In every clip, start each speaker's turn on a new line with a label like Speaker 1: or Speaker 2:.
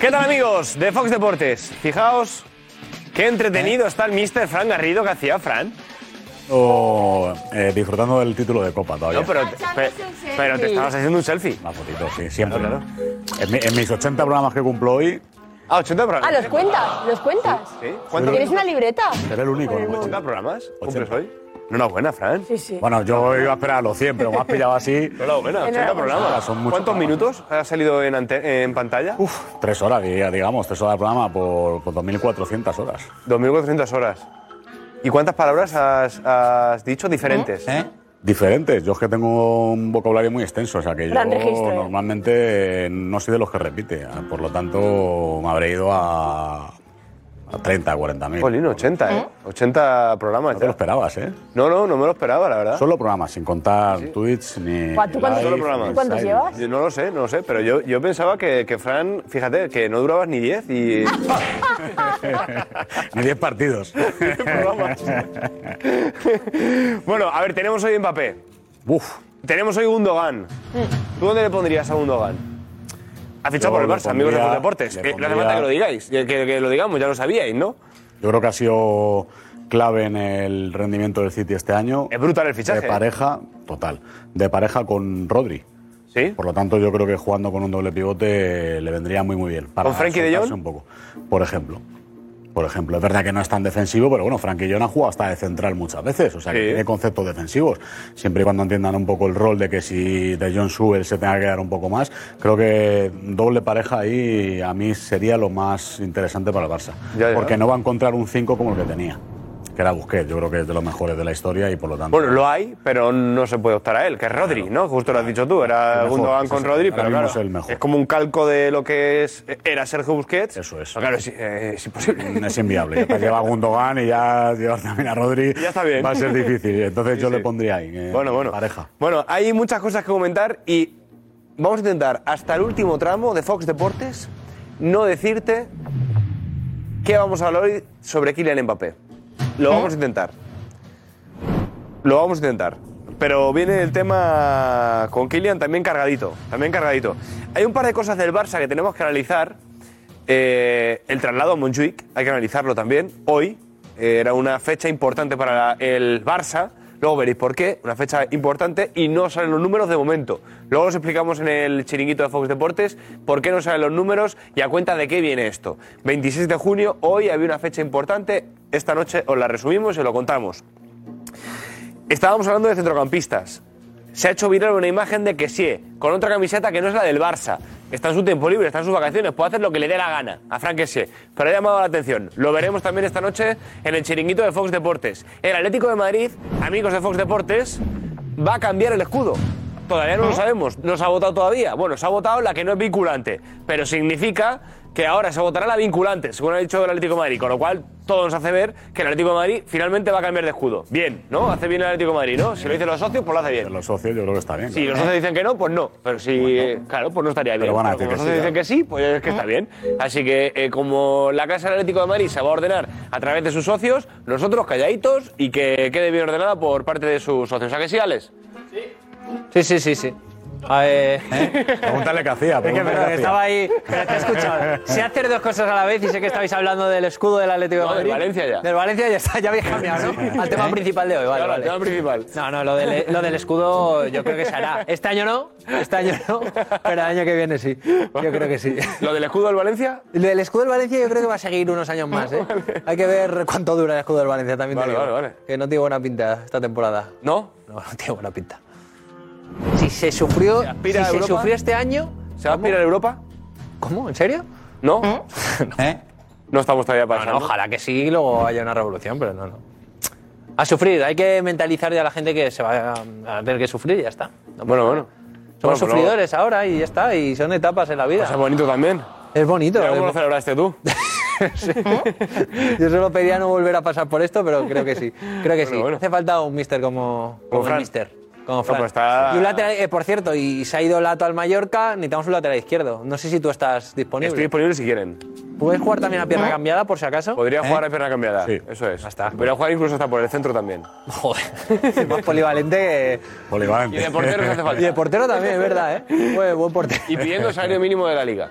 Speaker 1: ¿Qué tal amigos de Fox Deportes? Fijaos qué entretenido
Speaker 2: ¿Eh?
Speaker 1: está el Mr. Fran Garrido que hacía Fran.
Speaker 2: O, eh, disfrutando del título de Copa todavía.
Speaker 1: No, pero, te- pe- pero te estabas haciendo un selfie.
Speaker 2: Una fotito, sí, siempre. En, mi- en mis 80 programas que cumplo hoy,
Speaker 1: Ah, 80 programas.
Speaker 3: Ah, los cuentas, los cuentas.
Speaker 1: ¿Sí? ¿Cuántos
Speaker 3: ¿Tienes una libreta?
Speaker 2: seré el único. ¿no?
Speaker 1: 80 programas? ¿Cumples hoy? Enhorabuena, Fran.
Speaker 3: Sí, sí.
Speaker 2: Bueno, yo iba a esperar a los 100, pero me has pillado así.
Speaker 1: Enhorabuena, 80
Speaker 3: Enhorabuena.
Speaker 1: programas.
Speaker 2: Ah, son muchos
Speaker 1: ¿Cuántos
Speaker 2: programas.
Speaker 1: minutos ha salido en, ante- en pantalla?
Speaker 2: Uf, tres horas, diría, digamos, tres horas de programa por, por 2.400 horas.
Speaker 1: 2.400 horas. ¿Y cuántas palabras has, has dicho diferentes?
Speaker 2: ¿Eh? Diferentes. Yo es que tengo un vocabulario muy extenso, o sea que yo
Speaker 3: Gran registro, ¿eh?
Speaker 2: normalmente no soy de los que repite. ah, Por lo tanto, me habré ido a, a 30, 40 mil.
Speaker 1: Jolín, 80, ¿eh? 80 programas
Speaker 2: No te
Speaker 1: ya.
Speaker 2: lo esperabas, ¿eh?
Speaker 1: No, no, no me lo esperaba, la verdad.
Speaker 2: Solo programas, sin contar tweets ni.
Speaker 3: Guau, ¿tú cuántos-
Speaker 2: live,
Speaker 1: tú cuántos
Speaker 2: ni sideline.
Speaker 3: llevas?
Speaker 1: Yo no lo sé, no lo sé, pero yo, yo pensaba que, que Fran, fíjate, que no durabas ni 10 y...
Speaker 2: Ni 10 partidos.
Speaker 1: programas. bueno, a ver, tenemos hoy Mbappé,
Speaker 2: Uf.
Speaker 1: tenemos hoy Gundogan. ¿Tú dónde le pondrías a Gundogan? Ha fichado
Speaker 2: Yo
Speaker 1: por el
Speaker 2: le
Speaker 1: Barça, amigos de
Speaker 2: pondría-
Speaker 1: los deportes.
Speaker 2: le
Speaker 1: Eh, No hace
Speaker 2: pondría-
Speaker 1: falta que lo digáis, que, que- que lo digamos, ya lo sabíais, ¿no?
Speaker 2: Yo creo que ha sido clave en el rendimiento del City este año.
Speaker 1: Es brutal el fichaje,
Speaker 2: De
Speaker 1: ¿eh?
Speaker 2: pareja, total. De pareja con Rodri.
Speaker 1: Sí.
Speaker 2: Por lo tanto, yo creo que jugando con un doble pivote le vendría muy, muy bien. Para
Speaker 1: ¿Con Frenkie de
Speaker 2: soltarse
Speaker 1: Jong?
Speaker 2: un poco. Por ejemplo. Por ejemplo, es verdad que no es tan defensivo, pero bueno, Frankie John ha jugado hasta de central muchas veces, o sea que
Speaker 1: Sí.
Speaker 2: tiene conceptos defensivos. Siempre y cuando entiendan un poco el rol de que si de John sube, él se tenga que dar un poco más. Creo que doble pareja ahí a mí sería lo más interesante para el Barça.
Speaker 1: Ya, ya.
Speaker 2: Porque no va a encontrar un 5 como el que tenía, que era Busquets. Yo creo que es de los mejores de la historia y por lo tanto.
Speaker 1: Bueno, lo hay, pero no se puede optar a él, que es Rodri, ¿no? Justo lo has dicho tú, era
Speaker 2: El mejor,
Speaker 1: Gundogan
Speaker 2: sí,
Speaker 1: con
Speaker 2: sí,
Speaker 1: Rodri,
Speaker 2: ahora
Speaker 1: pero
Speaker 2: mismo
Speaker 1: claro,
Speaker 2: es el mejor.
Speaker 1: como un calco de lo que es, era Sergio Busquets.
Speaker 2: Eso es.
Speaker 1: Pero claro, es, eh, es imposible.
Speaker 2: Es inviable. Ya te lleva a Gundogan y ya llevar también a Rodri.
Speaker 1: Ya está bien.
Speaker 2: Va a ser difícil. Entonces yo
Speaker 1: sí.
Speaker 2: le pondría ahí. eh,
Speaker 1: Bueno, bueno.
Speaker 2: Pareja.
Speaker 1: Bueno, hay muchas cosas que comentar y vamos a intentar hasta el último tramo de Fox Deportes no decirte qué vamos a hablar hoy sobre Kylian Mbappé. Lo vamos a intentar. Lo vamos a intentar. Pero viene el tema con Kylian también cargadito, también cargadito. Hay un par de cosas del Barça que tenemos que analizar. Eh, el traslado a Montjuic, hay que analizarlo también. Hoy eh, era una fecha importante para la- el Barça. Luego veréis por qué, una fecha importante y no salen los números de momento. Luego os explicamos en el chiringuito de Fox Deportes por qué no salen los números y a cuenta de qué viene esto. 26 de junio, hoy había una fecha importante, esta noche os la resumimos y os lo contamos. Estábamos hablando de centrocampistas. Se ha hecho viral una imagen de Kessie con otra camiseta que no es la del Barça. Está en su tiempo libre, está en sus vacaciones, puede hacer lo que le dé la gana a Frank Kessie. Pero ha llamado la atención. Lo veremos también esta noche en el chiringuito de Fox Deportes. El Atlético de Madrid, amigos de Fox Deportes, va a cambiar el escudo. Todavía no lo sabemos, no se ha votado todavía. Bueno, se ha votado la que no es vinculante, pero significa que ahora se votará la vinculante, según ha dicho el Atlético de Madrid, con lo cual todo nos hace ver que el Atlético de Madrid finalmente va a cambiar de escudo. Bien, ¿no? Hace bien el Atlético de Madrid, ¿no? Si lo dicen los socios, pues lo hace
Speaker 2: De
Speaker 1: bien.
Speaker 2: los socios yo creo que está bien.
Speaker 1: Si
Speaker 2: claro.
Speaker 1: los socios dicen que no, pues no. Pero si, claro, pues no estaría bien.
Speaker 2: Pero van a
Speaker 1: como
Speaker 2: decir
Speaker 1: los
Speaker 2: que
Speaker 1: socios
Speaker 2: sí,
Speaker 1: dicen que sí, pues es que está bien. Así que eh, como la Casa del Atlético de Madrid se va a ordenar a través de sus socios, nosotros calladitos y que quede bien ordenada por parte de sus socios. ¿A que sí, Alex?
Speaker 4: Sí, sí, sí, sí. A
Speaker 1: Eh,
Speaker 4: ver,
Speaker 2: Pregúntale qué hacía.
Speaker 4: que
Speaker 2: pregúntale qué
Speaker 4: estaba
Speaker 2: hacía.
Speaker 4: ahí. Pero te he escuchado. Sé hacer dos cosas a la vez y sé que estabais hablando del escudo del Atlético
Speaker 1: No,
Speaker 4: de
Speaker 1: del
Speaker 4: Madrid.
Speaker 1: Valencia ya.
Speaker 4: Del Valencia ya está, ya habéis cambiado, ¿no? Al tema principal de hoy, vale,
Speaker 1: Ahora,
Speaker 4: vale.
Speaker 1: tema principal.
Speaker 4: No, no, lo del, lo del escudo yo creo que se hará. Este año no, este año no, pero el año que viene sí. Yo creo que sí.
Speaker 1: ¿Lo del escudo del Valencia?
Speaker 4: Lo del escudo del Valencia yo creo que va a seguir unos años más, ¿eh? Hay que ver cuánto dura el escudo del Valencia también. te
Speaker 1: Vale,
Speaker 4: digo,
Speaker 1: vale, vale.
Speaker 4: Que no tiene buena pinta esta temporada.
Speaker 1: ¿No?
Speaker 4: No, no tiene buena pinta. Si se sufrió,
Speaker 1: ¿Se
Speaker 4: si
Speaker 1: aspira a
Speaker 4: se
Speaker 1: Europa?
Speaker 4: sufrió este año,
Speaker 1: ¿Se va a aspirar a Europa?
Speaker 4: ¿Cómo? ¿En serio?
Speaker 1: ¿No?
Speaker 2: ¿Eh?
Speaker 1: No estamos todavía
Speaker 4: No,
Speaker 1: para
Speaker 4: no, ojalá que sí, luego haya una revolución, pero no, no. A sufrir, hay que mentalizar ya a la gente que se va a, a tener que sufrir y ya está. No pasa
Speaker 1: Bueno,
Speaker 4: nada.
Speaker 1: bueno.
Speaker 4: Somos
Speaker 1: Bueno, pero-
Speaker 4: sufridores ahora y ya está, y son etapas en la vida.
Speaker 1: Pues es bonito también.
Speaker 4: es bonito.
Speaker 1: Mira ¿Cómo lo
Speaker 4: además.
Speaker 1: celebraste tú?
Speaker 4: Yo solo pedía no volver a pasar por esto, pero creo que sí. Creo que
Speaker 1: Bueno,
Speaker 4: sí.
Speaker 1: bueno.
Speaker 4: Hace falta un mister como, como, el
Speaker 1: Fran.
Speaker 4: mister. Como Fran.
Speaker 1: pero está-
Speaker 4: Y un lateral, eh, por cierto, y se ha ido Lato al Mallorca, necesitamos un lateral izquierdo. No sé si tú estás disponible.
Speaker 1: Estoy disponible si quieren.
Speaker 4: ¿Puedes jugar también a pierna cambiada, por si acaso?
Speaker 1: Podría jugar a pierna cambiada.
Speaker 2: Sí.
Speaker 1: Eso es.
Speaker 4: ¿Eh? Ya está.
Speaker 1: Podría jugar incluso hasta por el centro también.
Speaker 4: Joder, más pues polivalente que...
Speaker 2: Polivalente.
Speaker 1: Y de porteros hace
Speaker 4: Y de
Speaker 1: falta.
Speaker 4: portero también, es verdad, ¿eh? Buen, buen portero.
Speaker 1: Y pidiendo el salario mínimo de la liga.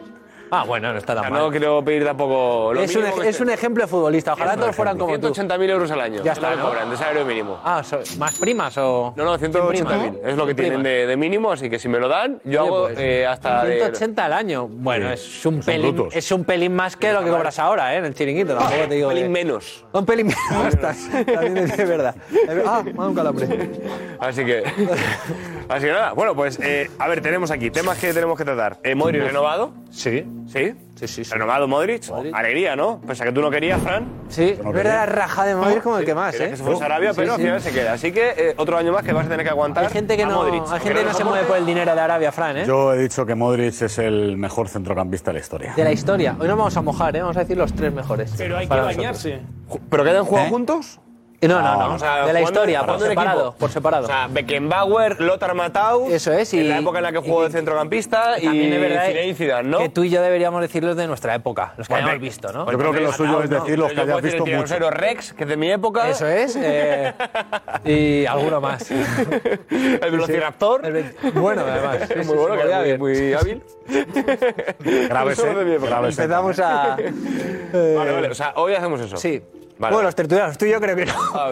Speaker 4: Ah, bueno, no está tan
Speaker 1: O sea,
Speaker 4: mal.
Speaker 1: no quiero pedir tampoco Pues lo
Speaker 4: es, un,
Speaker 1: mínimo
Speaker 4: ej-
Speaker 1: que este.
Speaker 4: es un ejemplo de futbolista. Ojalá todos fueran como tú.
Speaker 1: 180.000 euros al año.
Speaker 4: Ya
Speaker 1: es lo
Speaker 4: está,
Speaker 1: que
Speaker 4: ¿no?
Speaker 1: cobran, de salario mínimo.
Speaker 4: Ah, so- ¿más primas o...?
Speaker 1: No, no, 180.000. Es lo que tienen de, de mínimo, así que si me lo dan, yo hago
Speaker 4: pues,
Speaker 1: eh, hasta de-
Speaker 4: 180 al año. Bueno, es, un pelín,
Speaker 1: brutos.
Speaker 4: es un pelín más que lo que cobras ahora, ¿eh? En el chiringuito, tampoco te digo.
Speaker 1: Ah, Un pelín
Speaker 4: que-
Speaker 1: menos.
Speaker 4: Un pelín menos. estás. También es de verdad. Ah, me ha dado un calambre.
Speaker 1: Así que. Así que nada. Bueno, pues eh, a ver, tenemos aquí temas que tenemos que tratar. Eh, Modric renovado.
Speaker 4: Sí.
Speaker 1: ¿Sí? Sí, sí. Renovado Modric. Alegría, ¿no? Pese a que tú no querías, Fran.
Speaker 4: Sí, es verdad, la raja de Madrid como el que más,
Speaker 1: Querías
Speaker 4: ¿eh?
Speaker 1: que se fuese a Arabia,
Speaker 4: Sí,
Speaker 1: pero al
Speaker 4: sí.
Speaker 1: final se queda. Así que eh, otro año más que vas a tener que aguantar.
Speaker 4: Hay gente que
Speaker 1: a
Speaker 4: no,
Speaker 1: Modric.
Speaker 4: hay gente que no se mueve por el dinero de Arabia, Fran, ¿eh?
Speaker 2: Yo he dicho que Modric es el mejor centrocampista de la historia.
Speaker 4: De la historia. Hoy nos vamos a mojar, ¿eh? Vamos a decir los tres mejores. Pero hay que
Speaker 5: bañarse.
Speaker 1: ¿Pero que hayan jugado
Speaker 2: ¿Eh?
Speaker 1: juntos?
Speaker 4: No, no, no.
Speaker 1: O sea,
Speaker 4: de la
Speaker 1: jugando-
Speaker 4: historia, por
Speaker 1: jugando en
Speaker 4: separado.
Speaker 1: equipo.
Speaker 4: Por separado.
Speaker 1: O sea, Beckenbauer, Lothar Matthau.
Speaker 4: Eso es, y-
Speaker 1: En la época en la que jugó de centrocampista. Y
Speaker 4: También es verdad
Speaker 1: Zinedine Zidane, ¿no? Pues
Speaker 4: que tú y yo deberíamos decir los de nuestra época, los que
Speaker 1: Bueno,
Speaker 4: hayamos visto, ¿no?
Speaker 2: Yo creo que lo suyo es decir los que
Speaker 1: Yo puedo decir
Speaker 2: hayas visto
Speaker 1: el
Speaker 2: mucho.
Speaker 1: Tiranosaurio Rex, que es de mi época.
Speaker 4: Eso es. eh, y alguno más.
Speaker 1: El Velociraptor.
Speaker 4: El ve- Bueno, además.
Speaker 1: Es muy bueno, que era muy, muy hábil.
Speaker 2: Graves,
Speaker 1: Eso es de mi
Speaker 2: ¿eh?
Speaker 1: época.
Speaker 2: Graves, ¿eh?
Speaker 4: Empezamos a.
Speaker 1: Vale, vale. O sea, hoy hacemos eso.
Speaker 4: Sí.
Speaker 1: Vale.
Speaker 4: Bueno, los tertulianos, tú y yo creo que no.
Speaker 1: Ah,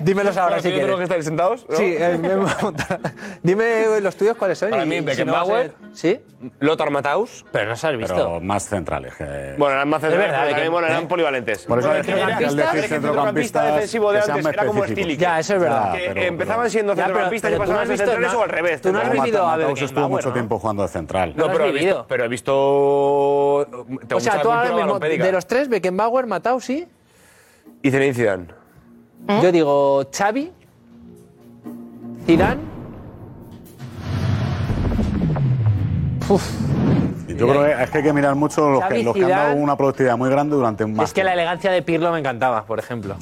Speaker 4: Dímelos ahora
Speaker 1: Bueno,
Speaker 4: si
Speaker 1: ¿tú y yo
Speaker 4: quieres.
Speaker 1: tenemos que estar sentados? ¿no?
Speaker 4: Sí, eh, me voy a montar. Dime los tuyos cuáles son.
Speaker 1: Para
Speaker 4: y
Speaker 1: mí,
Speaker 4: si no
Speaker 1: Beckenbauer.
Speaker 4: vas a- ¿Sí?
Speaker 1: Lothar Matthaus.
Speaker 4: Pero no se has visto.
Speaker 2: Pero más eh, centrales. que-
Speaker 1: Bueno, eran más centrales,
Speaker 4: verdad, ¿eh?
Speaker 1: pero
Speaker 4: que-
Speaker 1: también bueno, eran polivalentes.
Speaker 2: Por eso
Speaker 1: Bueno,
Speaker 2: decía que al
Speaker 1: centrocampista,
Speaker 2: decir
Speaker 1: es que el centrocampista
Speaker 2: centrocampistas,
Speaker 1: defensivo de
Speaker 2: que sean
Speaker 1: antes
Speaker 2: más
Speaker 1: era como
Speaker 2: específicos.
Speaker 1: Stilic.
Speaker 4: Ya, eso es verdad.
Speaker 2: Ya,
Speaker 1: Que
Speaker 2: pero-
Speaker 1: empezaban siendo
Speaker 4: Ya, pero-
Speaker 1: centrocampistas
Speaker 4: pero
Speaker 1: y
Speaker 4: tú no has
Speaker 1: pasaban a ser
Speaker 4: visto
Speaker 1: centrales
Speaker 4: nada.
Speaker 1: o al revés.
Speaker 4: Tú no
Speaker 1: ¿no?
Speaker 4: has
Speaker 2: Luego
Speaker 4: vivido
Speaker 2: Mata-
Speaker 4: a
Speaker 2: Mataus
Speaker 4: Beckenbauer,
Speaker 2: estuvo mucho
Speaker 4: ¿no?
Speaker 2: tiempo jugando de central.
Speaker 1: No,
Speaker 4: has
Speaker 1: pero he
Speaker 4: vivido.
Speaker 1: visto. Pero he visto. tengo
Speaker 4: O sea,
Speaker 1: mucha
Speaker 4: tú ahora
Speaker 1: cultura
Speaker 4: mismo,
Speaker 1: balompédica.
Speaker 4: de los tres, Beckenbauer, Matau, sí.
Speaker 1: Y Zinedine Zidane.
Speaker 4: Yo digo Xavi, Zidane. Uf,
Speaker 2: Yo creo que es que hay que mirar mucho los
Speaker 4: Xavi,
Speaker 2: que, los que han dado
Speaker 4: Zidane.
Speaker 2: una productividad muy grande durante un más.
Speaker 4: es que la elegancia de Pirlo me encantaba, por ejemplo.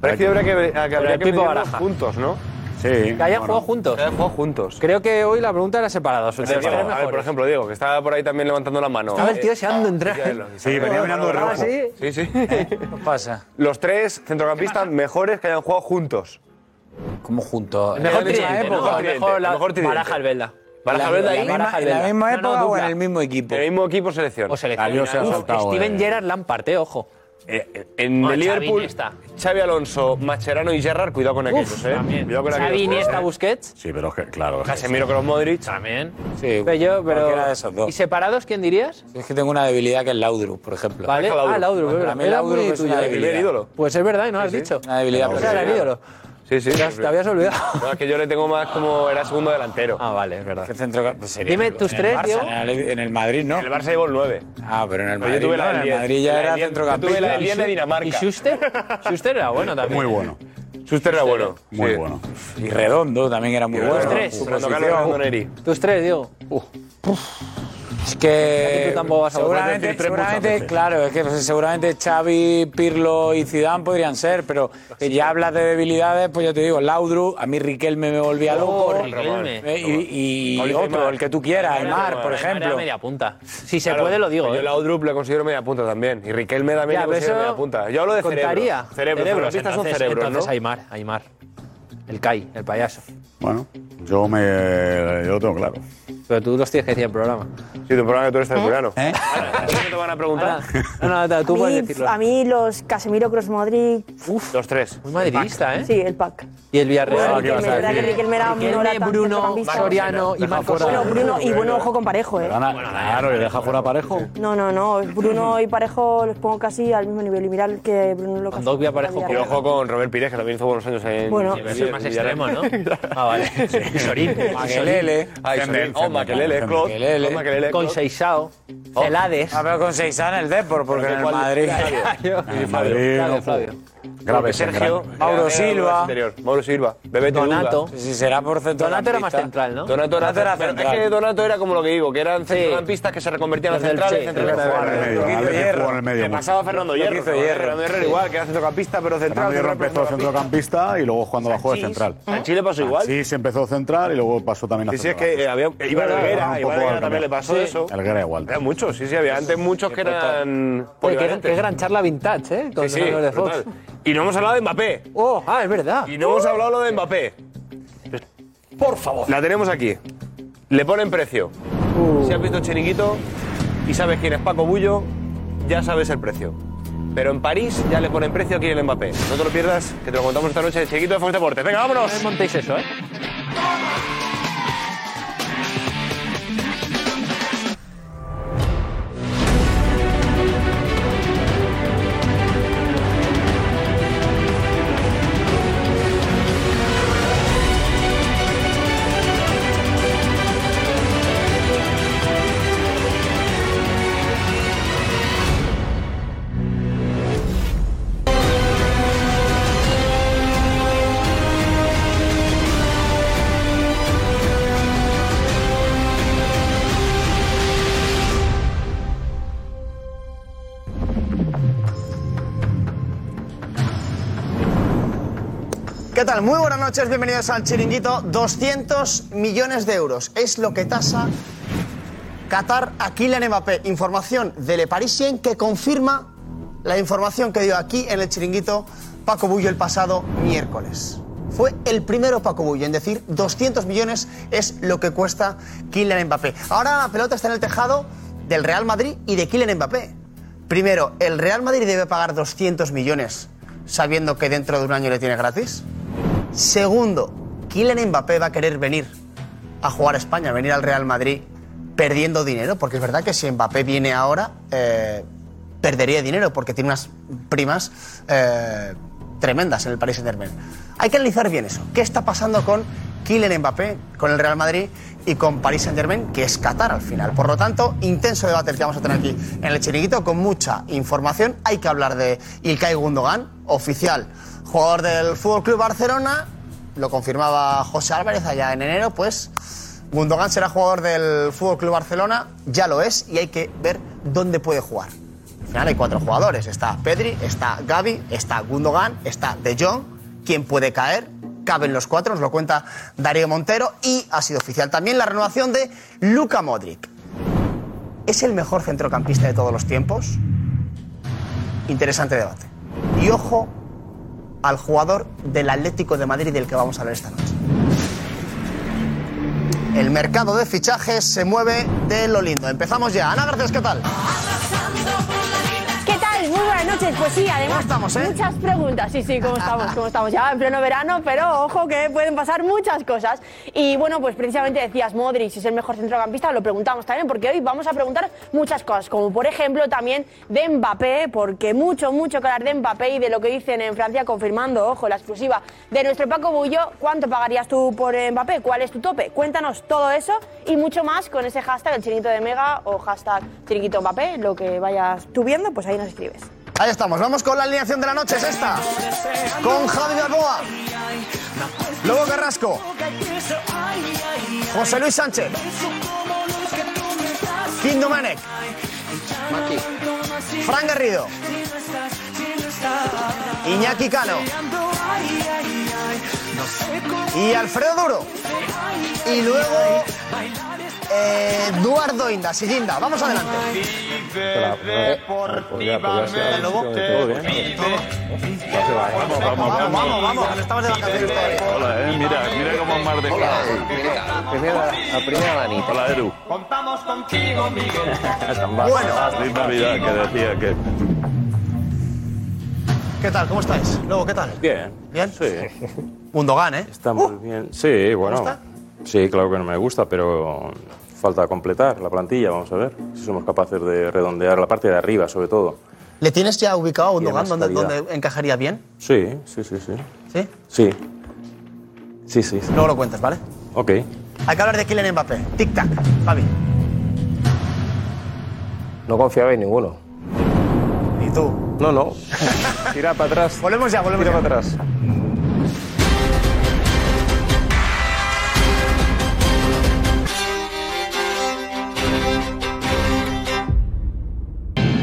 Speaker 1: Pero es que habría que, ver- que, habría que
Speaker 4: Pipo
Speaker 1: medirlos
Speaker 4: Baraja.
Speaker 1: juntos, ¿no?
Speaker 2: Sí.
Speaker 4: Que hayan
Speaker 2: bueno.
Speaker 4: jugado juntos.
Speaker 1: Que hayan jugado juntos.
Speaker 4: Creo que hoy la pregunta era separada. os
Speaker 1: Diego,
Speaker 4: decía,
Speaker 1: a ver,
Speaker 4: mejores.
Speaker 1: por ejemplo, Diego, que está por ahí también levantando la mano.
Speaker 4: Estaba el tío
Speaker 1: Eh,
Speaker 4: se anda en traje.
Speaker 1: ya lo-
Speaker 2: Sí, venía mirando de
Speaker 4: Ah,
Speaker 2: reojo.
Speaker 4: sí.
Speaker 1: Sí, sí.
Speaker 4: ¿Qué pasa?
Speaker 1: Los tres centrocampistas mejores que hayan jugado juntos.
Speaker 6: Como juntos.
Speaker 4: El mejor
Speaker 1: El mejor
Speaker 4: tridente,
Speaker 1: tridente,
Speaker 4: ¿no? El
Speaker 1: el mejor
Speaker 4: mejor, la,
Speaker 1: tridente.
Speaker 4: Baraja el Vela.
Speaker 1: Baraja
Speaker 4: La-
Speaker 1: Vela
Speaker 4: la-
Speaker 1: ahí.
Speaker 4: Baraja
Speaker 6: ¿En
Speaker 4: Vela.
Speaker 6: la misma
Speaker 4: No, no,
Speaker 6: época o en
Speaker 4: dupla.
Speaker 6: el mismo equipo?
Speaker 1: El mismo equipo selección.
Speaker 4: O selección.
Speaker 2: Salió, se ha
Speaker 4: Uf,
Speaker 2: saltado,
Speaker 4: Steven
Speaker 2: eh.
Speaker 4: Gerrard Lampard, eh, ojo.
Speaker 1: Eh, eh, en
Speaker 4: Bueno,
Speaker 1: el
Speaker 4: Xavi
Speaker 1: Liverpool,
Speaker 4: Iniesta.
Speaker 1: Xavi Alonso, Macherano y Gerrard, cuidado con aquellos, ¿eh?
Speaker 4: también.
Speaker 1: Cuidado con
Speaker 4: Xavi,
Speaker 1: aquellos.
Speaker 4: Iniesta,
Speaker 1: Eh,
Speaker 4: Busquets.
Speaker 2: Sí, pero es que, claro. es que-
Speaker 1: Casemiro con los Modric.
Speaker 4: También.
Speaker 6: Sí,
Speaker 4: Pero yo,
Speaker 6: cualquiera de
Speaker 4: pero...
Speaker 6: esos dos.
Speaker 4: ¿Y separados quién dirías?
Speaker 6: Es que tengo una debilidad que es Laudrup, por ejemplo.
Speaker 4: Vale.
Speaker 1: Deja Laudrup.
Speaker 4: Ah, Laudrup.
Speaker 6: Para
Speaker 4: era-
Speaker 6: mí
Speaker 4: era
Speaker 6: Laudrup
Speaker 4: muy
Speaker 6: es una
Speaker 4: tuyo.
Speaker 1: El primer
Speaker 6: debilidad.
Speaker 1: ídolo.
Speaker 4: Pues es verdad, y no lo has dicho.
Speaker 6: Una debilidad
Speaker 4: O sea, era el
Speaker 6: personal.
Speaker 4: ídolo.
Speaker 1: Sí, sí.
Speaker 4: Te habías olvidado.
Speaker 1: No, es que yo le tengo más como era segundo delantero.
Speaker 4: Ah, vale, es verdad.
Speaker 6: ¿Qué centro- pues sería-
Speaker 4: Dime tus
Speaker 6: en el
Speaker 4: tres,
Speaker 6: Barça,
Speaker 4: Diego.
Speaker 6: En el, en el Madrid, ¿no?
Speaker 1: El Barça llevó el 9.
Speaker 6: Ah, pero en el
Speaker 1: Pero yo
Speaker 6: Madrid,
Speaker 1: tuve la
Speaker 6: no,
Speaker 1: del
Speaker 6: en el
Speaker 1: 10.
Speaker 6: Madrid ya
Speaker 1: La
Speaker 6: era
Speaker 1: del 10, yo tuve la del
Speaker 6: centrocampista.
Speaker 1: 10 de Dinamarca.
Speaker 4: ¿Y Schuster? Schuster era bueno también.
Speaker 2: Muy bueno,
Speaker 1: Schuster era bueno.
Speaker 2: muy
Speaker 1: sí.
Speaker 2: bueno.
Speaker 6: Y Redondo también era muy
Speaker 1: Pero
Speaker 6: bueno.
Speaker 1: bueno,
Speaker 4: tres.
Speaker 1: Fernando
Speaker 6: Su
Speaker 1: Carlos
Speaker 6: posición.
Speaker 1: Randoneri.
Speaker 4: Tus tres, Diego.
Speaker 6: Es
Speaker 4: Aquí
Speaker 6: que
Speaker 4: tú tampoco vas a volver a
Speaker 6: seguramente,
Speaker 2: decir tres muchas
Speaker 6: seguramente,
Speaker 2: veces.
Speaker 6: claro, es que no sé, seguramente Xavi, Pirlo y Zidane podrían ser, pero que ya hablas de debilidades, pues yo te digo, Laudru, a mí Riquelme me volvía loco.
Speaker 4: Oh, Riquelme.
Speaker 6: Eh, y, y
Speaker 1: Oli
Speaker 6: otro,
Speaker 1: Aymar.
Speaker 6: el que tú quieras, Aymar, por
Speaker 4: Bueno,
Speaker 6: ejemplo.
Speaker 4: Era media punta. Si se
Speaker 1: Claro,
Speaker 4: puede, lo digo.
Speaker 1: Yo
Speaker 4: ¿eh?
Speaker 1: la Laudrup le considero media punta también. Y Riquelme también
Speaker 4: Ya,
Speaker 1: le
Speaker 4: pero
Speaker 1: considero
Speaker 4: eso
Speaker 1: media punta. Yo hablo de
Speaker 4: contaría.
Speaker 1: cerebro.
Speaker 4: Cerebros,
Speaker 1: Los futbolistas son
Speaker 4: entonces,
Speaker 1: cerebros,
Speaker 4: entonces
Speaker 1: ¿no?
Speaker 4: Aymar, Aymar. El Kai, el payaso.
Speaker 2: Bueno, yo, me, yo lo tengo claro.
Speaker 4: Pero tú los tienes que decir en programa.
Speaker 1: Sí, tu problema es que tú eres cerebrano.
Speaker 4: ¿Eh?
Speaker 1: Ahora, ¿Cómo te van a preguntar?
Speaker 4: No, no, no, tú
Speaker 3: a, mí,
Speaker 4: puedes decirlo.
Speaker 3: a mí los Casemiro, Cross, Modric,
Speaker 1: Los tres.
Speaker 4: Muy madridista, ¿eh?
Speaker 3: sí, el pack.
Speaker 4: Y el Villarreal. Ah,
Speaker 3: Bueno, que me verdad que Riquelme era
Speaker 4: Riquelme,
Speaker 3: no era tan
Speaker 4: Bruno,
Speaker 3: centrocampista.
Speaker 4: Soriano y
Speaker 2: Deja
Speaker 4: Marcos.
Speaker 2: fuera.
Speaker 3: Bueno,
Speaker 4: Alonso.
Speaker 3: Bruno, y bueno, ojo con Parejo, ¿eh?
Speaker 2: Gana- claro, y deja fuera parejo.
Speaker 3: No, no, no. Bruno y Parejo los pongo casi al mismo nivel. Y mirad que Bruno lo
Speaker 4: Cuando vea Parejo,
Speaker 1: Y ojo con Robert Pires, que también hizo buenos años en.
Speaker 3: Bueno.
Speaker 1: en
Speaker 4: Debe ser más
Speaker 1: Villarreal.
Speaker 4: extremo, ¿no? Ah, vale. Y Sorín.
Speaker 6: Makelele.
Speaker 1: Ay, Sorín. Oh, Makelele, Claude.
Speaker 6: Makelele.
Speaker 1: Oh, Makelele,
Speaker 4: Con
Speaker 1: Claude.
Speaker 4: Seisao.
Speaker 1: Oh.
Speaker 4: Celades.
Speaker 6: Ah, pero con Seisán el Depor, porque en el
Speaker 1: ¿Cuál-
Speaker 6: Madrid.
Speaker 2: En Madrid,
Speaker 4: Flavio,
Speaker 2: no
Speaker 4: Flavio.
Speaker 2: fue.
Speaker 1: Porque
Speaker 2: Grave,
Speaker 1: Sergio.
Speaker 2: central.
Speaker 6: Mauro
Speaker 1: era- era
Speaker 6: Silva.
Speaker 1: más interior. Mauro Silva. Bebeto
Speaker 4: Donato.
Speaker 1: Dunga.
Speaker 6: Si será por centrocampista.
Speaker 4: Donato era más central, ¿no?
Speaker 1: Donato era,
Speaker 6: Donato era
Speaker 1: Ah, pero
Speaker 6: central.
Speaker 1: Es que Donato era como lo que digo, que eran centrocampistas que se reconvertían en
Speaker 4: Los del
Speaker 1: centrales.
Speaker 4: Che,
Speaker 1: centrales
Speaker 4: los del
Speaker 1: jugaban
Speaker 2: Fue en el medio,
Speaker 6: Lo que hizo
Speaker 2: Madrid
Speaker 6: Hierro.
Speaker 2: jugó en el medio.
Speaker 1: Le pasaba a Fernando
Speaker 6: Lo que
Speaker 1: Hierro.
Speaker 6: hizo
Speaker 1: ¿no?
Speaker 6: Hierro.
Speaker 1: Fernando Hierro era igual, que era centrocampista, pero central.
Speaker 2: Fernando Hierro
Speaker 1: central,
Speaker 2: empezó centrocampista y luego jugando abajo de
Speaker 3: Sanchís.
Speaker 2: central.
Speaker 1: En Chile pasó igual.
Speaker 2: Sí, se empezó central y luego pasó también a
Speaker 1: Sí, sí, es
Speaker 2: centrocampista.
Speaker 1: que eh, había. Iván
Speaker 2: un
Speaker 1: Helguera,
Speaker 2: poco
Speaker 1: Iván Helguera también
Speaker 2: al cambio.
Speaker 1: le pasó eso.
Speaker 2: Helguera igual.
Speaker 1: Había muchos, sí, sí, había antes muchos que eran.
Speaker 4: Oye, qué, gran-
Speaker 1: polivalentes.
Speaker 4: qué gran charla vintage, ¿eh? Con
Speaker 1: Sí, sí,
Speaker 4: los amigos de Fox.
Speaker 1: brutal. Y no hemos hablado de Mbappé.
Speaker 4: Oh, ah, es verdad. Uh.
Speaker 1: Y no hemos hablado lo de Mbappé.
Speaker 4: Uh.
Speaker 1: Por favor. La tenemos aquí. Le ponen precio. Si has visto el chiringuito, y sabes quién es Paco Bullo, ya sabes el precio. Pero en París ya le ponen precio a Kylian Mbappé. No te lo pierdas, que te lo contamos esta noche en el chiquito de Fox Deportes. Venga, vámonos.
Speaker 7: No montéis eso, ¿eh?
Speaker 8: ¿Qué tal? Muy buenas noches, bienvenidos al chiringuito. 200 millones de euros es lo que tasa Qatar a Kylian Mbappé. Información de Le Parisien que confirma la información que dio aquí en el chiringuito Paco Bullo el pasado miércoles. Fue el primero Paco Bullo en decir 200 millones es lo que cuesta Kylian Mbappé. Ahora la pelota está en el tejado del Real Madrid y de Kylian Mbappé. Primero, ¿el Real Madrid debe pagar 200 millones sabiendo que dentro de un año le tiene gratis? Segundo, Kylian Mbappé va a querer venir a jugar a España, venir al Real Madrid perdiendo dinero, porque es verdad que si Mbappé viene ahora, eh, perdería dinero, porque tiene unas primas eh, tremendas en el Paris Saint-Germain. Hay que analizar bien eso. ¿Qué está pasando con Kylian Mbappé, con el Real Madrid y con Paris Saint-Germain, que es Qatar al final? Por lo tanto, intenso debate el que vamos a tener aquí en el chiringuito, con mucha información. Hay que hablar de Ilkay Gundogan, oficial jugador del Fútbol Club Barcelona, lo confirmaba José Álvarez allá en enero, pues Gundogan será jugador del Fútbol Club Barcelona, ya lo es y hay que ver dónde puede jugar. Al final hay cuatro jugadores, está Pedri, está Gavi, está Gundogan, está De Jong, quien puede caer, caben los cuatro, nos lo cuenta Darío Montero y ha sido oficial también la renovación de Luka Modric. ¿Es el mejor centrocampista de todos los tiempos? Interesante debate. Y ojo al jugador del Atlético de Madrid del que vamos a hablar esta noche. El mercado de fichajes se mueve de lo lindo. Empezamos ya. Ana, gracias, ¿qué tal?
Speaker 3: ¿Qué tal? Muy buenas noches. Pues sí, además
Speaker 8: ¿Cómo estamos, eh?
Speaker 3: muchas preguntas. Sí, sí, ¿cómo estamos? ¿Cómo estamos? Ya en pleno verano, pero ojo que pueden pasar muchas cosas. Y bueno, pues precisamente decías Modric, si es el mejor centrocampista, lo preguntamos también porque hoy vamos a preguntar muchas cosas, como por ejemplo también de Mbappé, porque mucho, mucho que hablar de Mbappé y de lo que dicen en Francia confirmando, ojo, la exclusiva de nuestro Paco Bullo, ¿cuánto pagarías tú por Mbappé? ¿Cuál es tu tope? Cuéntanos todo eso y mucho más con ese hashtag el chiringuito de Mega o hashtag chiringuito Mbappé, lo que vayas tú viendo, pues ahí nos escribes.
Speaker 8: Ahí estamos. Vamos con la alineación de la noche. Es esta. Con Javi Balboa. Lobo Carrasco. José Luis Sánchez. Kim Domenech. Fran Garrido. Iñaki Cano. Y Alfredo Duro. Y luego eh, Eduardo Inda, Sillinda. Vamos adelante. Lobo.
Speaker 9: ¿eh?
Speaker 8: Vamos, vamos, vamos. que no Estamos de vacaciones todavía.
Speaker 10: Hola, eh, mira, mira cómo es mar de claro.
Speaker 9: Primera, la primera manita.
Speaker 10: Hola, Eru.
Speaker 8: Bueno,
Speaker 10: Feliz Navidad, que decía que...
Speaker 8: ¿qué tal? ¿Cómo estáis? Lobo, ¿qué tal?
Speaker 11: Bien.
Speaker 8: ¿Bien?
Speaker 11: Sí,
Speaker 8: Mundogan, ¿eh?
Speaker 11: está muy bien. Sí, bueno.
Speaker 8: gusta?
Speaker 11: Sí, claro que no me gusta, pero falta completar la plantilla, vamos a ver si somos capaces de redondear la parte de arriba, sobre todo.
Speaker 8: ¿Le tienes ya ubicado a Gundogan
Speaker 11: además
Speaker 8: dónde,
Speaker 11: calidad.
Speaker 8: dónde encajaría bien?
Speaker 11: Sí, sí, sí, sí.
Speaker 8: ¿Sí?
Speaker 11: Sí. Sí, sí. sí.
Speaker 8: Luego lo cuentas, ¿vale?
Speaker 11: Ok.
Speaker 8: Hay que hablar de Kylian Mbappé. Tic-tac, Javi.
Speaker 9: No confiaba en ninguno.
Speaker 8: ¿Y tú?
Speaker 9: No, no. Tira para atrás.
Speaker 8: Volvemos ya, volvemos
Speaker 9: Tira
Speaker 8: ya.
Speaker 9: para atrás.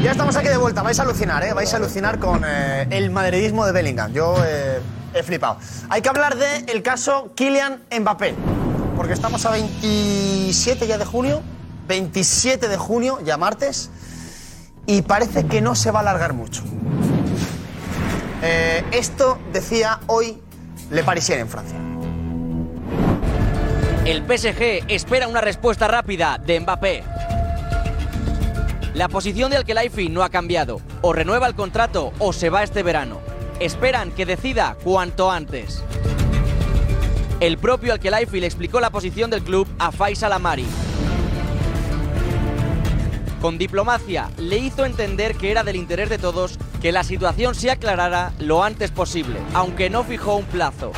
Speaker 8: Ya estamos aquí de vuelta. Vais a alucinar, ¿eh? Vais a alucinar con eh, el madridismo de Bellingham. Yo eh, he flipado. Hay que hablar del el caso Kylian Mbappé. Porque estamos a 27 ya de junio. 27 de junio, ya martes. Y parece que no se va a alargar mucho. Eh, esto decía hoy Le Parisien en Francia.
Speaker 12: El PSG espera una respuesta rápida de Mbappé.
Speaker 10: La posición de Alkelaifi no ha cambiado. O renueva el contrato o se va este verano. Esperan que decida cuanto antes. El propio Alkelaifi le explicó la posición del club a Faisal Amari. Con diplomacia le hizo entender que era del interés de todos que la situación se aclarara lo antes posible, aunque no fijó un plazo.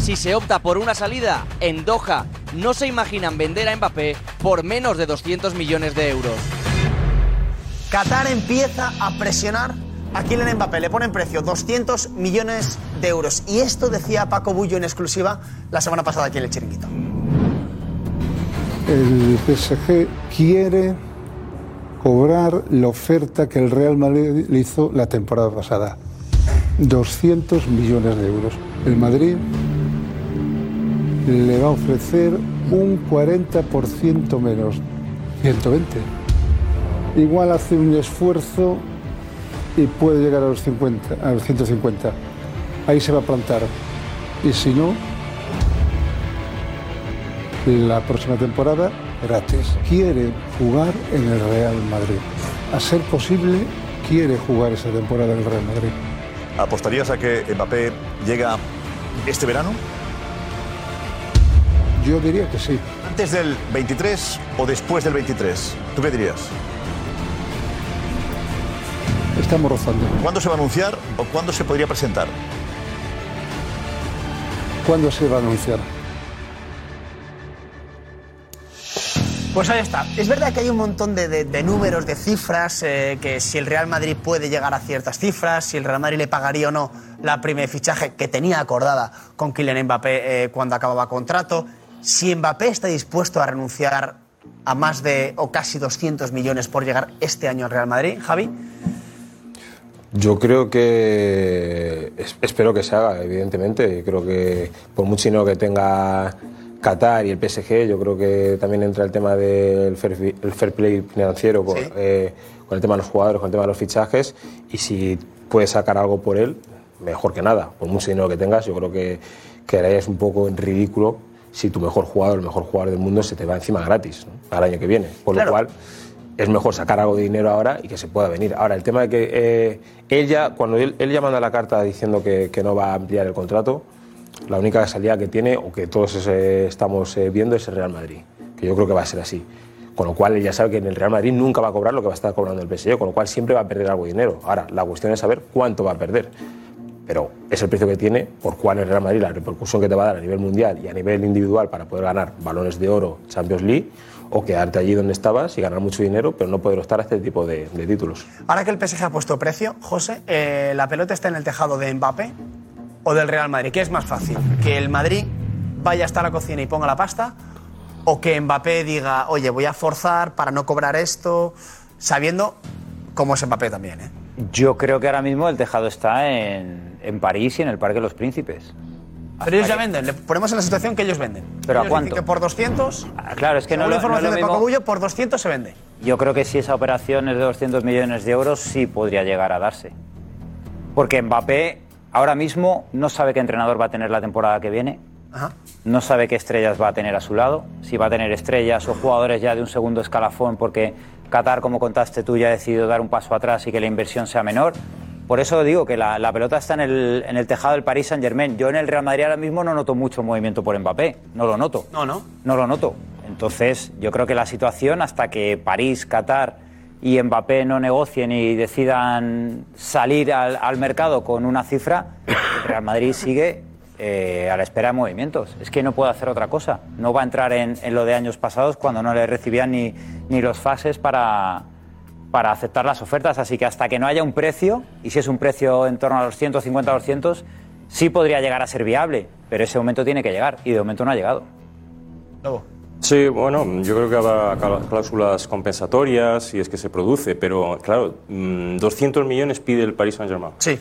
Speaker 10: Si se opta por una salida, en Doha no se imaginan vender a Mbappé por menos de 200 millones de euros.
Speaker 8: Qatar empieza a presionar a Kylian Mbappé. Le ponen precio 200 millones de euros. Y esto decía Paco Bullo en exclusiva la semana pasada aquí en el chiringuito.
Speaker 13: El PSG quiere cobrar la oferta que el Real Madrid le hizo la temporada pasada. 200 millones de euros. El Madrid le va a ofrecer un 40% menos, 120. Igual hace un esfuerzo y puede llegar a los, 50, a los 150. Ahí se va a plantar. Y si no, la próxima temporada gratis. Quiere jugar en el Real Madrid. A ser posible, quiere jugar esa temporada en el Real Madrid.
Speaker 14: ¿Apostarías a que Mbappé llega este verano?
Speaker 13: Yo diría que sí.
Speaker 14: ¿Antes del 23 o después del 23? ¿Tú qué dirías?
Speaker 13: Estamos rozando.
Speaker 14: ¿Cuándo se va a anunciar o cuándo se podría presentar?
Speaker 13: ¿Cuándo se va a anunciar?
Speaker 8: Pues ahí está. Es verdad que hay un montón de, de- de números, de cifras, eh, que si el Real Madrid puede llegar a ciertas cifras, si el Real Madrid le pagaría o no la prima de fichaje que tenía acordada con Kylian Mbappé eh, cuando acababa contrato, si Mbappé está dispuesto a renunciar a más de o casi 200 millones por llegar este año al Real Madrid, Javi.
Speaker 15: Yo creo que es- espero que se haga, evidentemente. Y creo que por mucho dinero que tenga Qatar y el PSG, yo creo que también entra el tema del fair, fi- el fair play financiero con, eh, con el tema de los jugadores, con el tema de los fichajes. Y si puedes sacar algo por él, mejor que nada. Por mucho dinero que tengas, yo creo que quedarías un poco en ridículo si tu mejor jugador, el mejor jugador del mundo, se te va encima gratis ¿no? al año que viene. Por lo cual es mejor sacar algo de dinero ahora y que se pueda venir. Ahora, el tema de que eh, él ya, cuando él, él ya manda la carta diciendo que, que no va a ampliar el contrato, la única salida que tiene o que todos eh, estamos eh, viendo es el Real Madrid, que yo creo que va a ser así. Con lo cual él ya sabe que en el Real Madrid nunca va a cobrar lo que va a estar cobrando el PSG, con lo cual siempre va a perder algo de dinero. Ahora, la cuestión es saber cuánto va a perder. Pero es el precio que tiene, por cuál el Real Madrid, la repercusión que te va a dar a nivel mundial y a nivel individual para poder ganar balones de oro, Champions League, o quedarte allí donde estabas y ganar mucho dinero, pero no poder optar a este tipo de, de títulos.
Speaker 8: Ahora que el PSG ha puesto precio, José, eh, la pelota está en el tejado de Mbappé o del Real Madrid. ¿Qué es más fácil? ¿Que el Madrid vaya hasta la cocina y ponga la pasta? ¿O que Mbappé diga, oye, voy a forzar para no cobrar esto? Sabiendo cómo es Mbappé también. ¿eh?
Speaker 16: Yo creo que ahora mismo el tejado está en, en París y en el Parque de los Príncipes.
Speaker 8: Pero ellos ya venden, le ponemos en la situación que ellos venden.
Speaker 16: ¿Pero a
Speaker 8: Ellos dicen
Speaker 16: cuánto?
Speaker 8: que por 200,
Speaker 16: Ah, Claro, es que no, lo- no
Speaker 8: según la
Speaker 16: es
Speaker 8: información
Speaker 16: lo
Speaker 8: de Paco
Speaker 16: mismo.
Speaker 8: Bullo, por 200 se vende.
Speaker 16: Yo creo que si esa operación es de 200 millones de euros, sí podría llegar a darse. Porque Mbappé ahora mismo no sabe qué entrenador va a tener la temporada que viene,
Speaker 8: Ajá.
Speaker 16: no sabe qué estrellas va a tener a su lado, si va a tener estrellas o jugadores ya de un segundo escalafón, porque Qatar, como contaste tú, ya ha decidido dar un paso atrás y que la inversión sea menor. Por eso digo que la, la pelota está en el, en el tejado del Paris Saint-Germain. Yo en el Real Madrid ahora mismo no noto mucho movimiento por Mbappé, no lo noto.
Speaker 8: No, no.
Speaker 16: No lo noto. Entonces, yo creo que la situación, hasta que París, Qatar y Mbappé no negocien y decidan salir al, al mercado con una cifra, el Real Madrid sigue eh, a la espera de movimientos. Es que no puede hacer otra cosa. No va a entrar en, en lo de años pasados cuando no le recibían ni, ni los fases para, para aceptar las ofertas. Así que hasta que no haya un precio, y si es un precio en torno a los 150 200, sí podría llegar a ser viable. Pero ese momento tiene que llegar y de momento no ha llegado.
Speaker 11: Sí, bueno, yo creo que habrá cla- cláusulas compensatorias si es que se produce, pero claro, mm, 200 millones pide el Paris Saint-Germain.
Speaker 8: Sí.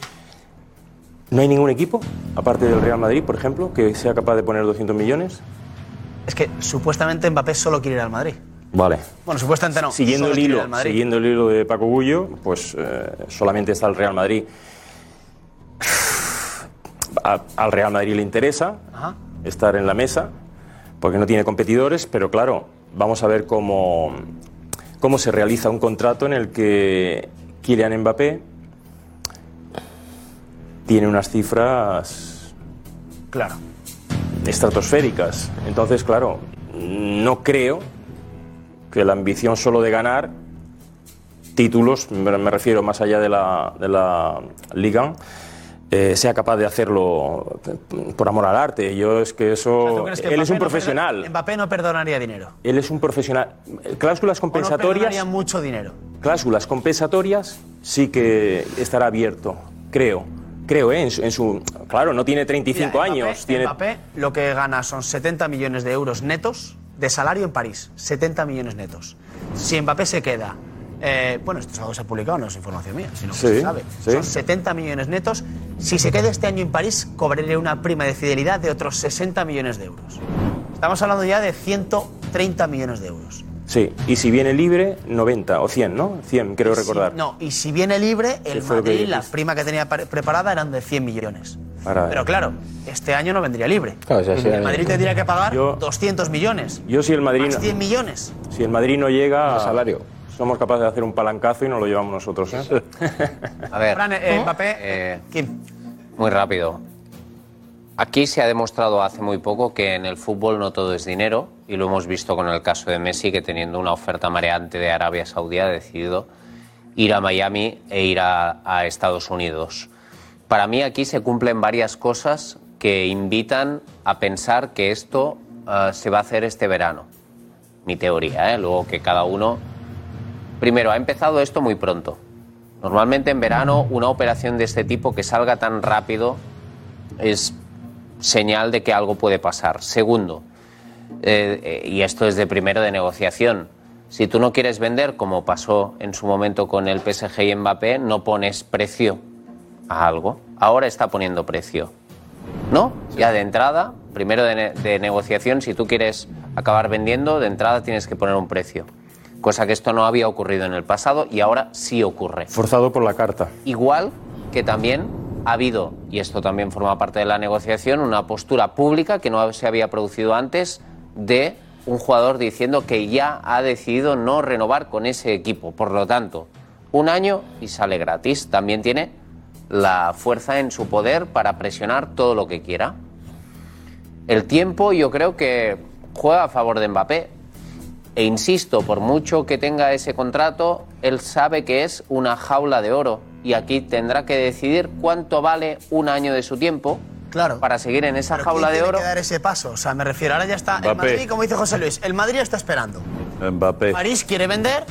Speaker 11: ¿No hay ningún equipo, aparte del Real Madrid, por ejemplo, que sea capaz de poner 200 millones?
Speaker 8: Es que supuestamente Mbappé solo quiere ir al Madrid.
Speaker 11: Vale.
Speaker 8: Bueno, supuestamente no.
Speaker 11: Siguiendo
Speaker 8: solo
Speaker 11: el,
Speaker 8: quiere ir al
Speaker 11: hilo,
Speaker 8: Madrid.
Speaker 11: siguiendo el hilo de Paco Bullo, pues eh, solamente está el Real Madrid. A- al Real Madrid le interesa
Speaker 8: Ajá.
Speaker 11: estar en la mesa, porque no tiene competidores, pero claro, vamos a ver cómo, cómo se realiza un contrato en el que Kylian Mbappé tiene unas cifras
Speaker 8: Claro.
Speaker 11: estratosféricas. Entonces, claro, no creo que la ambición solo de ganar títulos, me me refiero más allá de la, de la Liga, eh, sea capaz de hacerlo por amor al arte. Yo es que eso... él es un profesional.
Speaker 8: Mbappé no perdonaría dinero.
Speaker 11: Él es un profesional. Cláusulas
Speaker 8: O no perdonaría
Speaker 11: compensatorias,
Speaker 8: mucho dinero.
Speaker 11: cláusulas compensatorias sí que estará abierto, creo. Creo, ¿eh? en, su, en su- Claro, no tiene 35
Speaker 8: Mira, Mbappé-
Speaker 11: años. tiene...
Speaker 8: Mbappé lo que gana son 70 millones de euros netos de salario en París. 70 millones netos. Si Mbappé se queda. eh, bueno, esto es algo que se ha publicado, no es información mía, sino que
Speaker 11: Sí,
Speaker 8: se sabe.
Speaker 11: sí.
Speaker 8: Son 70 millones netos. Si se queda este año en París, cobraré una prima de fidelidad de otros 60 millones de euros. Estamos hablando ya de 130 millones de euros.
Speaker 11: Sí, y si viene libre, 90 o 100, ¿no? 100, creo recordar.
Speaker 8: Si- no, y si viene libre, el
Speaker 11: Sí, fue lo que
Speaker 8: Madrid, la
Speaker 11: dijiste.
Speaker 8: prima que tenía pre- preparada eran de 100 millones.
Speaker 11: Ahora,
Speaker 8: Pero claro, este año no vendría libre.
Speaker 11: Claro, o sea, sí,
Speaker 8: el Madrid
Speaker 11: ahí-
Speaker 8: tendría que pagar 200 millones.
Speaker 11: Yo si el Madrid...
Speaker 8: Más
Speaker 11: no-
Speaker 8: 100 millones.
Speaker 11: Si el Madrid no llega... salario. Somos capaces de hacer un palancazo y nos lo llevamos nosotros. ¿eh?
Speaker 17: A ver.
Speaker 8: Fran, eh, Mbappé,
Speaker 17: eh, Muy rápido. Aquí se ha demostrado hace muy poco que en el fútbol no todo es dinero y lo hemos visto con el caso de Messi que teniendo una oferta mareante de Arabia Saudí ha decidido ir a Miami e ir a, a Estados Unidos. Para mí aquí se cumplen varias cosas que invitan a pensar que esto eh, se va a hacer este verano. Mi teoría, ¿eh? luego que cada uno... Primero, ha empezado esto muy pronto. Normalmente en verano una operación de este tipo que salga tan rápido es señal de que algo puede pasar. Segundo, eh, eh, y esto es de primero de negociación, si tú no quieres vender, como pasó en su momento con el PSG y Mbappé, no pones precio a algo. Ahora está poniendo precio. ¿No? Ya de entrada, primero de, ne- de negociación, si tú quieres acabar vendiendo, de entrada tienes que poner un precio. Cosa que esto no había ocurrido en el pasado y ahora sí ocurre.
Speaker 11: Forzado por la carta.
Speaker 17: Igual que también ha habido, y esto también forma parte de la negociación, una postura pública que no se había producido antes de un jugador diciendo que ya ha decidido no renovar con ese equipo. Por lo tanto, un año y sale gratis. También tiene la fuerza en su poder para presionar todo lo que quiera. El tiempo yo creo que juega a favor de Mbappé. E insisto, por mucho que tenga ese contrato, él sabe que es una jaula de oro y aquí tendrá que decidir cuánto vale un año de su tiempo para seguir en esa
Speaker 8: ¿Pero
Speaker 17: jaula
Speaker 8: quién
Speaker 17: de
Speaker 8: tiene
Speaker 17: oro.
Speaker 8: que dar ese paso. O sea, me refiero, ahora ya está.
Speaker 17: Mbappé.
Speaker 8: El Madrid, como dice José Luis, el Madrid está esperando.
Speaker 9: Mbappé.
Speaker 8: París quiere vender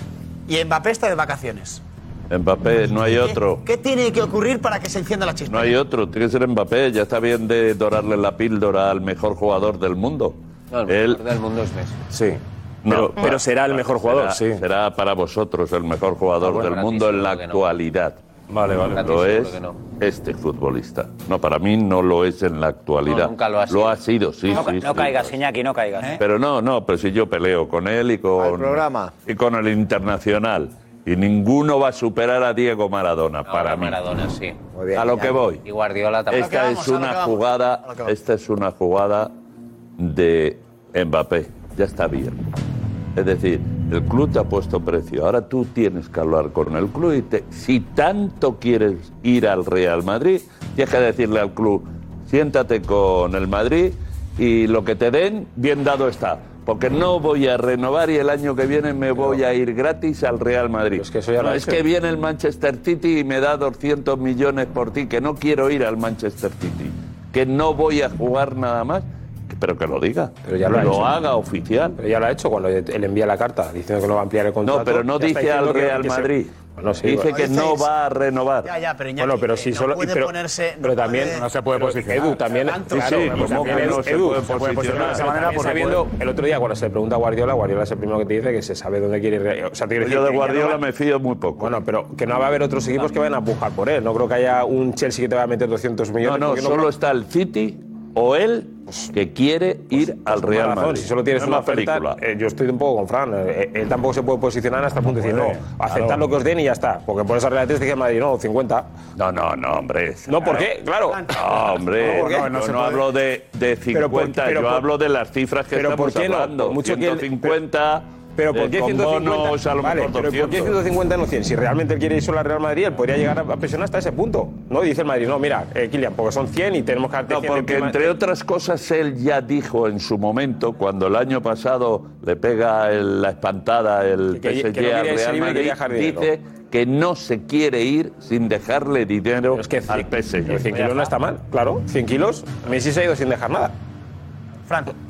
Speaker 8: y Mbappé está de vacaciones.
Speaker 9: Mbappé, no hay otro.
Speaker 8: ¿Qué tiene que ocurrir para que se encienda la chispa?
Speaker 9: No hay otro. Tiene que ser Mbappé. Ya está bien de dorarle la píldora al mejor jugador del mundo. Él-
Speaker 17: El mundo es Messi.
Speaker 11: Sí.
Speaker 9: No,
Speaker 11: Pero- pero será el mejor jugador,
Speaker 9: será,
Speaker 11: sí.
Speaker 9: Será para vosotros el mejor jugador
Speaker 11: Ah, bueno,
Speaker 9: del
Speaker 11: para ti
Speaker 9: mundo en
Speaker 11: seguro
Speaker 9: la
Speaker 11: que no.
Speaker 9: actualidad.
Speaker 11: Vale, vale.
Speaker 9: Lo
Speaker 11: Para ti seguro
Speaker 9: es
Speaker 11: que no.
Speaker 9: este futbolista. No, para mí no lo es en la actualidad.
Speaker 16: No, nunca lo ha
Speaker 9: Lo ha sido, sí,
Speaker 16: no, ca-
Speaker 9: sí.
Speaker 16: no
Speaker 9: sí.
Speaker 16: caigas, Iñaki, no caigas.
Speaker 9: ¿Eh? Pero no, no, pero si yo peleo con él y con
Speaker 16: programa.
Speaker 9: y con el internacional y ninguno va a superar a Diego Maradona para mí.
Speaker 17: Maradona, sí.
Speaker 9: a lo que voy.
Speaker 17: Y Guardiola también.
Speaker 9: Esta es una jugada, esta es una jugada de Mbappé. Ya está bien. Es decir, el club te ha puesto precio. Ahora tú tienes que hablar con el club y te- si tanto quieres ir al Real Madrid, tienes que decirle al club, siéntate con el Madrid y lo que te den, bien dado está. Porque no voy a renovar y el año que viene me voy a ir gratis al Real Madrid. Es que,
Speaker 15: ya lo ha
Speaker 9: es
Speaker 15: hecho.
Speaker 9: que viene el Manchester City y me da 200 millones por ti, que no quiero ir al Manchester City, que no voy a jugar nada más, pero que lo diga,
Speaker 15: Pero ya lo ha hecho.
Speaker 9: haga oficial.
Speaker 15: Pero ya lo ha hecho cuando él envía la carta diciendo que no va a ampliar el contrato.
Speaker 9: No, pero no
Speaker 15: ya está
Speaker 9: dice al
Speaker 15: diciendo que-
Speaker 9: Real
Speaker 15: que se-
Speaker 9: Madrid.
Speaker 15: Bueno, sí,
Speaker 9: dice
Speaker 15: bueno.
Speaker 9: que no va a renovar.
Speaker 8: Ya, ya, pero Iñaki,
Speaker 15: Bueno, pero
Speaker 8: eh,
Speaker 15: sí,
Speaker 8: no
Speaker 15: solo- y
Speaker 8: puede
Speaker 15: pero-
Speaker 8: ponerse...
Speaker 15: pero también- no se puede pero posicionar. Edu también.
Speaker 8: Tanto.
Speaker 9: Sí, sí,
Speaker 15: pues
Speaker 9: ¿cómo
Speaker 15: también
Speaker 9: que
Speaker 15: Edu-
Speaker 9: no se
Speaker 15: Edu
Speaker 9: puede
Speaker 15: posicionar de esa
Speaker 9: posicionar?
Speaker 15: manera
Speaker 9: También
Speaker 15: porque
Speaker 9: sabiendo-
Speaker 15: puede- el otro día cuando se le pregunta a Guardiola, Guardiola es el primero que te dice que se sabe dónde quiere ir. O sea, te quiero decir
Speaker 9: Yo de
Speaker 15: que ya no
Speaker 9: Guardiola
Speaker 15: va-
Speaker 9: me fío muy poco.
Speaker 15: Bueno, pero que no va a haber otros equipos que vayan a buscar por él. No creo que haya un Chelsea que te vaya a meter 200
Speaker 9: No,
Speaker 15: millones.
Speaker 9: no,
Speaker 15: porque
Speaker 9: solo está el City o él que quiere ir al
Speaker 15: Tiene
Speaker 9: Real
Speaker 15: razón,
Speaker 9: Madrid.
Speaker 15: Si solo tienes
Speaker 9: No es
Speaker 15: una
Speaker 9: más
Speaker 15: oferta,
Speaker 9: película.
Speaker 15: eh, yo estoy un poco con Fran. eh, eh, él tampoco se puede posicionar hasta el punto de decir, no, aceptar
Speaker 9: claro.
Speaker 15: lo que os den y ya está. Porque por esa realidad te dije Madrid, no, 50.
Speaker 9: No, no, no, hombre.
Speaker 15: No, ¿por qué? Claro.
Speaker 9: No, Ah, hombre,
Speaker 15: No, ¿por qué?
Speaker 9: yo
Speaker 15: No
Speaker 9: no,
Speaker 15: se puede.
Speaker 9: hablo de, de 50,
Speaker 15: Pero por- pero
Speaker 9: yo
Speaker 15: por-
Speaker 9: hablo de las cifras que
Speaker 15: pero
Speaker 9: estamos
Speaker 15: ¿por qué no?
Speaker 9: hablando.
Speaker 15: Por mucho que él-
Speaker 9: 150,
Speaker 15: Pero
Speaker 9: ¿por
Speaker 15: ¿por
Speaker 9: qué
Speaker 15: con
Speaker 9: 150?
Speaker 15: bonos,
Speaker 9: a lo
Speaker 15: vale,
Speaker 9: mejor
Speaker 15: pero ¿por qué
Speaker 9: 200?
Speaker 15: 150 no 100? Si realmente él quiere ir solo al Real Madrid, él podría llegar a a presionar hasta ese punto. No dice el Madrid, no, mira, eh, Kylian, porque son 100 y tenemos que darte
Speaker 9: No,
Speaker 15: 100
Speaker 9: porque
Speaker 15: encima.
Speaker 9: entre otras cosas él ya dijo en su momento, cuando el año pasado le pega el- la espantada el
Speaker 15: Que- que-
Speaker 9: PSG
Speaker 15: que no
Speaker 9: al
Speaker 15: quiere irse libre y
Speaker 9: Real
Speaker 15: que
Speaker 9: Madrid,
Speaker 15: dejar dinero.
Speaker 9: dice que no se quiere ir sin dejarle dinero al PSG.
Speaker 15: 100 kilos no está mal, claro. 100 kilos, Messi se ha ido sin dejar nada.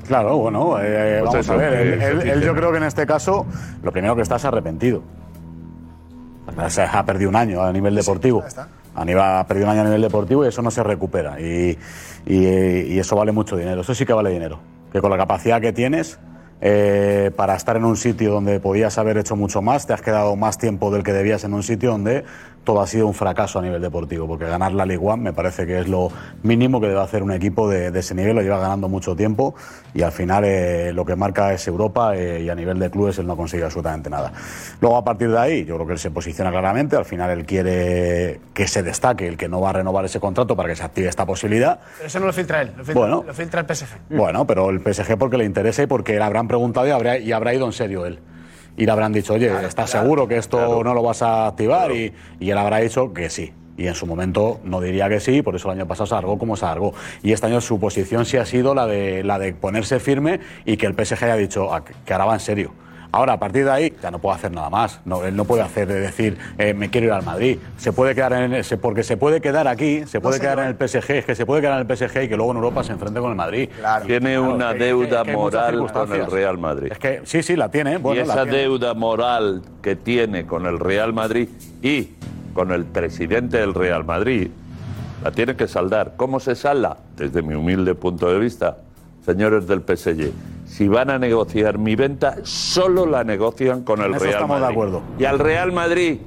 Speaker 2: Claro, bueno, eh,
Speaker 15: Pues
Speaker 2: vamos
Speaker 15: eso,
Speaker 2: a ver.
Speaker 15: que
Speaker 2: Él,
Speaker 15: se
Speaker 2: él- él
Speaker 15: fijen.
Speaker 2: yo creo que en este caso, lo primero que está es arrepentido. O sea, ha perdido un año a nivel deportivo. Aníbal ha perdido un año a nivel deportivo y eso no se recupera. Y, y- y eso vale mucho dinero. Eso sí que vale dinero. Que con la capacidad que tienes eh, para estar en un sitio donde podías haber hecho mucho más, te has quedado más tiempo del que debías en un sitio donde todo ha sido un fracaso a nivel deportivo. Porque ganar la Ligue 1 me parece que es lo mínimo que debe hacer un equipo de, de ese nivel. Lo lleva ganando mucho tiempo y al final eh, lo que marca es Europa eh, y a nivel de clubes él no consigue absolutamente nada. Luego a partir de ahí, yo creo que él se posiciona claramente, al final él quiere que se destaque el que no va a renovar ese contrato para que se active esta posibilidad.
Speaker 18: Pero eso no lo filtra él, lo filtra,
Speaker 2: Bueno.
Speaker 18: lo filtra el PSG.
Speaker 2: Bueno, pero el PSG porque le interesa y porque le habrán preguntado y habrá, y habrá ido en serio él. Y le habrán dicho, oye, ¿estás seguro que esto no lo vas a activar? Y, y él habrá dicho que sí. Y en su momento no diría que sí, por eso el año pasado se alargó como se alargó. Y este año su posición sí ha sido la de, la de ponerse firme y que el PSG haya dicho "Ah, que que ahora va en serio. Ahora, a partir de ahí, ya no puede hacer nada más. No, él no puede hacer de decir, eh, me quiero ir al Madrid. Se puede quedar en ese, porque se puede quedar aquí, se puede quedar en el PSG, es que se puede quedar en el PSG y que luego en Europa se enfrente con el Madrid.
Speaker 9: Tiene
Speaker 2: Claro,
Speaker 9: una
Speaker 2: es que-
Speaker 9: deuda
Speaker 2: es que hay muchas
Speaker 9: moral con
Speaker 2: circunstancias.
Speaker 9: el Real Madrid.
Speaker 2: Es que sí, sí, la tiene. ¿eh? Bueno,
Speaker 9: y
Speaker 2: la
Speaker 9: esa
Speaker 2: tiene.
Speaker 9: deuda moral que tiene con el Real Madrid y con el presidente del Real Madrid, la tiene que saldar. ¿Cómo se salda? Desde mi humilde punto de vista, señores del PSG, si van a negociar mi venta, solo la negocian con el
Speaker 2: En eso
Speaker 9: Real
Speaker 2: estamos de
Speaker 9: Madrid.
Speaker 2: acuerdo.
Speaker 9: Y al Real Madrid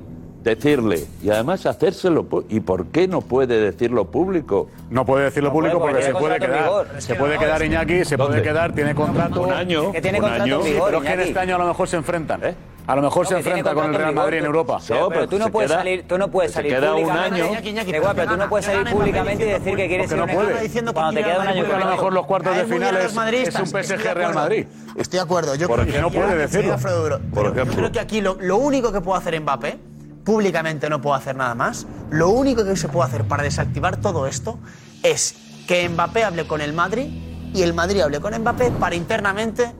Speaker 9: decirle, y además hacérselo, pu- ¿y por qué no puede decirlo público?
Speaker 2: No puede decirlo público porque se puede quedar. Se puede quedar Iñaki, se puede quedar, tiene contrato.
Speaker 9: Un año.
Speaker 2: Que tiene
Speaker 9: un
Speaker 2: contrato
Speaker 9: año.
Speaker 2: en vigor, Pero es que en Iñaki. este año a lo mejor se enfrentan.
Speaker 16: ¿Eh?
Speaker 2: A lo mejor se enfrenta con el Real Madrid en Europa.
Speaker 16: pero, tú no puedes salir, tú no puedes
Speaker 2: se
Speaker 16: salir
Speaker 2: queda un
Speaker 16: públicamente.
Speaker 2: año.
Speaker 16: Da igual, pero tú no puedes salir públicamente y decir que quieres ir a
Speaker 2: Porque no puede.
Speaker 16: Cuando te queda un año
Speaker 2: Porque a lo mejor los cuartos de
Speaker 8: Cae muy bien
Speaker 2: final
Speaker 8: a los
Speaker 2: es, es
Speaker 8: madridistas,
Speaker 2: un
Speaker 8: estoy de
Speaker 2: PSG Real
Speaker 8: acuerdo.
Speaker 2: Madrid.
Speaker 8: Estoy de acuerdo. Yo
Speaker 2: Por
Speaker 8: creo que
Speaker 2: ejemplo. No puede decirlo.
Speaker 8: Alfredo Duro.
Speaker 2: Por
Speaker 8: Pero Yo
Speaker 2: ejemplo.
Speaker 8: creo que aquí lo, lo único que puede hacer Mbappé, públicamente no puede hacer nada más, lo único que se puede hacer para desactivar todo esto es que Mbappé hable con el Madrid y el Madrid hable con Mbappé para internamente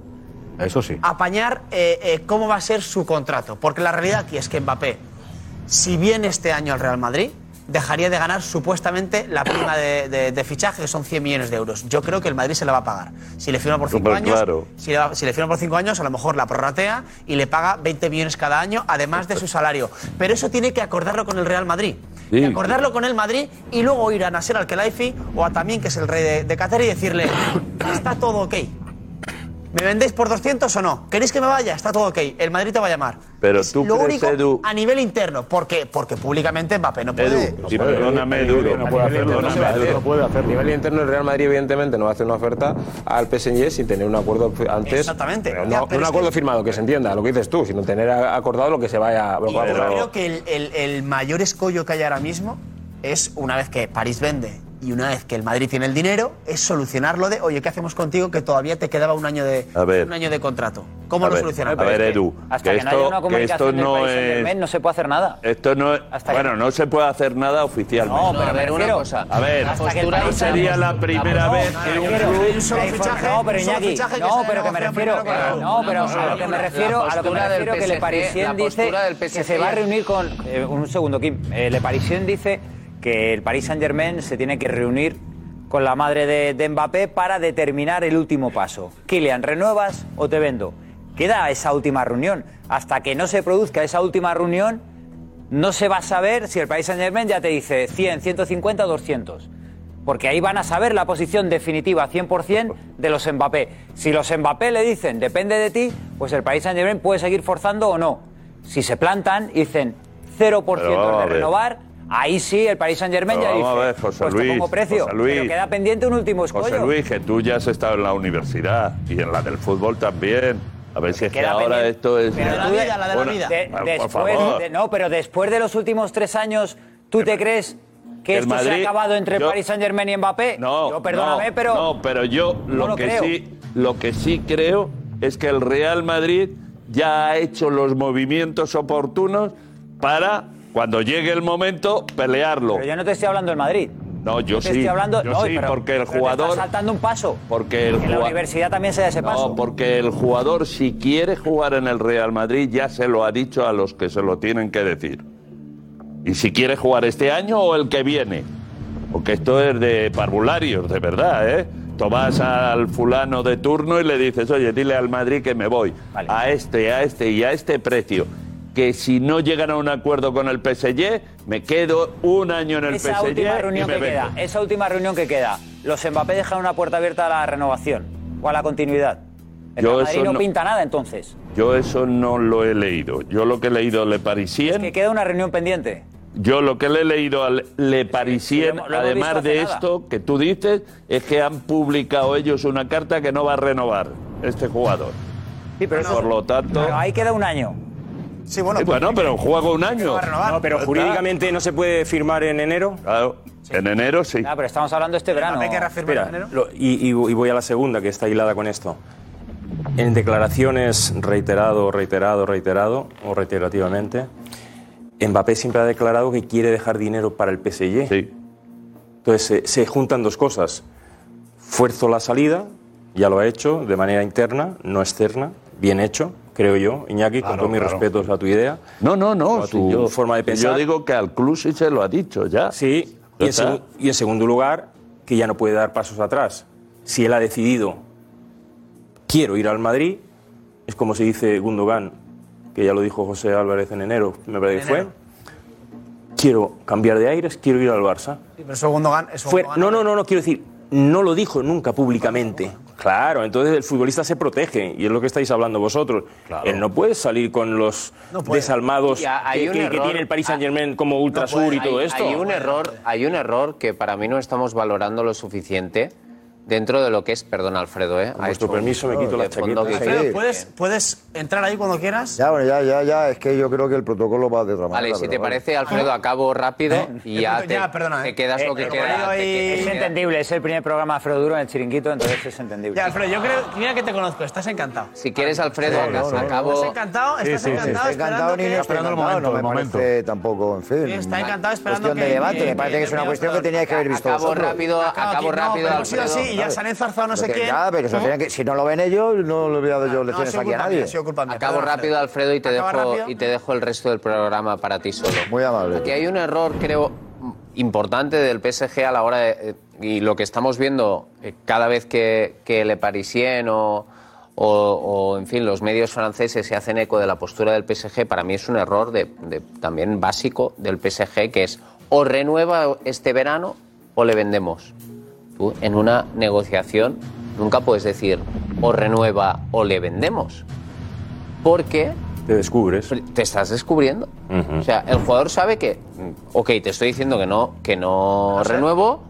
Speaker 2: Eso sí.
Speaker 8: apañar eh, eh, cómo va a ser su contrato. Porque la realidad aquí es que Mbappé, si viene este año al Real Madrid, dejaría de ganar supuestamente la prima de, de- de fichaje, que son 100 millones de euros. Yo creo que el Madrid se la va a pagar. Si le firma por 5
Speaker 9: Súper
Speaker 8: años,
Speaker 9: claro.
Speaker 8: si, le, va- si le firma por cinco años, a lo mejor la prorratea y le paga 20 millones cada año, además de su salario. Pero eso tiene que acordarlo con el Real Madrid.
Speaker 9: Sí.
Speaker 8: Y acordarlo con el Madrid y luego ir a Nasser Al-Khelaifi o a también, que es el rey de, de Qatar, y decirle, está todo ok. ¿Me vendéis por 200 o no? ¿Queréis que me vaya? Está todo ok. El Madrid te va a llamar.
Speaker 9: Pero tú
Speaker 8: Lo
Speaker 9: crees,
Speaker 8: único
Speaker 9: Edu,
Speaker 8: a nivel interno. ¿Por qué? Porque públicamente Mbappé no puede.
Speaker 9: Edu, y perdóname, Duro.
Speaker 15: No puede hacerlo, no se va a hacer.
Speaker 9: Perdóname, Duro.
Speaker 15: A nivel interno, el Real Madrid, evidentemente, no va a hacer una oferta al PSG sin tener un acuerdo antes.
Speaker 8: Exactamente.
Speaker 15: Pero
Speaker 8: Ya,
Speaker 15: no-
Speaker 8: pero
Speaker 15: un
Speaker 8: es
Speaker 15: acuerdo firmado, que se entienda, lo que dices tú, sino tener a- acordado lo que se vaya lo que
Speaker 8: Y yo
Speaker 15: va a cobrar.
Speaker 8: creo que el, el- el mayor escollo que hay ahora mismo es una vez que París vende y una vez que el Madrid tiene el dinero, es solucionarlo de, oye, ¿qué hacemos contigo que todavía te quedaba un año de,
Speaker 9: A ver.
Speaker 8: un año de contrato? ¿Cómo
Speaker 9: A
Speaker 8: lo
Speaker 9: ver,
Speaker 8: solucionamos?
Speaker 9: a ver, Edu,
Speaker 16: Hasta
Speaker 9: que
Speaker 16: que, no haya
Speaker 9: esto-
Speaker 16: una
Speaker 9: que
Speaker 16: comunicación
Speaker 9: esto
Speaker 16: del
Speaker 9: no
Speaker 16: Paris Saint-Germain
Speaker 9: es-
Speaker 16: no se puede hacer nada.
Speaker 9: Esto no es. Bueno, no se puede hacer nada oficialmente.
Speaker 16: No, pero me refiero-
Speaker 9: A ver,
Speaker 16: hasta que el
Speaker 9: no
Speaker 16: Paris Saint-
Speaker 9: sería la primera
Speaker 16: No,
Speaker 9: vez
Speaker 16: no,
Speaker 9: que
Speaker 16: no,
Speaker 9: un
Speaker 16: quiero-
Speaker 9: club.
Speaker 16: hay un solo
Speaker 9: Hay
Speaker 16: fichaje,
Speaker 9: forma-
Speaker 16: no, pero
Speaker 9: un solo
Speaker 16: Iñaki,
Speaker 9: fichaje que
Speaker 16: no,
Speaker 9: se
Speaker 16: pero que me
Speaker 9: negocia
Speaker 16: refiero,
Speaker 9: primero con el
Speaker 16: no,
Speaker 9: club.
Speaker 16: pero
Speaker 9: Una
Speaker 16: a lo que me
Speaker 9: postura-
Speaker 16: refiero, a lo que
Speaker 17: la
Speaker 16: me refiero que Le
Speaker 17: postura del
Speaker 16: Parisien
Speaker 17: PSG, la
Speaker 16: dice
Speaker 17: postura del
Speaker 16: que se va a
Speaker 17: PSG.
Speaker 16: reunir con eh, un segundo Kim, Eh, Le Parisien dice que el Paris Saint-Germain se tiene que reunir con la madre de, de Mbappé para determinar el último paso. Kylian, ¿renuevas o te vendo? Queda esa última reunión. Hasta que no se produzca esa última reunión, no se va a saber si el Paris Saint Germain ya te dice 100, 150, 200. Porque ahí van a saber la posición definitiva 100% de los Mbappé. Si los Mbappé le dicen depende de ti, pues el Paris Saint Germain puede seguir forzando o no. Si se plantan y dicen 0%
Speaker 9: Pero vamos a
Speaker 16: de
Speaker 9: ver.
Speaker 16: renovar, ahí sí el Paris Saint Germain
Speaker 9: Pero
Speaker 16: ya dice.
Speaker 9: vamos a ver, José
Speaker 16: pues te
Speaker 9: Luis,
Speaker 16: pongo precio.
Speaker 9: José Luis.
Speaker 16: Pero queda pendiente un último escollo.
Speaker 9: José Luis, que tú ya has estado en la universidad y en la del fútbol también. A ver si es que
Speaker 16: Pues Queda
Speaker 9: ahora
Speaker 16: pendiente.
Speaker 9: esto es.
Speaker 16: Pero tú de-
Speaker 9: Bueno,
Speaker 16: de-
Speaker 9: por
Speaker 16: después,
Speaker 9: favor.
Speaker 16: de- no, pero después de los últimos tres años, ¿tú te crees que
Speaker 9: el
Speaker 16: esto se ha
Speaker 9: Madrid-
Speaker 16: acabado entre
Speaker 9: yo-
Speaker 16: Paris Saint Germain y Mbappé?
Speaker 9: No,
Speaker 16: Yo, perdóname,
Speaker 9: no,
Speaker 16: pero
Speaker 9: no, pero yo
Speaker 16: no
Speaker 9: lo,
Speaker 16: lo
Speaker 9: que
Speaker 16: creo.
Speaker 9: sí, lo que sí creo es que el Real Madrid ya ha hecho los movimientos oportunos para, cuando llegue el momento, pelearlo.
Speaker 16: Pero yo no te estoy hablando del Madrid.
Speaker 9: No, yo
Speaker 16: te
Speaker 9: sí.
Speaker 16: estoy hablando.
Speaker 9: Yo
Speaker 16: no,
Speaker 9: sí,
Speaker 16: pero-
Speaker 9: porque el
Speaker 16: pero te
Speaker 9: jugador.
Speaker 16: estás saltando un paso.
Speaker 9: Porque el
Speaker 16: Que la
Speaker 9: jugua-
Speaker 16: universidad también se da ese paso.
Speaker 9: No, porque el jugador, si quiere jugar en el Real Madrid, ya se lo ha dicho a los que se lo tienen que decir. Y si quiere jugar este año o el que viene. Porque esto es de parvularios, de verdad, ¿eh? Tomás al fulano de turno y le dices, oye, dile al Madrid que me voy. A este, a este y a este precio. Que si no llegan a un acuerdo con el PSG, me quedo un año en el
Speaker 16: esa
Speaker 9: PSG.
Speaker 16: última
Speaker 9: y me
Speaker 16: reunión que
Speaker 9: vengo.
Speaker 16: queda, esa última reunión que queda, los Mbappé dejan una puerta abierta a la renovación o a la continuidad. El
Speaker 9: Yo
Speaker 16: Real Madrid
Speaker 9: eso
Speaker 16: no,
Speaker 9: no-
Speaker 16: pinta nada entonces.
Speaker 9: Yo eso no lo he leído. Yo lo que he leído Le Parisien.
Speaker 16: Que queda una reunión pendiente.
Speaker 9: Yo lo que le he leído al Le
Speaker 16: sí,
Speaker 9: Parisien,
Speaker 16: lo hemos- lo hemos visto
Speaker 9: además
Speaker 16: hace
Speaker 9: de
Speaker 16: nada.
Speaker 9: esto que tú dices, es que han publicado ellos una carta que no va a renovar este jugador. Por lo tanto.
Speaker 16: ahí queda un año.
Speaker 8: Sí, bueno.
Speaker 9: Eh, pero juego un año.
Speaker 11: No, pero jurídicamente no se puede firmar en enero.
Speaker 9: Claro, en enero sí.
Speaker 16: Ah, pero estamos hablando este verano.
Speaker 11: Espera, lo- y, y- y voy a la segunda, que está hilada con esto. En declaraciones reiterado, reiterado, reiterado, o reiterativamente, Mbappé siempre ha declarado que quiere dejar dinero para el PSG. Entonces se, se juntan dos cosas. Fuerzo la salida, ya lo ha hecho de manera interna, no externa, bien hecho, creo yo. Iñaki, con
Speaker 9: Claro,
Speaker 11: todos mis
Speaker 9: claro.
Speaker 11: respetos a tu idea.
Speaker 9: No, no, no.
Speaker 11: a tu
Speaker 9: su-
Speaker 11: forma de pensar.
Speaker 9: Yo digo que al club sí se lo ha dicho ya.
Speaker 11: Sí, Y en, segu- y en segundo lugar, que ya no puede dar pasos atrás. Si él ha decidido, quiero ir al Madrid, es como se dice Gundogan, que ya lo dijo José Álvarez en enero, me parece que fue. Quiero cambiar de aires, quiero ir al Barça.
Speaker 8: Pero segundo gan.
Speaker 11: Fue- no, no, no, no, quiero decir, no lo dijo nunca públicamente. Claro, entonces el futbolista se protege, y es lo que estáis hablando vosotros. Él no puede salir con los desalmados
Speaker 17: Y ha- hay
Speaker 11: que,
Speaker 17: un
Speaker 11: que- que
Speaker 17: error. Ah,
Speaker 11: tiene el Paris Saint-Germain como Ultrasur y todo
Speaker 17: Hay-
Speaker 11: esto.
Speaker 17: Hay un error, hay un error que para mí no estamos valorando lo suficiente dentro de lo que es, perdón Alfredo, eh. Con
Speaker 11: vuestro permiso me quito la chaqueta.
Speaker 17: Alfredo,
Speaker 18: Alfredo, ¿puedes, puedes entrar ahí cuando quieras.
Speaker 19: Ya, bueno, ya, ya, ya. Es que yo creo que el protocolo va de otra manera.
Speaker 17: Vale, si
Speaker 19: pero
Speaker 17: te
Speaker 19: vale.
Speaker 17: parece, Alfredo, acabo rápido y ya te,
Speaker 16: ya,
Speaker 18: eh.
Speaker 16: perdona,
Speaker 17: te quedas lo
Speaker 8: Eh,
Speaker 17: que queda. te quedas-
Speaker 16: Es entendible, es el primer programa de Alfredo Duro en el chiringuito, entonces es entendible.
Speaker 18: Ya, Alfredo, yo creo. Mira que te conozco, estás encantado.
Speaker 17: Si quieres, Alfredo,
Speaker 16: Sí, no, no,
Speaker 17: acabo.
Speaker 18: Estás encantado,
Speaker 19: Sí,
Speaker 18: estás
Speaker 19: sí, sí.
Speaker 18: encantado.
Speaker 19: Estoy encantado ni no estoy
Speaker 18: esperando
Speaker 19: encantado,
Speaker 18: que-
Speaker 19: no me parece tampoco, en fin.
Speaker 18: Está encantado esperando
Speaker 19: cuestión
Speaker 18: que-
Speaker 19: de debate,
Speaker 18: que-
Speaker 19: me parece que es una
Speaker 18: que-
Speaker 19: cuestión que teníais que haber visto
Speaker 17: Acabo
Speaker 19: vosotros.
Speaker 17: rápido, Acabo acabo aquí, no, rápido, pero hemos ido Alfredo. así y ya se han
Speaker 18: enzarzado no sé
Speaker 19: Porque
Speaker 18: quién.
Speaker 19: Ya, pero eso
Speaker 18: ¿No?
Speaker 19: tienen que- si no lo ven ellos, no lo he dado yo
Speaker 18: ha
Speaker 19: lecciones
Speaker 18: sido
Speaker 19: aquí a
Speaker 18: culpa mía,
Speaker 19: nadie.
Speaker 18: ha sido culpa mía.
Speaker 17: Acabo
Speaker 18: Perdona,
Speaker 17: rápido, Alfredo, y te,
Speaker 18: Acaba
Speaker 17: dejo,
Speaker 18: rápido.
Speaker 17: y te dejo el resto del programa para ti solo.
Speaker 19: Muy amable.
Speaker 17: Aquí hay un error, creo, importante del PSG a la hora de. eh, Y lo que estamos viendo eh, cada vez que, que Le Parisien o, o- o, en fin, los medios franceses se hacen eco de la postura del PSG, para mí es un error de- de- también básico del PSG, que es o renueva este verano o le vendemos. Tú en una negociación nunca puedes decir o renueva o le vendemos. Porque
Speaker 11: te descubres.
Speaker 17: Te estás descubriendo. O sea, el jugador sabe que, mm, ok, te estoy diciendo que no, que no renuevo,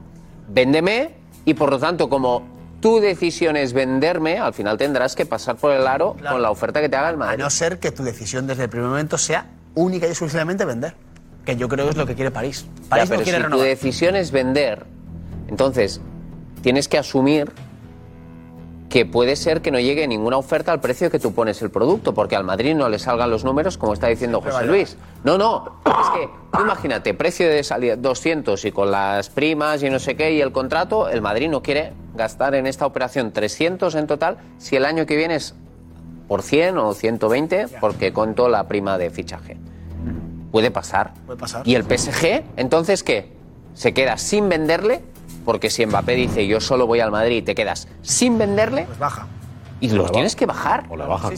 Speaker 17: véndeme y por lo tanto como tu decisión es venderme, al final tendrás que pasar por el aro con la oferta que te haga el
Speaker 8: A
Speaker 17: Madrid.
Speaker 8: no ser que tu decisión desde el primer momento sea única y exclusivamente vender. Que yo creo que es lo que quiere París.
Speaker 17: Ya,
Speaker 8: París no
Speaker 17: pero
Speaker 8: quiere
Speaker 17: si tu
Speaker 8: renovar.
Speaker 17: decisión es vender, entonces tienes que asumir que puede ser que no llegue ninguna oferta al precio que tú pones el producto, porque al Madrid no le salgan los números, como está diciendo
Speaker 20: Siempre
Speaker 17: José
Speaker 20: vale.
Speaker 17: Luis. No, no, es que tú imagínate, precio de salida 200 y con las primas y no sé qué y el contrato, el Madrid no quiere gastar en esta operación 300 en total si el año que viene es por 100 o 120 porque contó la prima de fichaje. Puede pasar.
Speaker 8: Puede pasar.
Speaker 17: ¿Y el PSG? ¿Entonces qué? ¿Se queda sin venderle? Porque si Mbappé dice yo solo voy al Madrid y te quedas sin venderle. Pues
Speaker 8: baja.
Speaker 17: Y lo tienes que bajar.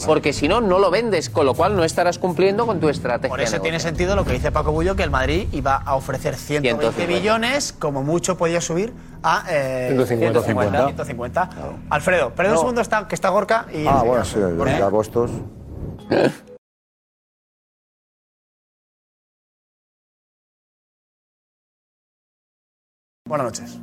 Speaker 17: Porque si no, no lo vendes, con lo cual no estarás cumpliendo con tu estrategia.
Speaker 8: Por eso
Speaker 17: de
Speaker 8: tiene sentido lo que dice Paco Bullo, que el Madrid iba a ofrecer 120
Speaker 17: 150.
Speaker 8: millones, como mucho podía subir a eh,
Speaker 19: 150.
Speaker 8: 150. Alfredo, pero un
Speaker 19: No.
Speaker 8: segundo está, que está Gorka y...
Speaker 19: Ah, bueno, sí, los
Speaker 8: ¿Eh?
Speaker 19: de costos.
Speaker 8: Buenas noches.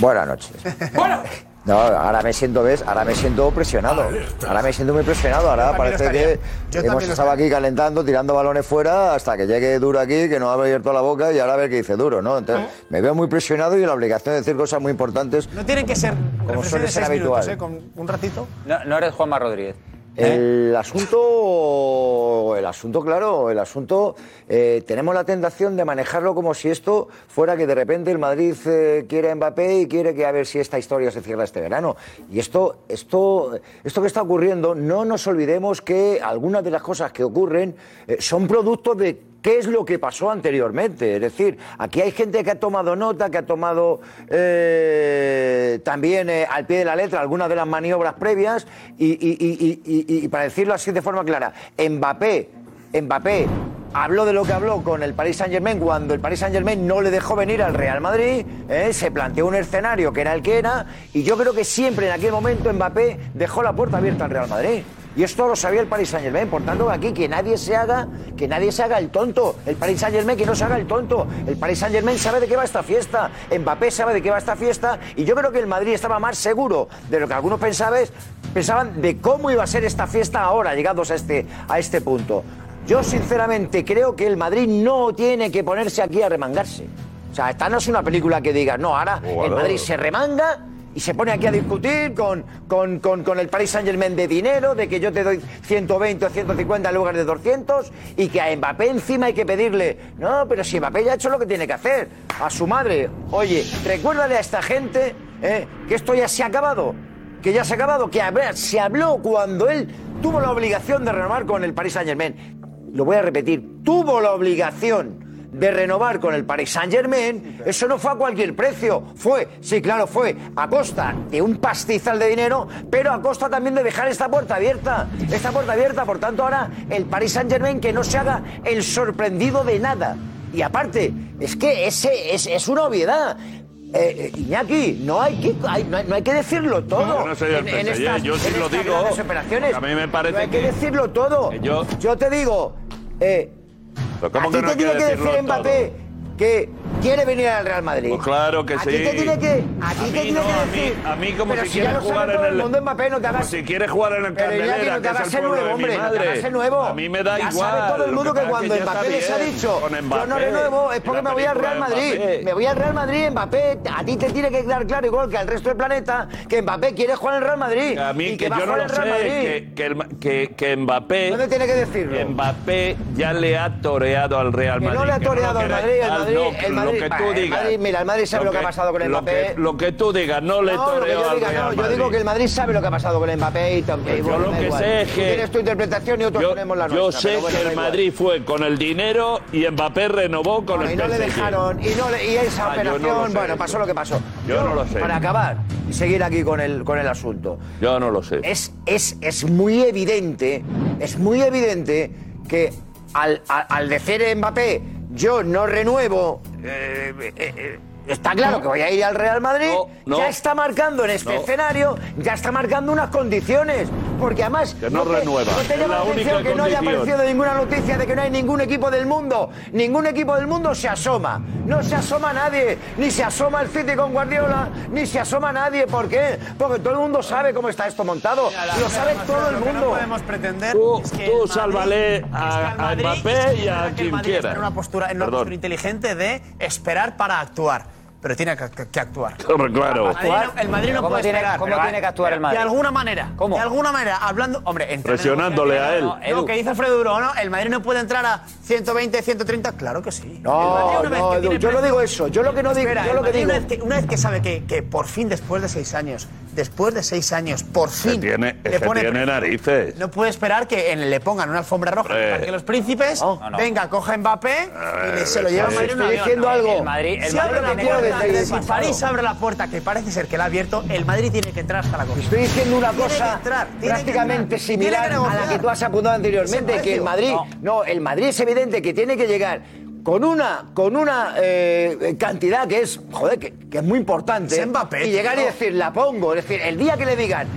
Speaker 19: Buenas noches. No, ahora me siento, ¿ves? Ahora me siento presionado. Ahora me siento muy presionado. Ahora
Speaker 8: también
Speaker 19: parece
Speaker 8: estaría.
Speaker 19: que
Speaker 8: Yo también
Speaker 19: hemos
Speaker 8: lo
Speaker 19: estado aquí calentando, tirando balones fuera, hasta que llegue Duro aquí, que nos ha abierto la boca y ahora a ver qué dice Duro, ¿no? Entonces, me veo muy presionado y la obligación de decir cosas muy importantes.
Speaker 8: No tienen que ser
Speaker 19: Como
Speaker 8: reflexiones
Speaker 19: suele
Speaker 8: de
Speaker 19: ser
Speaker 8: seis minutos,
Speaker 19: habitual.
Speaker 8: ¿eh? Con un ratito.
Speaker 16: No, no eres Juanma Rodríguez.
Speaker 19: El asunto, el asunto, claro, el asunto, eh, tenemos la tentación de manejarlo como si esto fuera que de repente el Madrid eh, quiere a Mbappé y quiere que a ver si esta historia se cierra este verano. Y esto, esto, esto que está ocurriendo, no nos olvidemos que algunas de las cosas que ocurren eh, son productos de qué es lo que pasó anteriormente. Es decir, aquí hay gente que ha tomado nota, que ha tomado eh, también eh, al pie de la letra algunas de las maniobras previas y, y- y- y- y- y para decirlo así de forma clara, Mbappé, Mbappé habló de lo que habló con el Paris Saint Germain cuando el Paris Saint Germain no le dejó venir al Real Madrid, ¿eh? se planteó un escenario que era el que era y yo creo que siempre en aquel momento Mbappé dejó la puerta abierta al Real Madrid. Y esto lo sabía el Paris Saint Germain, por tanto aquí que nadie se haga, que nadie se haga el tonto, el Paris Saint Germain que no se haga el tonto, el Paris Saint Germain sabe de qué va esta fiesta, Mbappé sabe de qué va esta fiesta y yo creo que el Madrid estaba más seguro de lo que algunos pensaban, pensaban de cómo iba a ser esta fiesta ahora, llegados a este, a este punto. Yo sinceramente creo que el Madrid no tiene que ponerse aquí a remangarse. O sea, esta no es una película que diga, no, ahora el
Speaker 14: ahora-
Speaker 19: Madrid se remanga y se pone aquí a discutir con, con, con- con el Paris Saint Germain de dinero, de que yo te doy 120 o 150 en lugar de 200 y que a Mbappé encima hay que pedirle, no, pero si Mbappé ya ha hecho lo que tiene que hacer, a su madre, oye, recuérdale a esta gente eh, que esto ya se ha acabado que ya se ha acabado, que habrá- se habló cuando él tuvo la obligación de renovar con el Paris Saint Germain. Lo voy a repetir, tuvo la obligación de renovar con el Paris Saint Germain, eso no fue a cualquier precio, fue, sí, claro, fue a costa de un pastizal de dinero, pero a costa también de dejar esta puerta abierta, esta puerta abierta, por tanto ahora el Paris Saint Germain que no se haga el sorprendido de nada. Y aparte, es que ese es, es una obviedad. Eh, eh, Iñaki, no hay que, hay- no, hay, no hay que decirlo todo.
Speaker 9: No, yo no soy del PSG, yo sí
Speaker 19: en
Speaker 9: lo
Speaker 19: estas
Speaker 9: digo,
Speaker 19: grandes operaciones.
Speaker 9: a mí me parece
Speaker 19: No hay que,
Speaker 9: que-
Speaker 19: decirlo todo. Yo, te digo, eh,
Speaker 9: Pero
Speaker 19: a
Speaker 9: ¿cómo
Speaker 19: ti
Speaker 9: que no
Speaker 19: te
Speaker 9: hay
Speaker 19: tiene que
Speaker 9: decirlo
Speaker 19: decir
Speaker 9: todo?
Speaker 19: Mbappé que quiere venir al Real Madrid.
Speaker 9: Pues claro que
Speaker 19: a
Speaker 9: sí.
Speaker 19: ti te tiene que, a ti
Speaker 9: mí
Speaker 19: te tiene
Speaker 9: no, a
Speaker 19: que
Speaker 9: mí-
Speaker 19: decir.
Speaker 9: a mí como
Speaker 19: pero
Speaker 9: si
Speaker 19: ya
Speaker 9: quieres
Speaker 19: lo sabe
Speaker 9: jugar en
Speaker 19: todo el
Speaker 9: el-
Speaker 19: mundo Mbappé no te
Speaker 9: como
Speaker 19: hagas.
Speaker 9: si quieres jugar en el
Speaker 19: Pero Iñaki,
Speaker 9: Candelera,
Speaker 19: no te
Speaker 9: que es
Speaker 19: hagas
Speaker 9: el
Speaker 19: el
Speaker 9: pueblo
Speaker 19: nuevo,
Speaker 9: de mi
Speaker 19: hombre, no te
Speaker 9: madre.
Speaker 19: hagas el nuevo.
Speaker 9: A mí me da
Speaker 19: ya
Speaker 9: igual,
Speaker 19: sabe todo el
Speaker 9: lo
Speaker 19: mundo
Speaker 9: que
Speaker 19: que,
Speaker 9: pasa es que
Speaker 19: cuando
Speaker 9: ya
Speaker 19: Mbappé
Speaker 9: está
Speaker 19: les ha
Speaker 9: bien
Speaker 19: dicho,
Speaker 9: con
Speaker 19: yo no
Speaker 9: Mbappé,
Speaker 19: renuevo, es
Speaker 9: y
Speaker 19: porque
Speaker 9: la
Speaker 19: me voy al
Speaker 9: película
Speaker 19: Real
Speaker 9: de
Speaker 19: Madrid.
Speaker 9: Mbappé.
Speaker 19: Me voy al Real Madrid, Mbappé, a ti te tiene que quedar claro, igual que al resto del planeta, que Mbappé quiere jugar en el Real Madrid.
Speaker 9: A mí
Speaker 19: y
Speaker 9: que,
Speaker 19: va a
Speaker 9: yo no
Speaker 19: jugar en
Speaker 9: lo sé,
Speaker 19: Real Madrid.
Speaker 9: que, que, el- que, que Mbappé...
Speaker 19: ¿Dónde tiene que decirlo?
Speaker 9: Mbappé ya le ha toreado al Real
Speaker 19: Que
Speaker 9: Madrid.
Speaker 19: no le ha
Speaker 9: lo
Speaker 19: toreado al
Speaker 9: queráis-
Speaker 19: Madrid, el
Speaker 9: Ah,
Speaker 19: Madrid,
Speaker 9: no,
Speaker 19: el Madrid-
Speaker 9: Lo que
Speaker 19: bah,
Speaker 9: tú
Speaker 19: el
Speaker 9: digas.
Speaker 19: Madrid- mira, el Madrid sabe lo que ha pasado con
Speaker 9: lo
Speaker 19: Mbappé.
Speaker 9: que- Lo que tú digas, no le
Speaker 19: No, lo que
Speaker 9: toreo
Speaker 19: yo
Speaker 9: al
Speaker 19: diga,
Speaker 9: Real
Speaker 19: no, yo
Speaker 9: Madrid. Pues
Speaker 19: digo que el Madrid sabe lo que ha pasado con Mbappé y Tom
Speaker 9: yo lo que sé es que-
Speaker 19: Tienes tu interpretación y otros
Speaker 9: Yo,
Speaker 19: ponemos la
Speaker 9: yo
Speaker 19: nuestra.
Speaker 9: sé
Speaker 19: pero bueno,
Speaker 9: que
Speaker 19: da
Speaker 9: el
Speaker 19: igual.
Speaker 9: Madrid fue con el dinero y Mbappé renovó con
Speaker 19: Bueno,
Speaker 9: el
Speaker 19: y no le
Speaker 9: PSG.
Speaker 19: dejaron, y, no le- y esa
Speaker 9: Ah, yo no lo
Speaker 19: operación,
Speaker 9: sé
Speaker 19: bueno,
Speaker 9: eso.
Speaker 19: pasó lo que pasó.
Speaker 9: Yo no lo sé.
Speaker 19: Para acabar y seguir aquí con el, con el asunto.
Speaker 9: Yo no lo sé.
Speaker 19: Es, es, es muy evidente, es muy evidente que al, al, al decir Mbappé, yo no renuevo, eh, eh, eh, está claro que voy a ir al Real Madrid,
Speaker 9: no.
Speaker 19: ya está marcando en este
Speaker 9: No.
Speaker 19: escenario, ya está marcando unas condiciones. Porque además.
Speaker 9: Que no
Speaker 19: te-
Speaker 9: renueva.
Speaker 19: no te llama
Speaker 9: Es la
Speaker 19: la atención
Speaker 9: única
Speaker 19: que no haya
Speaker 9: condición.
Speaker 19: aparecido de ninguna noticia de que no hay ningún equipo del mundo. Ningún equipo del mundo se asoma. No se asoma nadie. Ni se asoma el City con Guardiola, ni se asoma nadie. ¿Por qué? Porque todo el mundo sabe cómo está esto montado. Lo sabe todo el
Speaker 18: Lo que no
Speaker 19: mundo.
Speaker 18: podemos pretender
Speaker 9: Tú,
Speaker 18: es que el
Speaker 9: tú
Speaker 18: Madrid-
Speaker 9: sálvale
Speaker 18: es que el
Speaker 9: a, a
Speaker 18: Madrid- es
Speaker 9: Mbappé
Speaker 18: que es
Speaker 9: y
Speaker 18: verdad
Speaker 9: a
Speaker 18: que el
Speaker 9: quien
Speaker 18: Madrid está En una
Speaker 9: quiera.
Speaker 18: postura, en una
Speaker 9: Perdón.
Speaker 18: postura inteligente de esperar para actuar. Pero tiene que, que- que actuar.
Speaker 9: Hombre, claro.
Speaker 18: El Madrid no- El Madrid no
Speaker 16: ¿Cómo
Speaker 18: puede
Speaker 16: tiene-
Speaker 18: esperar.
Speaker 16: cómo tiene que actuar el Madrid?
Speaker 18: De alguna manera. ¿Cómo? De alguna manera. Hablando. Hombre, entrar en
Speaker 9: Presionándole a él.
Speaker 18: Lo que dice Alfredo Duro, ¿no? El Madrid no puede entrar a 120, 130. Claro que sí.
Speaker 19: No,
Speaker 18: El Madrid una vez
Speaker 19: no,
Speaker 18: que
Speaker 19: Edu,
Speaker 18: tiene
Speaker 19: yo no
Speaker 18: precio-
Speaker 19: digo eso. Yo lo que no digo.
Speaker 18: Espera,
Speaker 19: yo
Speaker 18: el
Speaker 19: lo que
Speaker 18: Madrid
Speaker 19: digo.
Speaker 18: Una vez que, una vez que sabe que, que por fin, después de seis años, después de seis años, por
Speaker 9: Que
Speaker 18: fin.
Speaker 9: tiene,
Speaker 18: le
Speaker 9: que
Speaker 18: pone
Speaker 9: tiene
Speaker 18: precio.
Speaker 9: narices.
Speaker 18: No puede esperar que en- le pongan una alfombra roja
Speaker 9: Hombre.
Speaker 18: para que los príncipes
Speaker 9: no.
Speaker 18: venga, coja Mbappé y le- se lo
Speaker 9: sí.
Speaker 18: lleva a
Speaker 9: Os
Speaker 18: Madrid en un
Speaker 9: estoy
Speaker 18: avión.
Speaker 9: diciendo algo.
Speaker 18: El Madrid, el
Speaker 19: Si
Speaker 18: Madrid
Speaker 19: abre la
Speaker 18: tiene
Speaker 19: puerta
Speaker 18: que
Speaker 19: del
Speaker 18: entrar. Si
Speaker 19: pasado.
Speaker 18: París abre la puerta, que parece ser que la ha abierto, el Madrid tiene que entrar hasta la costa.
Speaker 19: Estoy diciendo una
Speaker 18: Tiene que
Speaker 19: cosa
Speaker 18: entrar, tiene que
Speaker 19: prácticamente
Speaker 18: entrar, tiene
Speaker 19: similar
Speaker 18: que
Speaker 19: a la que
Speaker 18: negociar.
Speaker 19: tú has apuntado anteriormente,
Speaker 18: Ese
Speaker 19: que el Madrid,
Speaker 18: precio.
Speaker 19: no. el Madrid es evidente que tiene que llegar con una con una eh, cantidad que es joder que, que es muy importante
Speaker 18: Es Mbappé,
Speaker 19: y llegar y
Speaker 18: tío.
Speaker 19: decir la pongo, es decir, el día que le digan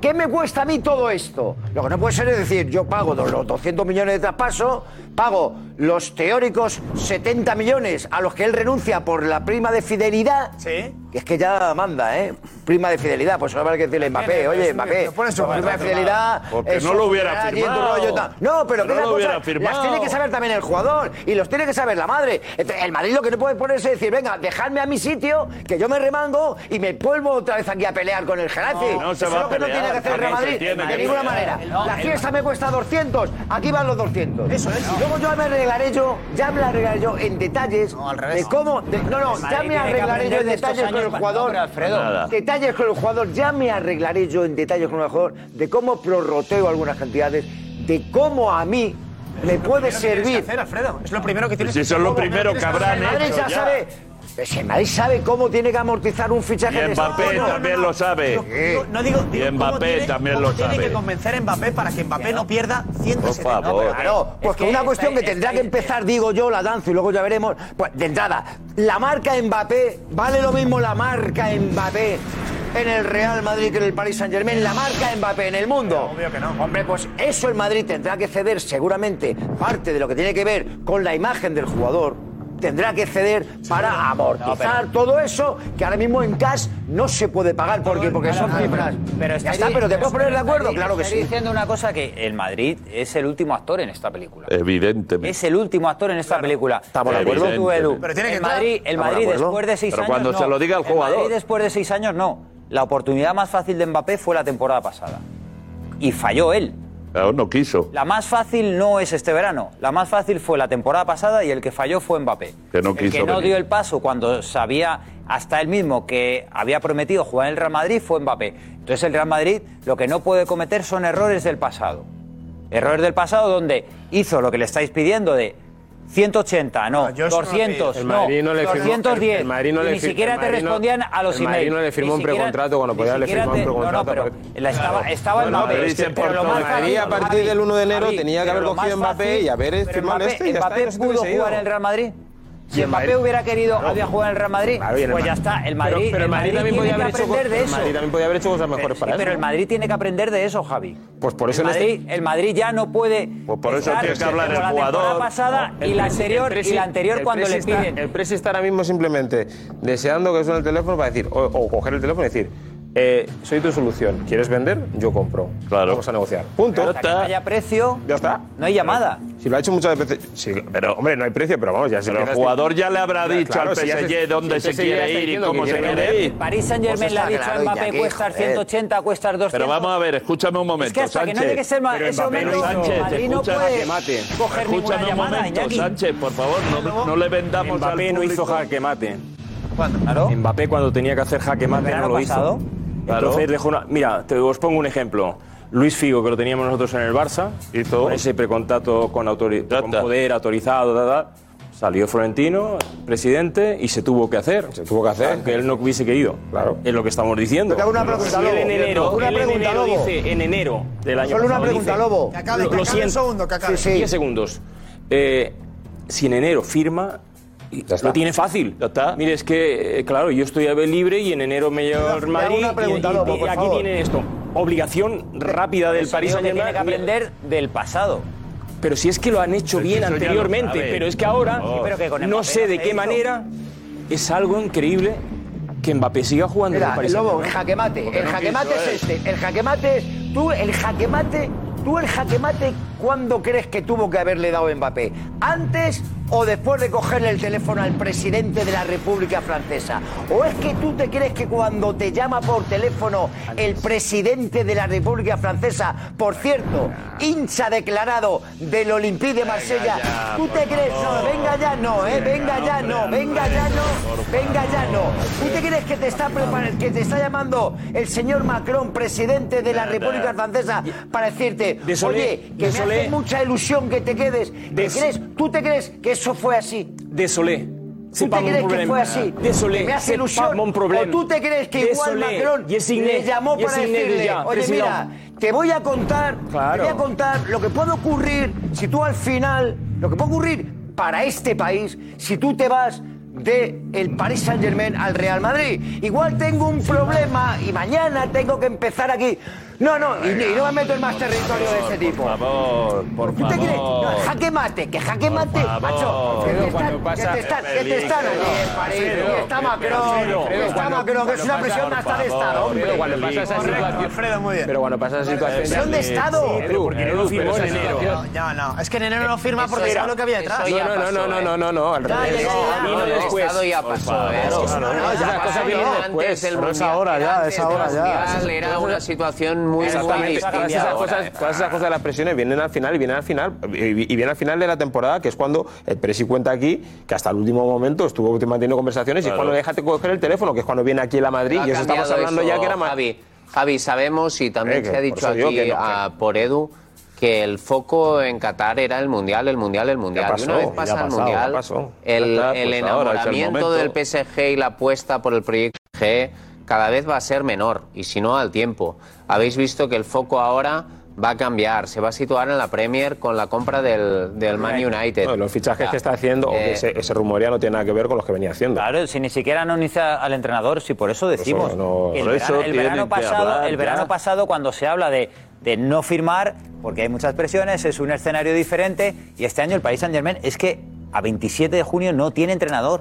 Speaker 19: ¿Qué me cuesta a mí todo esto? Lo que no puede ser es decir, yo pago dos- los 200 millones de traspaso, pago los teóricos 70 millones a los que él renuncia por la prima de fidelidad,
Speaker 18: Sí.
Speaker 19: que es que ya manda, ¿eh? Prima de fidelidad, pues ahora hay que decirle Mbappé, oye, Mbappé,
Speaker 18: Por eso,
Speaker 19: prima de
Speaker 18: contrato.
Speaker 19: fidelidad.
Speaker 18: Porque
Speaker 19: eso,
Speaker 18: no lo hubiera
Speaker 19: y en tu
Speaker 18: firmado.
Speaker 19: rollo y tal. No, pero
Speaker 18: No
Speaker 19: que esas
Speaker 18: lo hubiera
Speaker 19: cosas
Speaker 18: firmado.
Speaker 19: las tiene que saber también el jugador y los tiene que saber la madre. Entonces, El Madrid lo que no puede ponerse es decir, venga, dejadme a mi sitio, que yo me remango y me vuelvo otra vez aquí a pelear con el Geraci.
Speaker 18: No, no se
Speaker 19: eso es
Speaker 18: va
Speaker 19: lo
Speaker 18: a
Speaker 19: que no
Speaker 18: pelear,
Speaker 19: tiene que hacer el Real
Speaker 18: también se
Speaker 19: Madrid
Speaker 18: tiene
Speaker 19: de
Speaker 18: que
Speaker 19: ninguna
Speaker 18: pelear.
Speaker 19: manera.
Speaker 18: El-
Speaker 19: La
Speaker 18: el-
Speaker 19: fiesta me cuesta 200, aquí van los 200. Eso
Speaker 18: es.
Speaker 19: Y luego yo me arreglaré yo, ya me arreglaré yo en detalles de cómo... de- no, no,
Speaker 18: El
Speaker 19: ya
Speaker 18: Madrid
Speaker 19: me
Speaker 18: tiene que
Speaker 19: arreglaré yo
Speaker 18: aprender
Speaker 19: en
Speaker 18: de estos
Speaker 19: detalles con
Speaker 18: años
Speaker 19: el
Speaker 18: para-
Speaker 19: jugador.
Speaker 18: No, Alfredo. Nada.
Speaker 19: Detalles con el jugador, ya me arreglaré yo en detalles con el jugador de cómo prorroteo algunas cantidades, de cómo a mí me puede servir.
Speaker 18: hacer, Alfredo? Es lo primero que tienes
Speaker 19: Si
Speaker 18: que
Speaker 19: eso es lo primero que habrán
Speaker 18: Madrid
Speaker 19: hecho ya. Pues el Madrid sabe cómo tiene que amortizar un fichaje
Speaker 9: Y
Speaker 19: de
Speaker 9: Mbappé
Speaker 19: No, no, no,
Speaker 9: también
Speaker 19: no.
Speaker 9: lo sabe.
Speaker 19: digo-
Speaker 18: No digo, digo
Speaker 9: y
Speaker 18: cómo
Speaker 9: Mbappé
Speaker 18: tiene-
Speaker 9: también
Speaker 18: cómo
Speaker 9: lo
Speaker 18: Tiene
Speaker 9: sabe.
Speaker 18: que convencer a Mbappé para que Mbappé no pierda 170.
Speaker 19: Por favor.
Speaker 18: No, pero-
Speaker 19: Claro,
Speaker 18: es
Speaker 19: pues
Speaker 18: eh.
Speaker 19: que una
Speaker 18: está-
Speaker 19: cuestión que
Speaker 18: está-
Speaker 19: tendrá que empezar, digo yo, la danza y luego ya veremos. Pues de entrada, la marca Mbappé, ¿vale lo mismo la marca Mbappé en el Real Madrid que en el Paris Saint Germain? La marca Mbappé en el mundo. Obvio que no. Hombre, pues eso el Madrid tendrá que ceder seguramente parte de lo que tiene que ver con la imagen del jugador. Tendrá que ceder para amortizar todo eso que ahora mismo en cash no se puede pagar porque, porque son cifras.
Speaker 16: Pero
Speaker 19: ya está, pero te puedes poner de acuerdo, claro que
Speaker 16: Estoy
Speaker 19: sí.
Speaker 16: diciendo una cosa que el Madrid es el último actor en esta película.
Speaker 9: Evidentemente.
Speaker 16: Es el último actor en esta película.
Speaker 9: Estamos de acuerdo.
Speaker 16: Tú, Edu.
Speaker 9: Pero tiene que
Speaker 16: el Madrid, el
Speaker 9: Estamos de
Speaker 16: Madrid
Speaker 9: acuerdo.
Speaker 16: después de seis
Speaker 9: Pero
Speaker 16: años.
Speaker 9: cuando
Speaker 16: no.
Speaker 9: se lo diga el jugador.
Speaker 16: Madrid después de seis años no. La oportunidad más fácil de Mbappé fue la temporada pasada. Y falló él.
Speaker 9: Aún no quiso.
Speaker 16: La más fácil no es este verano. La más fácil fue la temporada pasada y el que falló fue Mbappé.
Speaker 9: Que no
Speaker 16: El
Speaker 9: quiso
Speaker 16: que no
Speaker 9: venir.
Speaker 16: dio el paso cuando sabía hasta él mismo que había prometido jugar en el Real Madrid fue Mbappé. Entonces el Real Madrid lo que no puede cometer son errores del pasado. Errores del pasado donde hizo lo que le estáis pidiendo de 180, no,
Speaker 15: Ah, yo eso no lo pedí.
Speaker 16: 200,
Speaker 15: El
Speaker 16: no,
Speaker 15: Madrid no le firmó-
Speaker 16: 210.
Speaker 15: el Madrid no
Speaker 16: y
Speaker 15: le
Speaker 16: ni
Speaker 15: fir-
Speaker 16: siquiera
Speaker 15: el
Speaker 16: te
Speaker 15: Madrid no-
Speaker 16: respondían a los
Speaker 15: el Madrid
Speaker 16: emails.
Speaker 15: no le firmó
Speaker 16: Ni
Speaker 15: un
Speaker 16: siquiera-
Speaker 15: precontrato cuando
Speaker 16: ni
Speaker 15: podía haberle
Speaker 16: siquiera
Speaker 15: firmado un
Speaker 16: te- no, no,
Speaker 15: precontrato.
Speaker 16: pero la estaba,
Speaker 15: Claro.
Speaker 16: estaba
Speaker 15: No,
Speaker 16: el
Speaker 15: no,
Speaker 16: Mbappé.
Speaker 15: pero dice,
Speaker 16: Pero
Speaker 15: por
Speaker 16: lo
Speaker 15: favor,
Speaker 16: más fácil-
Speaker 15: Madrid, a partir del 1 de enero
Speaker 16: Javi,
Speaker 15: tenía que
Speaker 16: pero
Speaker 15: haber
Speaker 16: lo más
Speaker 15: cogido Mbappé
Speaker 16: fácil-
Speaker 15: y haber
Speaker 16: pero
Speaker 15: firmado
Speaker 16: Mbappé-
Speaker 15: este y ya está,
Speaker 16: Mbappé
Speaker 15: y no se
Speaker 16: pudo
Speaker 15: hubiese ido.
Speaker 16: jugar en el Real Madrid. Si
Speaker 15: el
Speaker 16: Mbappé
Speaker 15: Madrid-
Speaker 16: hubiera querido,
Speaker 15: Claro.
Speaker 16: había jugado en el Real Madrid,
Speaker 15: Claro, y el
Speaker 16: pues ya
Speaker 15: Madrid-
Speaker 16: está. El Madrid,
Speaker 15: pero, pero el Madrid también podía
Speaker 16: tiene
Speaker 15: haber
Speaker 16: que
Speaker 15: hecho
Speaker 16: aprender
Speaker 15: co-
Speaker 16: de
Speaker 15: el
Speaker 16: eso.
Speaker 15: Madrid también podía haber hecho cosas mejores para
Speaker 16: Sí,
Speaker 15: él.
Speaker 16: pero el Madrid tiene que aprender de eso, Javi.
Speaker 15: Pues por eso
Speaker 16: el
Speaker 15: en este-
Speaker 16: Madrid, el Madrid ya no puede.
Speaker 15: Pues por eso
Speaker 16: estar
Speaker 15: tiene que hablar
Speaker 16: como
Speaker 15: el
Speaker 16: La temporada
Speaker 15: jugador.
Speaker 16: pasada y
Speaker 15: El
Speaker 16: la
Speaker 15: presi-
Speaker 16: anterior
Speaker 15: el
Speaker 16: y
Speaker 15: presi-
Speaker 16: la anterior
Speaker 15: el
Speaker 16: cuando
Speaker 15: presi
Speaker 16: le
Speaker 15: está-
Speaker 16: piden.
Speaker 15: el presi está ahora mismo simplemente deseando que suene el teléfono para decir, o, o coger el teléfono y decir, eh, soy tu solución, ¿quieres vender? Yo compro. Claro. Vamos a negociar. Punto.
Speaker 16: Hasta que no haya precio.
Speaker 15: Ya está.
Speaker 16: No hay llamada.
Speaker 15: Si lo ha hecho muchas veces. Sí, pero, hombre, no hay precio, pero vamos, ya se
Speaker 9: Pero el jugador ya le habrá dicho al PSG dónde se quiere ir y cómo se quiere ir.
Speaker 16: París
Speaker 15: Pues
Speaker 16: Saint Germain le ha dicho a Mbappé cuesta 180, cuesta 200.
Speaker 9: Pero vamos a ver, escúchame un momento,
Speaker 16: Es que hasta que
Speaker 9: Sánchez.
Speaker 16: no llegue ese ma- Pero ese Mbappé no momento, hizo.
Speaker 9: Sánchez,
Speaker 16: Madrid no
Speaker 9: escúchame,
Speaker 16: puede coger ninguna
Speaker 9: escúchame un
Speaker 16: llamada,
Speaker 9: momento,
Speaker 16: Iñaki.
Speaker 9: Sánchez, por favor, no, no le vendamos al
Speaker 11: Mbappé no
Speaker 9: público.
Speaker 11: hizo jaque mate.
Speaker 16: ¿Cuándo? Claro.
Speaker 11: Mbappé cuando tenía que hacer jaque mate
Speaker 16: verano
Speaker 11: no lo
Speaker 16: pasado?
Speaker 11: hizo. Entonces dejó una. Mira, te os pongo un ejemplo. Luis Figo, que lo teníamos nosotros en el Barça, hizo con ese precontrato con, autori- con poder autorizado, da, da. salió Florentino, presidente, y se tuvo que hacer. Se tuvo que hacer. Aunque él no hubiese querido. Claro. Es lo que estamos diciendo.
Speaker 19: Te hago una pregunta,
Speaker 11: Si él en
Speaker 19: Lobo.
Speaker 11: enero,
Speaker 19: Una
Speaker 11: él en
Speaker 19: pregunta,
Speaker 11: enero
Speaker 19: Lobo.
Speaker 11: dice, en enero del año
Speaker 19: Solo una
Speaker 11: pasado
Speaker 19: pregunta,
Speaker 11: dice,
Speaker 19: Lobo.
Speaker 11: lo-
Speaker 19: Que acabe, que
Speaker 11: lo
Speaker 19: acabe el
Speaker 11: siento.
Speaker 19: segundo, que acabe. Sí, sí.
Speaker 11: 10 segundos. Eh, si en enero firma, lo tiene fácil. Mire, es que, eh, claro, yo estoy a ver libre y en enero me llevo al
Speaker 19: hago
Speaker 11: Madrid.
Speaker 19: una
Speaker 11: Pues y-
Speaker 19: pregunta,
Speaker 11: y- y-
Speaker 19: Lobo,
Speaker 11: y
Speaker 19: por
Speaker 11: aquí
Speaker 19: favor.
Speaker 11: tiene esto. Obligación rápida del
Speaker 16: Eso
Speaker 11: París
Speaker 16: digo que
Speaker 11: Saint Germain.
Speaker 16: tiene que aprender del pasado.
Speaker 11: Pero si es que lo han hecho
Speaker 16: Pero
Speaker 11: bien
Speaker 16: eso ya lo
Speaker 11: anteriormente,
Speaker 16: sabe.
Speaker 11: pero es que ahora
Speaker 16: Sí, pero que con Mbappé
Speaker 11: no sé
Speaker 16: no
Speaker 11: de
Speaker 16: se
Speaker 11: qué
Speaker 16: hizo.
Speaker 11: manera es algo increíble que Mbappé siga jugando en el
Speaker 19: Mira,
Speaker 11: Paris
Speaker 19: el lobo, el
Speaker 11: Saint-Germain.
Speaker 19: jaquemate.
Speaker 11: Porque
Speaker 19: El
Speaker 11: no
Speaker 19: jaquemate
Speaker 11: quiso
Speaker 19: es
Speaker 11: él.
Speaker 19: este. El jaquemate es. Tú, el jaquemate. Tú, el jaquemate, ¿cuándo crees que tuvo que haberle dado Mbappé? ¿Antes o después de cogerle el teléfono al presidente de la República Francesa? ¿O es que tú te crees que cuando te llama por teléfono el presidente de la República Francesa, por cierto, hincha declarado del Olympique de Marsella,
Speaker 18: ya,
Speaker 19: tú te
Speaker 18: por
Speaker 19: crees, no,
Speaker 18: favor.
Speaker 19: venga ya no, eh, venga ya no, venga ya no, venga ya no. ¿Tú te crees que te está preparando, que te está llamando el señor Macron, presidente de la República Francesa, para decirte,
Speaker 11: Desolé,
Speaker 19: oye, que me
Speaker 11: desolé.
Speaker 19: hace mucha ilusión que te quedes? ¿Te
Speaker 11: Des-
Speaker 19: crees, ¿Tú te crees que eso fue así?
Speaker 11: Désolé.
Speaker 19: ¿Tú
Speaker 11: C'est
Speaker 19: te
Speaker 11: pas mon
Speaker 19: crees que
Speaker 11: problème.
Speaker 19: fue así?
Speaker 11: Désolé.
Speaker 19: Que me hace
Speaker 11: c'est pas
Speaker 19: ilusión.
Speaker 11: mon problème.
Speaker 19: ¿O tú te crees que igual
Speaker 11: Désolé.
Speaker 19: Macron
Speaker 11: Yes, signé.
Speaker 19: le llamó
Speaker 11: Yes,
Speaker 19: para
Speaker 11: signé
Speaker 19: decirle,
Speaker 11: déjà,
Speaker 19: oye,
Speaker 11: président.
Speaker 19: mira, te voy a contar, te voy a contar lo que puede ocurrir si tú al final, lo que puede ocurrir para este país, si tú te vas de el Paris Saint Germain al Real Madrid. Igual tengo un problema y mañana tengo que empezar aquí. No, no, y, y no me meto en más territorio de ese tipo.
Speaker 9: Por favor, por
Speaker 19: ¿Tú te crees? No,
Speaker 9: favor.
Speaker 19: jaque mate, que jaque mate, macho. Que te están, que te están, que te están eh, allí en París. Que está Macron, que está Macron, que es una presión hasta de Estado, hombre.
Speaker 4: cuando pasa esa situación.
Speaker 8: muy bien.
Speaker 4: Pero cuando pasa esa situación.
Speaker 8: ¿Presión de Eh, Estado?
Speaker 4: Sí, pero porque no lo firmó en enero.
Speaker 8: No, no, no, es que en enero no firma porque
Speaker 4: Eso
Speaker 8: sabe lo que había detrás.
Speaker 4: ya
Speaker 6: No, no,
Speaker 4: pasó,
Speaker 6: no,
Speaker 4: ¿eh?
Speaker 6: no, no, no, al
Speaker 4: Ya,
Speaker 6: revés.
Speaker 4: ya, ya,
Speaker 6: Vino
Speaker 4: no, no,
Speaker 6: después.
Speaker 4: estado ya
Speaker 6: Por
Speaker 4: pasó,
Speaker 6: favor.
Speaker 4: ¿eh?
Speaker 6: No,
Speaker 4: No, no,
Speaker 6: no,
Speaker 4: no,
Speaker 6: ya,
Speaker 4: ya
Speaker 6: las cosas vienen
Speaker 4: pasó bien
Speaker 6: después.
Speaker 4: antes del
Speaker 6: No es
Speaker 4: Mundial,
Speaker 6: ahora, ya,
Speaker 4: antes
Speaker 6: es ahora,
Speaker 4: del
Speaker 6: ya.
Speaker 4: Mundial,
Speaker 17: Era una situación muy, muy
Speaker 6: Exactamente.
Speaker 17: distinta.
Speaker 6: Todas esas,
Speaker 17: ahora,
Speaker 6: cosas, todas esas cosas de las presiones vienen al final y vienen al final y y vienen al final de la temporada, que es cuando el Presi cuenta aquí que hasta el último momento estuvo manteniendo conversaciones y es
Speaker 17: Claro.
Speaker 6: cuando le dejaste coger el teléfono, que es cuando viene aquí a la Madrid
Speaker 17: Pero
Speaker 6: y
Speaker 17: ha
Speaker 6: eso estamos
Speaker 17: cambiado
Speaker 6: hablando
Speaker 17: eso,
Speaker 6: ya que era más.
Speaker 17: Javi, Javi, sabemos y también
Speaker 6: Eh, que
Speaker 17: se ha
Speaker 6: por
Speaker 17: dicho
Speaker 6: eso digo
Speaker 17: aquí
Speaker 6: que no,
Speaker 17: ah, por Edu que el foco en Qatar era el Mundial, el Mundial, el Mundial.
Speaker 9: pasó,
Speaker 17: y una vez
Speaker 9: ya
Speaker 17: pasa
Speaker 9: ha
Speaker 17: el
Speaker 9: pasado,
Speaker 17: Mundial,
Speaker 9: ya pasó.
Speaker 17: el,
Speaker 9: Ya
Speaker 17: el
Speaker 9: está, pues ahora es el
Speaker 17: enamoramiento del
Speaker 9: momento.
Speaker 17: PSG y la apuesta por el proyecto G cada vez va a ser menor, y si no al tiempo. Habéis visto que el foco ahora va a cambiar, se va a situar en la Premier con la compra del, del Man United.
Speaker 6: No, los fichajes
Speaker 17: Ya.
Speaker 6: que está haciendo, o que
Speaker 17: Eh,
Speaker 6: se, se rumorea, no tiene nada que ver con los que venía haciendo.
Speaker 16: Claro, si ni siquiera no inicia al entrenador, si por eso decimos.
Speaker 6: no-
Speaker 16: el,
Speaker 6: Por eso
Speaker 16: verano, el
Speaker 6: tienen
Speaker 16: verano
Speaker 6: que
Speaker 16: pasado,
Speaker 6: hablar
Speaker 16: el
Speaker 6: ya.
Speaker 16: verano pasado, cuando se habla de, de no firmar, porque hay muchas presiones, es un escenario diferente, y este año el Paris Saint Germain es que a 27 de junio no tiene entrenador.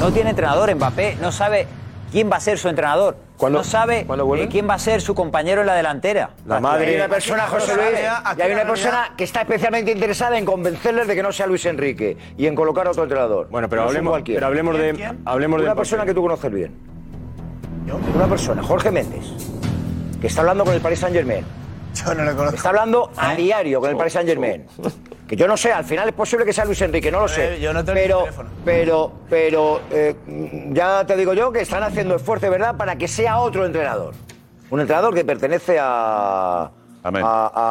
Speaker 16: No tiene entrenador, Mbappé no sabe quién va a ser su entrenador. No sabe eh, quién va a ser su compañero en la delantera.
Speaker 19: La
Speaker 16: madre.
Speaker 19: Hay una persona, José Luis, y hay una
Speaker 16: realidad-
Speaker 19: persona que está especialmente interesada en convencerles de que no sea Luis Enrique y en colocar a otro entrenador.
Speaker 2: Bueno, pero
Speaker 19: No
Speaker 2: hablemos-
Speaker 19: son cualquiera.
Speaker 2: pero hablemos de-
Speaker 19: ¿Quién?
Speaker 2: hablemos de
Speaker 19: una
Speaker 2: Mbappé.
Speaker 19: persona que tú conoces bien. Una persona, Jorge Méndez, que está hablando con el Paris Saint Germain.
Speaker 8: Yo no lo conozco. ¿Eh?
Speaker 19: Está hablando a diario con el Paris Saint Germain. Que yo no sé, al final es posible que sea Luis Enrique, no lo sé.
Speaker 8: yo no tengo
Speaker 19: pero,
Speaker 8: mi teléfono.
Speaker 19: pero, pero eh, ya te digo yo que están haciendo esfuerzo de verdad para que sea otro entrenador. Un entrenador que pertenece a. A,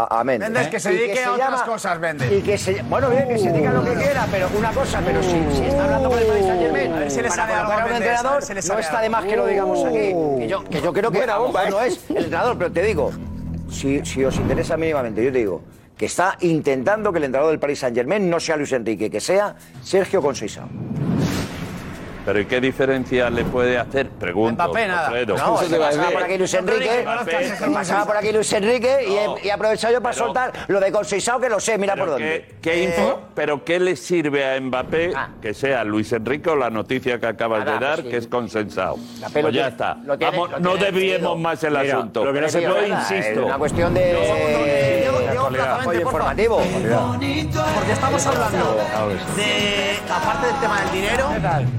Speaker 19: a, a Méndez.
Speaker 8: Méndez, que se
Speaker 19: Y
Speaker 8: dedique a otras cosas, Méndez.
Speaker 19: Y que se, bueno, bien, que se dedique a lo que quiera, pero una cosa, pero si, si está hablando con el Paris Saint Germain,
Speaker 8: A ver si le
Speaker 19: para
Speaker 8: sale algo
Speaker 19: colocar a
Speaker 8: a
Speaker 19: un
Speaker 8: Méndez, a ver
Speaker 19: entrenador,
Speaker 8: si le
Speaker 19: no
Speaker 8: sale
Speaker 19: está de
Speaker 8: algo.
Speaker 19: más que lo digamos aquí. Que yo, que yo creo que
Speaker 8: Buena
Speaker 19: a lo
Speaker 8: bomba,
Speaker 19: mejor no
Speaker 8: ¿eh?
Speaker 19: es el entrenador, pero te digo, si, si os interesa mínimamente, yo te digo que está intentando que el entrenador del Paris Saint Germain no sea Luis Enrique, que sea Sergio Conceição.
Speaker 9: Pero ¿y qué diferencia le puede hacer? Pregunto.
Speaker 19: Mbappé, nada.
Speaker 9: Alfredo.
Speaker 19: No, se pasaba por aquí Luis Enrique, se pasaba por aquí Luis Enrique y he- y he aprovechado yo para
Speaker 9: Pero-
Speaker 19: soltar lo de Conceição que lo sé, mira por
Speaker 9: ¿Pero
Speaker 19: dónde.
Speaker 9: qué- qué info- ¿Pero qué le sirve a Mbappé que sea Luis Enrique o la noticia que acabas
Speaker 19: Ah. Nada,
Speaker 9: de dar,
Speaker 19: pues sí.
Speaker 9: que es consensado? Pues
Speaker 19: Mbappé
Speaker 9: ya
Speaker 19: lo tiene-
Speaker 9: está.
Speaker 19: lo tiene-
Speaker 9: Vamos,
Speaker 19: lo
Speaker 9: no
Speaker 19: tiene
Speaker 9: desviemos
Speaker 19: decidido.
Speaker 9: más el
Speaker 19: Mira,
Speaker 9: asunto.
Speaker 19: lo que no se
Speaker 9: Yo
Speaker 19: puede-
Speaker 9: insisto.
Speaker 19: es una cuestión de-
Speaker 9: Yo-
Speaker 19: Diego- Diego,
Speaker 9: Actualidad.
Speaker 19: Oye, informativo.
Speaker 8: Porque estamos hablando de, aparte del tema del dinero,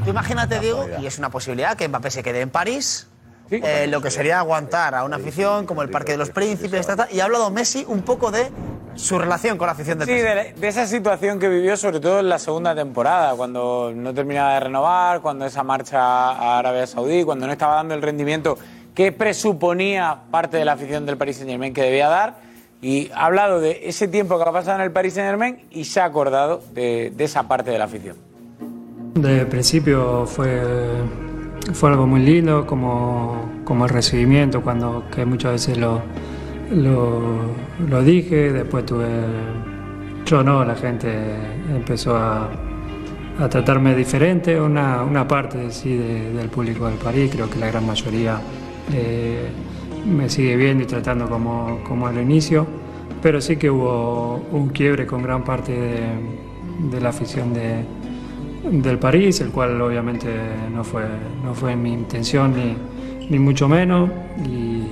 Speaker 8: tú imagínate, Diego, y es una posibilidad que Mbappé se quede en París, eh, lo que sería aguantar a una afición como el Parque de los Príncipes, ta, ta, y ha hablado Messi un poco de su relación con la afición del
Speaker 6: Sí,
Speaker 8: PSG.
Speaker 6: de, la- de esa situación que vivió sobre todo en la segunda temporada, cuando no terminaba de renovar, cuando esa marcha a Arabia Saudí, cuando no estaba dando el rendimiento que presuponía parte de la afición del Paris Saint-Germain que debía dar. Y ha hablado de ese tiempo que ha pasado en el Paris Saint-Germain y se ha acordado de, de esa parte de la afición.
Speaker 20: Desde el principio fue, fue algo muy lindo, como, como el recibimiento, cuando que muchas veces lo, lo, lo dije, después tuve, yo no, la gente empezó a, a tratarme diferente, una, una parte sí, de- del público del París, creo que la gran mayoría eh, me sigue viendo y tratando como, como al inicio, pero sí que hubo un quiebre con gran parte de, de la afición de, del París, el cual obviamente no fue, no fue mi intención ni, ni mucho menos. Y,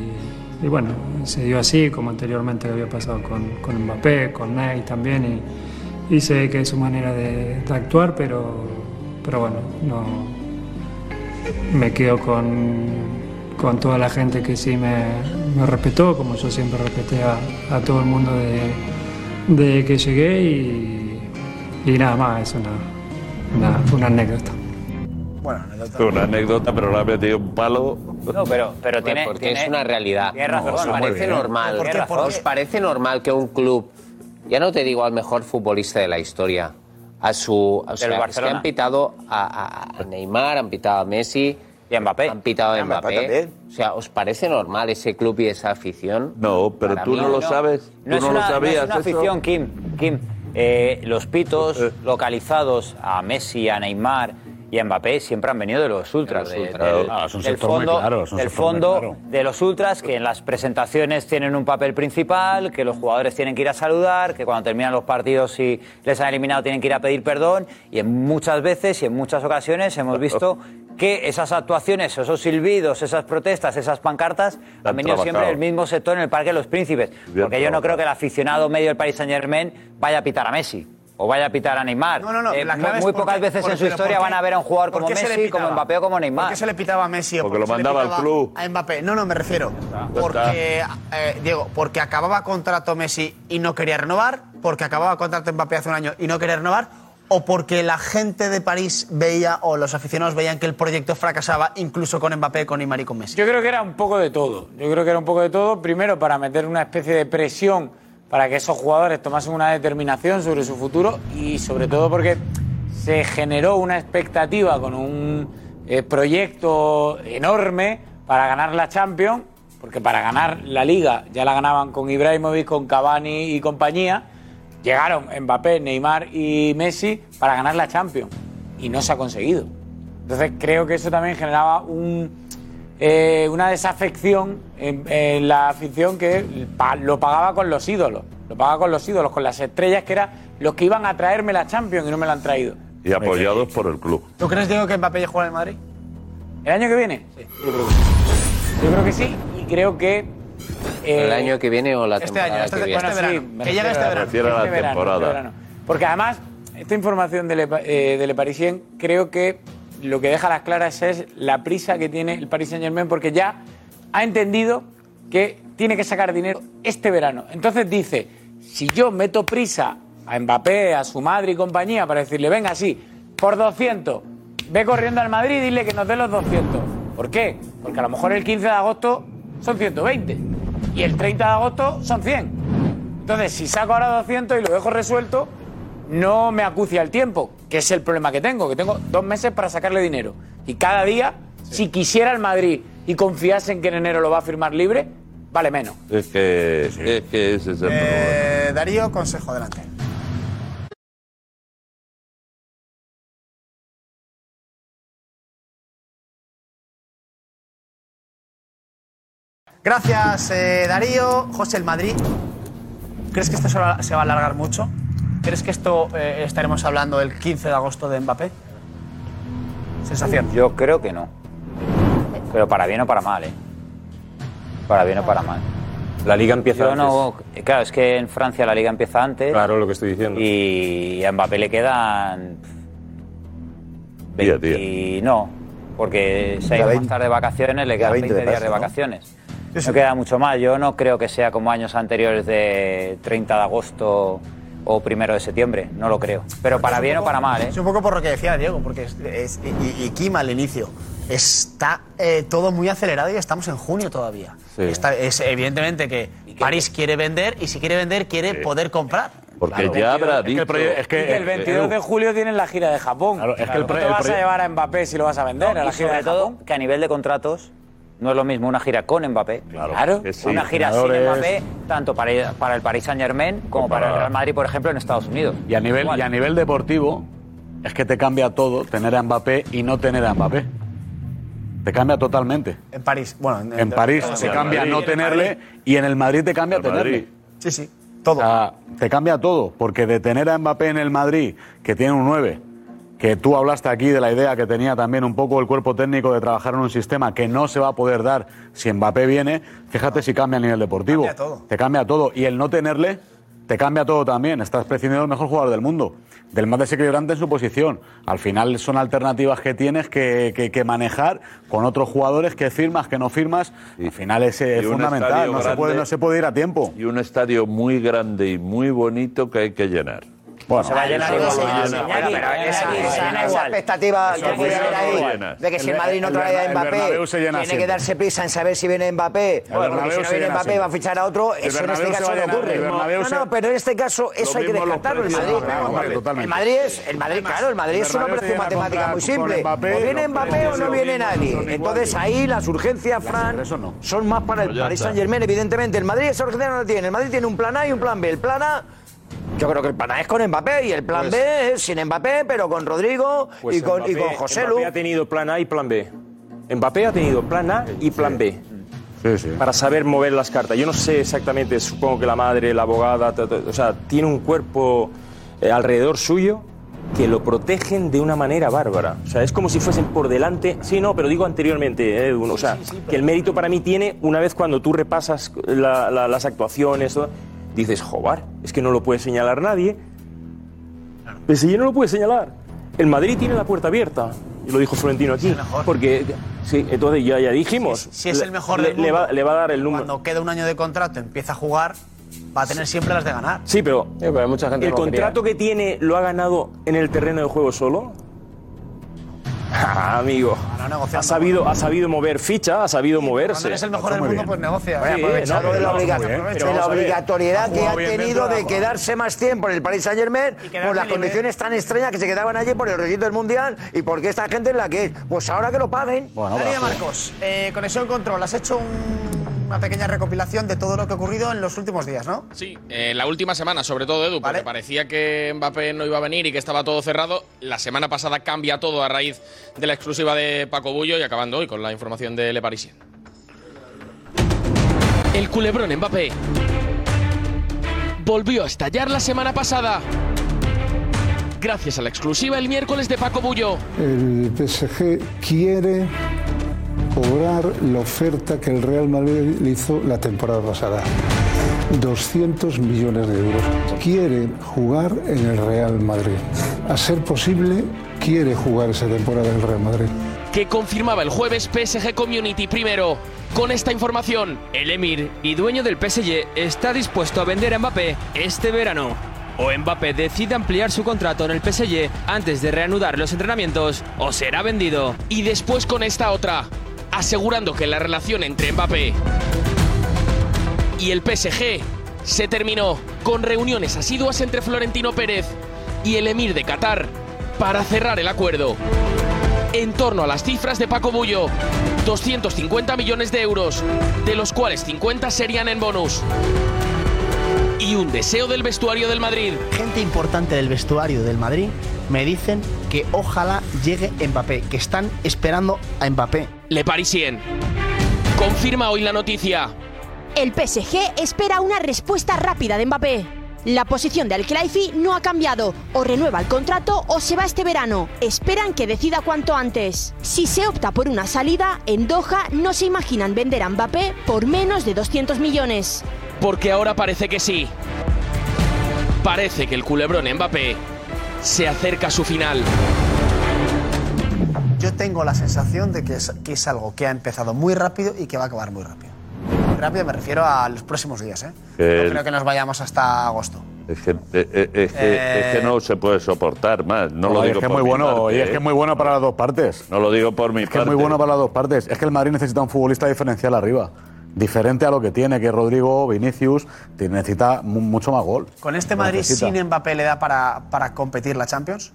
Speaker 20: y bueno, se dio así, como anteriormente había pasado con, con Mbappé, con Ney también. Y, y sé que es su manera de, de actuar, pero, pero bueno, no, me quedo con, con toda la gente que sí me, me respetó, como yo siempre respeté a, a todo el mundo de, de que llegué. Y, y nada más, es una, una, una anécdota.
Speaker 8: Bueno,
Speaker 9: Una anécdota, pero la ha metido un palo.
Speaker 16: No, pero, pero tiene.
Speaker 17: porque
Speaker 16: tiene-
Speaker 17: es una realidad.
Speaker 16: tiene razón.
Speaker 17: ¿Os
Speaker 16: Está muy
Speaker 17: parece
Speaker 16: bien.
Speaker 17: normal?
Speaker 16: ¿Por qué? ¿Por qué?
Speaker 17: ¿Os parece normal que un club, ya no te digo al mejor futbolista de la historia, a su. a su-
Speaker 16: Del
Speaker 17: es que
Speaker 16: Barcelona.
Speaker 17: han pitado a, a- a Neymar, han pitado a Messi. Y a Mbappé. Han pitado a
Speaker 16: Mbappé
Speaker 17: Mbappé. o sea, ¿os parece normal ese club y esa afición?
Speaker 9: No, pero
Speaker 17: Para
Speaker 9: tú
Speaker 17: mí
Speaker 9: no lo sabes.
Speaker 16: No
Speaker 9: tú
Speaker 16: es una,
Speaker 9: no lo
Speaker 16: no es
Speaker 9: sabías.
Speaker 16: una
Speaker 9: eso. Eh.
Speaker 16: afición, Kim. Kim eh, los pitos localizados a Messi, a Neymar y a Mbappé siempre han venido de los ultras.
Speaker 2: De
Speaker 16: de-
Speaker 2: los ultras.
Speaker 16: del-
Speaker 2: Ah, es un
Speaker 16: del
Speaker 2: sector muy
Speaker 16: fondo,
Speaker 2: claro, es un
Speaker 16: del
Speaker 2: sector muy
Speaker 16: fondo
Speaker 2: claro.
Speaker 16: de los ultras que en las presentaciones tienen un papel principal, que los jugadores tienen que ir a saludar, que cuando terminan los partidos si les han eliminado tienen que ir a pedir perdón y en muchas veces y en muchas ocasiones hemos visto que esas actuaciones, esos silbidos, esas protestas, esas pancartas han venido
Speaker 11: trabajado.
Speaker 16: siempre del mismo sector en el Parque de los Príncipes,
Speaker 11: Bien
Speaker 16: porque yo no
Speaker 11: trabajado.
Speaker 16: creo que el aficionado medio del Paris Saint-Germain vaya a pitar a Messi. O vaya a pitar a Neymar.
Speaker 8: No, no, no.
Speaker 16: Eh,
Speaker 8: la
Speaker 16: muy-
Speaker 8: clave es
Speaker 16: muy
Speaker 8: por
Speaker 16: pocas
Speaker 8: qué-
Speaker 16: veces
Speaker 8: por-
Speaker 16: en su
Speaker 8: pero
Speaker 16: historia
Speaker 8: ¿por
Speaker 16: van
Speaker 8: qué-
Speaker 16: a ver a un jugador
Speaker 8: por
Speaker 16: como
Speaker 8: qué se le
Speaker 16: Messi, como
Speaker 8: pitaba?
Speaker 16: Mbappé o como
Speaker 8: ¿Por
Speaker 16: Neymar.
Speaker 8: qué se le pitaba a Messi? o
Speaker 16: Porque
Speaker 8: por qué
Speaker 16: lo
Speaker 8: se le
Speaker 16: mandaba al
Speaker 8: pitaba
Speaker 16: club.
Speaker 8: A Mbappé. No, no, me refiero.
Speaker 16: está.
Speaker 8: Porque, eh, Diego, porque acababa contrato Messi y no quería renovar, porque acababa contrato Mbappé hace un año y no quería renovar, o porque la gente de París veía, o los aficionados veían que el proyecto fracasaba incluso con Mbappé, con Neymar y con Messi.
Speaker 6: Yo creo que era un poco de todo. Yo creo que era un poco de todo. Primero, para meter una especie de presión para que esos jugadores tomasen una determinación sobre su futuro y sobre todo porque se generó una expectativa con un eh, proyecto enorme para ganar la Champions, porque para ganar la Liga ya la ganaban con Ibrahimovic, con Cavani y compañía. Llegaron Mbappé, Neymar y Messi para ganar la Champions y no se ha conseguido. Entonces creo que eso también generaba un, eh, una desafección en, en la afición que pa- lo pagaba con los ídolos. Lo pagaba con los ídolos, con las estrellas que eran los que iban a traerme la Champions y no me la han traído.
Speaker 9: Y apoyados por el club.
Speaker 8: ¿Tú crees, Diego, que Mbappé ya juega en el Madrid?
Speaker 6: ¿El año que viene? Sí, yo creo que sí. Yo creo que sí y creo que... eh,
Speaker 17: el año que viene o la
Speaker 6: este
Speaker 17: temporada
Speaker 6: año, este-
Speaker 17: que viene.
Speaker 6: bueno, sí, me refiero a-
Speaker 17: Me refiero a
Speaker 6: este
Speaker 17: la
Speaker 6: verano,
Speaker 17: temporada.
Speaker 6: este verano. Porque además, esta información de Le, Pa- eh, de Le Parisien creo que lo que deja a las claras es la prisa que tiene el Paris Saint Germain porque ya ha entendido que tiene que sacar dinero este verano. Entonces dice, si yo meto prisa a Mbappé, a su madre y compañía para decirle, venga, sí, por 200, ve corriendo al Madrid y dile que nos dé los 200. ¿Por qué? Porque a lo mejor el 15 de agosto son 120 y el 30 de agosto son 100. Entonces, si saco ahora 200 y lo dejo resuelto, no me acucia el tiempo, que es el problema que tengo, que tengo dos meses para sacarle dinero. Y cada día, si quisiera el Madrid y confiase en que en enero lo va a firmar libre, vale menos.
Speaker 9: Es que, es que ese es el
Speaker 8: Eh, Darío, consejo, adelante. Gracias, eh, Darío. José, el Madrid. ¿Crees que esto se va se va a alargar mucho? ¿Crees que esto eh, estaremos hablando el 15 de agosto de Mbappé? Sensación.
Speaker 16: Yo creo que no. Pero para bien o para mal, ¿eh? Para bien o para mal.
Speaker 11: La liga empieza
Speaker 16: Yo no- claro, es que en Francia la liga empieza antes.
Speaker 11: Claro, lo que estoy diciendo.
Speaker 16: Y a Mbappé le quedan.
Speaker 9: Día a día.
Speaker 16: Y no, porque se ha
Speaker 11: Ya
Speaker 16: ido más
Speaker 11: 20.
Speaker 16: tarde de vacaciones, le
Speaker 11: Ya
Speaker 16: quedan
Speaker 11: 20
Speaker 16: 20
Speaker 11: de
Speaker 16: días
Speaker 11: pase,
Speaker 16: de
Speaker 11: ¿no?
Speaker 16: vacaciones. No queda mucho más. Yo no creo que sea como años anteriores de 30 de agosto o primero de septiembre. No lo creo. Pero para
Speaker 8: Es un
Speaker 16: bien o
Speaker 8: poco-
Speaker 16: para mal, ¿eh?
Speaker 8: Es un poco por lo que decía Diego, porque es, es- y, y Kim al inicio. Está eh, todo muy acelerado y estamos en junio todavía.
Speaker 9: Sí.
Speaker 8: Está- es evidentemente que París quiere vender y si quiere vender quiere poder comprar.
Speaker 9: Porque ya habrá
Speaker 6: que
Speaker 9: dicho.
Speaker 6: el proye- es que- Y que el 22 de julio tienen la gira de Japón.
Speaker 16: eh, uh. es que
Speaker 6: Claro,
Speaker 16: el pro-
Speaker 6: no te
Speaker 16: el
Speaker 6: vas a
Speaker 16: proye-
Speaker 6: llevar a Mbappé si lo vas a vender
Speaker 16: No,
Speaker 6: a la
Speaker 16: y
Speaker 6: gira de
Speaker 16: sobre todo
Speaker 6: Japón.
Speaker 16: que a nivel de contratos no es lo mismo una gira con Mbappé. Claro.
Speaker 6: que sí.
Speaker 16: Una gira sin Mbappé,
Speaker 2: Entrenadores.
Speaker 16: tanto para, para el Paris Saint Germain como para, el Real Madrid, por ejemplo, en Estados Unidos.
Speaker 2: Y a nivel, y a nivel deportivo, es que te cambia todo tener a Mbappé y no tener a Mbappé. Te cambia totalmente.
Speaker 8: En París, bueno. En,
Speaker 2: En París
Speaker 8: en
Speaker 2: se
Speaker 8: el
Speaker 2: cambia
Speaker 8: Madrid.
Speaker 2: no tenerle y en el Madrid te cambia tenerle.
Speaker 8: Sí, sí, todo.
Speaker 2: te cambia todo, porque de tener a Mbappé en el Madrid, que tiene un 9, que tú hablaste aquí de la idea que tenía también un poco el cuerpo técnico de trabajar en un sistema que no se va a poder dar si Mbappé viene, fíjate si cambia a nivel deportivo.
Speaker 8: Cambia todo.
Speaker 2: Te cambia todo. Y el no tenerle, te cambia todo también. Estás prescindiendo del mejor jugador del mundo, del más desequilibrante en su posición. Al final son alternativas que tienes que, que- que manejar con otros jugadores que firmas, que no firmas. Al final es, eh,
Speaker 9: Y un
Speaker 2: fundamental,
Speaker 9: estadio
Speaker 2: no se,
Speaker 9: grande.
Speaker 2: puede, no se puede ir a tiempo.
Speaker 9: Y un estadio muy grande y muy bonito que hay que llenar.
Speaker 2: Bueno,
Speaker 19: Se va a llenar de ese-
Speaker 9: Bueno,
Speaker 19: Iñaki,
Speaker 9: pero
Speaker 19: esa-
Speaker 9: esa-
Speaker 19: esa-
Speaker 9: esa-
Speaker 19: Esa expectativa
Speaker 9: Eso
Speaker 19: que
Speaker 9: es
Speaker 19: puede
Speaker 9: muy
Speaker 19: haber ahí
Speaker 9: buena.
Speaker 19: de que si
Speaker 9: El
Speaker 19: el Madrid no
Speaker 9: Be-
Speaker 19: trae
Speaker 9: el
Speaker 19: a Mbappé,
Speaker 9: Bernabéu se llena
Speaker 19: tiene que
Speaker 9: siempre.
Speaker 19: darse prisa en saber si viene Mbappé.
Speaker 2: El
Speaker 19: Porque
Speaker 2: Bernabéu
Speaker 19: si no
Speaker 2: se
Speaker 19: viene
Speaker 2: llena
Speaker 19: Mbappé
Speaker 2: siempre.
Speaker 19: va a fichar a otro.
Speaker 2: El
Speaker 19: Eso en
Speaker 2: Bernabéu
Speaker 19: este
Speaker 2: se va
Speaker 19: caso
Speaker 2: a
Speaker 19: no
Speaker 2: llenar, el
Speaker 19: ocurre.
Speaker 2: Bernabéu
Speaker 19: No,
Speaker 2: se-
Speaker 19: no, pero en este caso eso
Speaker 2: Lo
Speaker 19: hay que
Speaker 2: mismo los
Speaker 19: descartarlo. El
Speaker 2: precios.
Speaker 19: Madrid,
Speaker 2: Ah, vale, totalmente.
Speaker 19: el Madrid es, el Madrid, claro, el Madrid es una
Speaker 2: Bernabéu
Speaker 19: operación
Speaker 2: se llena
Speaker 19: matemática
Speaker 2: con-
Speaker 19: muy
Speaker 2: con
Speaker 19: simple.
Speaker 2: Mbappé,
Speaker 19: o viene
Speaker 2: los
Speaker 19: Mbappé
Speaker 2: precios
Speaker 19: o
Speaker 2: son
Speaker 19: no
Speaker 2: los
Speaker 19: viene
Speaker 2: mismos,
Speaker 19: nadie.
Speaker 2: son iguales.
Speaker 19: Entonces ahí las urgencias, Fran, son más para el
Speaker 2: Pues ya
Speaker 19: Paris
Speaker 2: está.
Speaker 19: Saint Germain, evidentemente. El Madrid esa urgencia no la tiene. El Madrid tiene un plan A y un plan B. El plan A Yo creo que el plan A es con Mbappé y el plan
Speaker 11: Pues-
Speaker 19: B es sin Mbappé, pero con Rodrigo
Speaker 11: Pues
Speaker 19: y, con, y
Speaker 11: Mbappé-
Speaker 19: con José
Speaker 11: Mbappé ha tenido plan A y plan B. Mbappé ha tenido plan A y plan B. Para saber mover las cartas. Yo no sé exactamente, supongo que la madre, la abogada, ta- ta- o sea, tiene un cuerpo eh, alrededor suyo que lo protegen de una manera bárbara. O sea, es como si fuesen por delante. Sí, no, pero digo anteriormente, eh, uno, o sea, que el mérito para mí tiene una vez cuando tú repasas la- la- las actuaciones, todo, dices, jobar, es que no lo puede señalar nadie. Pero Pues si yo no lo puede señalar. El Madrid tiene la puerta abierta. Y lo dijo Florentino aquí. Porque, sí, entonces ya, ya dijimos.
Speaker 18: Si es el mejor
Speaker 11: le,
Speaker 18: del
Speaker 11: le
Speaker 18: mundo,
Speaker 11: va, le va a dar el número.
Speaker 18: Cuando queda un año de contrato, empieza a jugar, va a tener siempre las de ganar.
Speaker 11: Sí, pero,
Speaker 18: gente
Speaker 11: el
Speaker 18: no lo quería.
Speaker 11: contrato que tiene lo ha ganado en el terreno de juego solo. Ah, amigo, ha sabido, ha sabido mover ficha, ha sabido moverse.
Speaker 18: Cuando eres el mejor del mundo, pues negocia.
Speaker 11: Oye, Sí, aprovechalo no, de la pero- obligación. pero
Speaker 19: De
Speaker 11: vamos
Speaker 19: la
Speaker 11: a ver, ha
Speaker 19: obligatoriedad que
Speaker 11: jugado
Speaker 19: ha
Speaker 11: bien
Speaker 19: tenido
Speaker 11: dentro de la
Speaker 19: de
Speaker 11: jugada.
Speaker 19: quedarse más tiempo en el Paris Saint Germain por las
Speaker 18: libre.
Speaker 19: condiciones tan extrañas que se quedaban allí por el requisito del Mundial y porque esta gente es la que es. Pues ahora que lo paguen.
Speaker 18: Daría Marcos, eh, Conexión Control, has hecho un- una pequeña recopilación de todo lo que ha ocurrido en los últimos días, ¿no?
Speaker 21: Sí, eh, la última semana, sobre todo Edu, porque parecía que Mbappé no iba a venir y que estaba todo cerrado. La semana pasada cambia todo a raíz de la exclusiva de Paco Bullo y acabando hoy con la información de Le Parisien. El culebrón Mbappé volvió a estallar la semana pasada. Gracias a la exclusiva el miércoles de Paco Bullo.
Speaker 13: El PSG quiere cobrar la oferta que el Real Madrid le hizo la temporada pasada. 200 millones de euros. Quiere jugar en el Real Madrid. A ser posible, quiere jugar esa temporada en el Real Madrid.
Speaker 21: que confirmaba el jueves PSG Community primero. Con esta información,
Speaker 22: El Emir y dueño del PSG está dispuesto a vender a Mbappé este verano. O Mbappé decide ampliar su contrato en el PSG antes de reanudar los entrenamientos o será vendido.
Speaker 21: y después con esta otra, asegurando que la relación entre Mbappé y el PSG se terminó con reuniones asiduas entre Florentino Pérez y el emir de Qatar para cerrar el acuerdo. En torno a las cifras de Paco Bullo, 250 millones de euros, de los cuales 50 serían en bonus. Y un deseo del vestuario del Madrid
Speaker 18: Gente importante del vestuario del Madrid me dicen que ojalá llegue Mbappé, que están esperando a Mbappé.
Speaker 21: Le Parisien. Confirma hoy la noticia.
Speaker 3: El PSG espera una respuesta rápida de Mbappé. La posición de Al-Khelaifi no ha cambiado. O renueva el contrato o se va este verano. Esperan que decida cuanto antes. Si se opta por una salida, en Doha no se imaginan vender a Mbappé por menos de 200 millones.
Speaker 21: Porque ahora parece que sí. Parece que el culebrón Mbappé se acerca a su final.
Speaker 18: Yo tengo la sensación de que es, que es algo que ha empezado muy rápido y que va a acabar muy rápido. Muy Rápido me refiero a los próximos días, ¿eh?
Speaker 9: Eh,
Speaker 18: No creo que nos vayamos hasta agosto.
Speaker 9: Es que, eh, eh, es que-
Speaker 18: Eh.
Speaker 9: es que no se puede soportar más. No, lo
Speaker 2: Oye,
Speaker 9: digo
Speaker 2: es que es
Speaker 9: por
Speaker 2: muy
Speaker 9: mi
Speaker 2: bueno,
Speaker 9: parte,
Speaker 2: oye, es que
Speaker 9: ¿eh?
Speaker 2: es muy bueno para las dos partes.
Speaker 9: No lo digo por mi
Speaker 2: Es que es muy bueno para las dos partes. Es que el Madrid necesita un futbolista diferencial arriba. Diferente a lo que tiene, que Rodrigo, Vinicius, te- necesita mu- mucho más gol.
Speaker 18: ¿Con este
Speaker 2: Lo
Speaker 18: Madrid
Speaker 2: necesita.
Speaker 18: sin Mbappé le da para, para competir la Champions?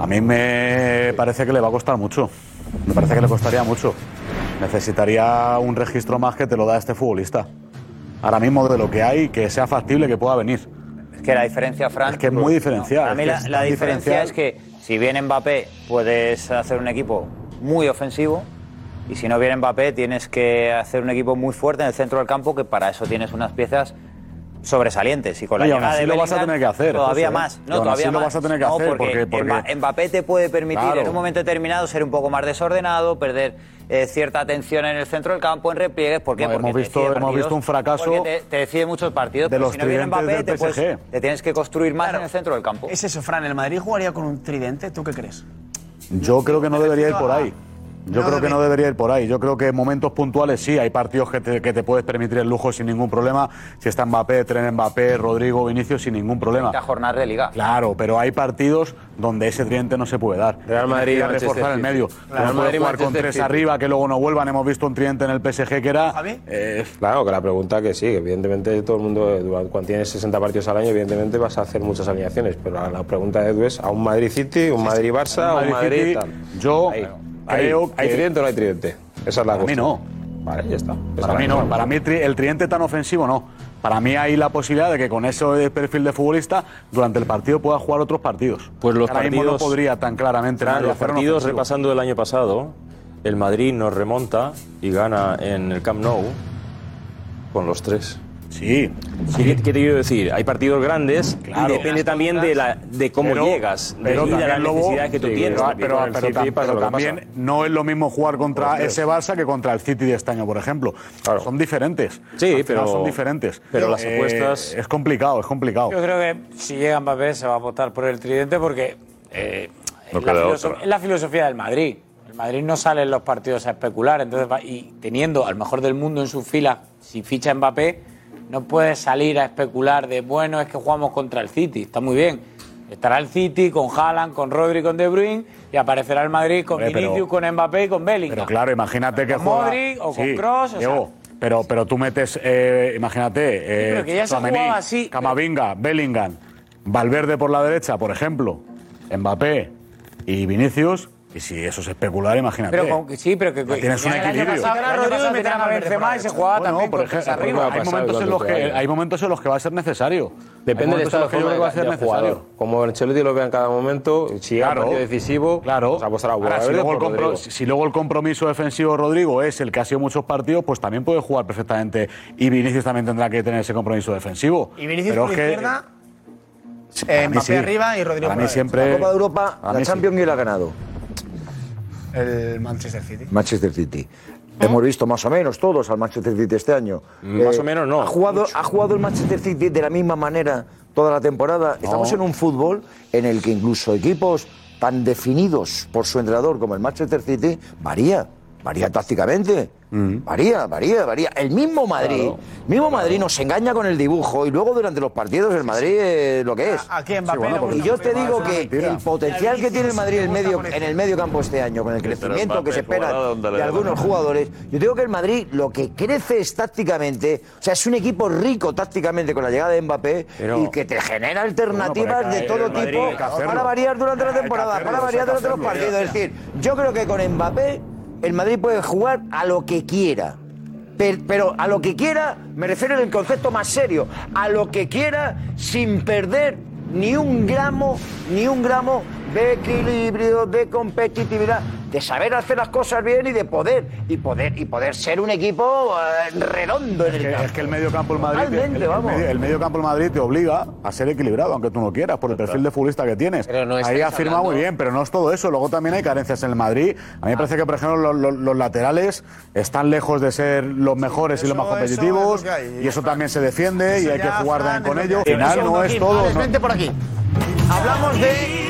Speaker 2: A mí me parece que le va a costar mucho. Me parece que le costaría mucho. Necesitaría un registro más que te lo da este futbolista. Ahora mismo de lo que hay, que sea factible, que pueda venir.
Speaker 16: Es que la diferencia, Fran.
Speaker 2: Es que es muy diferencial.
Speaker 16: A mí
Speaker 2: es que
Speaker 16: la,
Speaker 2: es
Speaker 16: la
Speaker 2: tan
Speaker 16: diferencia
Speaker 2: diferencial.
Speaker 16: es que si viene Mbappé puedes hacer un equipo muy ofensivo y si no viene Mbappé tienes que hacer un equipo muy fuerte en el centro del campo que para eso tienes unas piezas sobresalientes y con la
Speaker 2: Oye, aún
Speaker 16: llegada
Speaker 2: así
Speaker 16: de
Speaker 2: lo vas a
Speaker 16: Bellingham
Speaker 2: tener que hacer,
Speaker 16: todavía
Speaker 2: José, ¿eh?
Speaker 16: más
Speaker 2: Y
Speaker 16: no
Speaker 2: aún
Speaker 16: todavía
Speaker 2: así lo
Speaker 16: más
Speaker 2: vas a tener que
Speaker 16: No,
Speaker 2: hacer,
Speaker 16: porque,
Speaker 2: porque-
Speaker 16: Mba-
Speaker 2: porque-
Speaker 16: Mbappé te puede permitir
Speaker 2: Claro.
Speaker 16: en un momento determinado ser un poco más desordenado perder eh, cierta atención en el centro del campo en repliegues ¿por qué?
Speaker 2: No,
Speaker 16: porque
Speaker 2: hemos
Speaker 16: te
Speaker 2: visto-
Speaker 16: decide
Speaker 2: hemos visto un fracaso
Speaker 16: porque te, te decide muchos partidos
Speaker 2: de
Speaker 16: pero
Speaker 2: los
Speaker 16: si no viene
Speaker 2: tridentes
Speaker 16: Mbappé
Speaker 2: del
Speaker 16: te, puedes-
Speaker 2: PSG.
Speaker 16: te tienes que construir más en el centro del campo
Speaker 18: Es eso, Fran, ¿el Madrid jugaría con un tridente? ¿Tú qué crees?
Speaker 2: Yo creo que no debería ir por
Speaker 18: a-
Speaker 2: ahí. Yo
Speaker 18: No
Speaker 2: creo que
Speaker 18: debe-
Speaker 2: no debería ir por ahí. Yo creo que en momentos puntuales sí, hay partidos que te, que te puedes permitir el lujo sin ningún problema. Si está Mbappé, Tren Mbappé, Rodrigo, Vinicius, sin ningún problema.
Speaker 16: 30 jornadas de liga.
Speaker 2: Claro, pero hay partidos donde ese tridente no se puede dar. Real
Speaker 11: Madrid,
Speaker 2: que reforzar
Speaker 11: Manchester
Speaker 2: el
Speaker 11: City.
Speaker 2: medio.
Speaker 11: Real
Speaker 2: Real
Speaker 11: Madrid,
Speaker 2: Madrid, jugar con
Speaker 11: Manchester
Speaker 2: tres
Speaker 11: City.
Speaker 2: arriba, que luego no vuelvan. Hemos visto un tridente en el PSG que era...
Speaker 15: Eh, Claro, que la pregunta que sí, que evidentemente todo el mundo, eh, durante- cuando tienes 60 partidos al año, evidentemente vas a hacer muchas alineaciones, pero la, la pregunta de Edu es a un Madrid City, un Madrid Barça, un
Speaker 2: Madrid
Speaker 15: Madrid,
Speaker 2: City,
Speaker 15: tal.
Speaker 2: Yo
Speaker 15: Ahí,
Speaker 2: creo
Speaker 15: ¿Hay
Speaker 2: que-
Speaker 15: tridente o no hay tridente? Esa es la
Speaker 2: Para mí
Speaker 15: cuestión.
Speaker 2: no.
Speaker 15: Vale, ya está. Esa
Speaker 2: Para
Speaker 15: es
Speaker 2: mí
Speaker 15: la
Speaker 2: no,
Speaker 15: cuestión.
Speaker 2: para mí tri- el tridente tan ofensivo no. Para mí hay la posibilidad de que con ese perfil de futbolista durante el partido pueda jugar otros partidos.
Speaker 11: Pues los
Speaker 2: Ahora mismo
Speaker 11: partidos-
Speaker 2: no podría tan claramente.
Speaker 11: Fran,
Speaker 2: Madrid
Speaker 11: los
Speaker 2: hacer un
Speaker 11: partidos
Speaker 2: ofensivo.
Speaker 11: repasando el año pasado, el Madrid nos remonta y gana en el Camp Nou con los tres.
Speaker 2: Sí.
Speaker 11: ¿Qué, qué te quiero decir? Hay partidos grandes
Speaker 2: Claro.
Speaker 11: y depende también de, la, de cómo
Speaker 2: Pero-
Speaker 11: llegas, de,
Speaker 2: pero
Speaker 11: y de las
Speaker 2: también, Lobo,
Speaker 11: necesidades que tú
Speaker 2: sí,
Speaker 11: tienes.
Speaker 2: Pero,
Speaker 11: Porque
Speaker 2: pero-
Speaker 11: con el
Speaker 2: pero
Speaker 11: City
Speaker 2: tam-
Speaker 11: pasa
Speaker 2: pero
Speaker 11: lo que
Speaker 2: también
Speaker 11: pasa.
Speaker 2: no es lo mismo jugar contra
Speaker 11: Por Dios.
Speaker 2: ese Barça que contra el City de este año, por ejemplo. Son diferentes.
Speaker 11: Sí,
Speaker 2: Al final
Speaker 11: pero-
Speaker 2: son diferentes. Eh,
Speaker 11: pero las apuestas-
Speaker 2: Es complicado, es complicado.
Speaker 6: Yo creo que si llega Mbappé se va a votar por el tridente porque eh,
Speaker 2: No
Speaker 6: es, la
Speaker 2: queda
Speaker 6: filoso-
Speaker 2: otra.
Speaker 6: es la filosofía del Madrid. El Madrid no sale en los partidos a especular, entonces va- y teniendo al mejor del mundo en sus filas, si ficha Mbappé, no puede salir a especular de bueno, es que jugamos contra el City, está muy bien. Estará el City con Haaland, con Rodri, con De Bruyne y aparecerá el Madrid con
Speaker 2: Hombre, pero-
Speaker 6: Vinicius, con Mbappé y con Bellingham.
Speaker 2: Pero claro, imagínate que
Speaker 6: Con
Speaker 2: juega.
Speaker 6: Modric o con Kroos, o
Speaker 2: Diego, pero, pero tú metes, eh, imagínate, eh,
Speaker 6: pero que ya se
Speaker 2: Tchouaméni,
Speaker 6: jugaba así.
Speaker 2: Camavinga, Bellingham, Valverde por la derecha, por ejemplo, Mbappé y Vinicius. Y si eso es especular, imagínate.
Speaker 6: Pero con- sí, pero que, que-
Speaker 2: tienes un
Speaker 6: el año
Speaker 2: equilibrio.
Speaker 6: pasado era
Speaker 18: El año
Speaker 6: Rodrigo
Speaker 18: pasado
Speaker 6: y metían
Speaker 18: tenían
Speaker 6: a
Speaker 18: a Valverde
Speaker 6: Benzema y
Speaker 18: por
Speaker 6: se
Speaker 18: la
Speaker 6: jugaba
Speaker 2: Bueno,
Speaker 6: también
Speaker 2: por
Speaker 6: con tres
Speaker 2: ejemplo,
Speaker 6: arriba.
Speaker 2: hay momentos, en los que, hay momentos en los que va a ser necesario. Hay
Speaker 11: Depende del
Speaker 2: momentos en
Speaker 11: estado
Speaker 2: los
Speaker 11: de
Speaker 2: que yo
Speaker 11: forma
Speaker 2: creo que va a
Speaker 11: del-
Speaker 2: ser
Speaker 11: del
Speaker 2: necesario.
Speaker 11: jugador.
Speaker 15: Como el Ancelotti lo vea en cada momento, si llega
Speaker 2: Claro.
Speaker 15: un partido decisivo,
Speaker 2: claro.
Speaker 15: pues apostará a
Speaker 2: Ahora, si,
Speaker 15: Valverde
Speaker 2: luego el
Speaker 15: por
Speaker 2: compro-
Speaker 15: Rodrigo.
Speaker 2: si- si luego el compromiso defensivo Rodrigo es el que ha sido muchos partidos, pues también puede jugar perfectamente. Y Vinicius también tendrá que tener ese compromiso defensivo.
Speaker 18: Y Vinicius
Speaker 2: Pero
Speaker 18: por
Speaker 2: es que-
Speaker 18: izquierda,
Speaker 2: Sí,
Speaker 18: eh,
Speaker 2: para mí
Speaker 18: Mbappé
Speaker 2: sí.
Speaker 18: arriba y Rodrigo
Speaker 2: Para
Speaker 18: por
Speaker 2: mí
Speaker 18: derecha.
Speaker 2: siempre.
Speaker 19: La Copa de Europa,
Speaker 2: Para
Speaker 19: la
Speaker 2: mí sí.
Speaker 19: Champions, ¿quién la ha ganado?
Speaker 18: el Manchester City.
Speaker 19: Manchester City. Hemos visto más o menos todos al Manchester City este año.
Speaker 23: Mm,
Speaker 11: Más o menos no,
Speaker 19: ¿ha jugado, ¿Ha jugado el Manchester City de la misma manera toda la temporada? Estamos en un fútbol en el que incluso equipos tan definidos por su entrenador como el Manchester City varía. Varía tácticamente. Varía, varía, varía. El mismo Madrid, el mismo Madrid nos engaña con el dibujo y luego durante los partidos el Madrid es lo que es.
Speaker 18: Aquí Mbappé le gusta
Speaker 19: y yo
Speaker 18: mucho
Speaker 19: te
Speaker 18: más,
Speaker 19: digo
Speaker 18: ¿no?
Speaker 19: que
Speaker 18: Mentira.
Speaker 19: el potencial que tiene el Madrid en el medio, en el medio campo este año, con el
Speaker 9: Pero
Speaker 19: crecimiento
Speaker 9: Mbappé
Speaker 19: que se espera
Speaker 9: jugada donde le
Speaker 19: de
Speaker 9: da la
Speaker 19: algunos
Speaker 9: gana.
Speaker 19: jugadores. Yo digo que el Madrid lo que crece es tácticamente, o sea, es un equipo rico tácticamente con la llegada de Mbappé
Speaker 11: Pero-
Speaker 19: y que te genera
Speaker 11: Bueno,
Speaker 19: alternativas
Speaker 11: pero hay
Speaker 19: de
Speaker 11: que-
Speaker 19: todo
Speaker 11: el Madrid hay
Speaker 19: tipo
Speaker 11: que hacerlo.
Speaker 19: para variar durante la
Speaker 11: Hay que
Speaker 19: temporada,
Speaker 11: hacerlo,
Speaker 19: para
Speaker 11: hay que
Speaker 19: variar durante los
Speaker 11: hacerlo.
Speaker 19: partidos. Es decir, yo creo que con Mbappé el Madrid puede jugar a lo que quiera. Per- Pero a lo que quiera, me refiero en el concepto más serio, a lo que quiera sin perder ni un gramo, ni un gramo de equilibrio, de competitividad, de saber hacer las cosas bien y de poder, y poder, y poder ser un equipo eh, redondo en el campo.
Speaker 2: Es que el medio campo el Madrid, el,
Speaker 19: Totalmente,
Speaker 2: el
Speaker 19: vamos.
Speaker 2: medio, el medio campo del Madrid te obliga a ser equilibrado, aunque tú no quieras, por el perfil de futbolista que tienes. Ahí
Speaker 17: estáis
Speaker 2: ha
Speaker 17: hablando-
Speaker 2: firmado
Speaker 17: Ah.
Speaker 2: muy bien, pero no es todo eso. Luego también hay carencias en el Madrid. A mí me parece que, por ejemplo, los, los- los laterales están lejos de ser los mejores y los más competitivos. y eso también se defiende y hay que jugar también con ello. Al final no es todo.
Speaker 8: Alex,
Speaker 2: no-
Speaker 8: vente por aquí. Hablamos de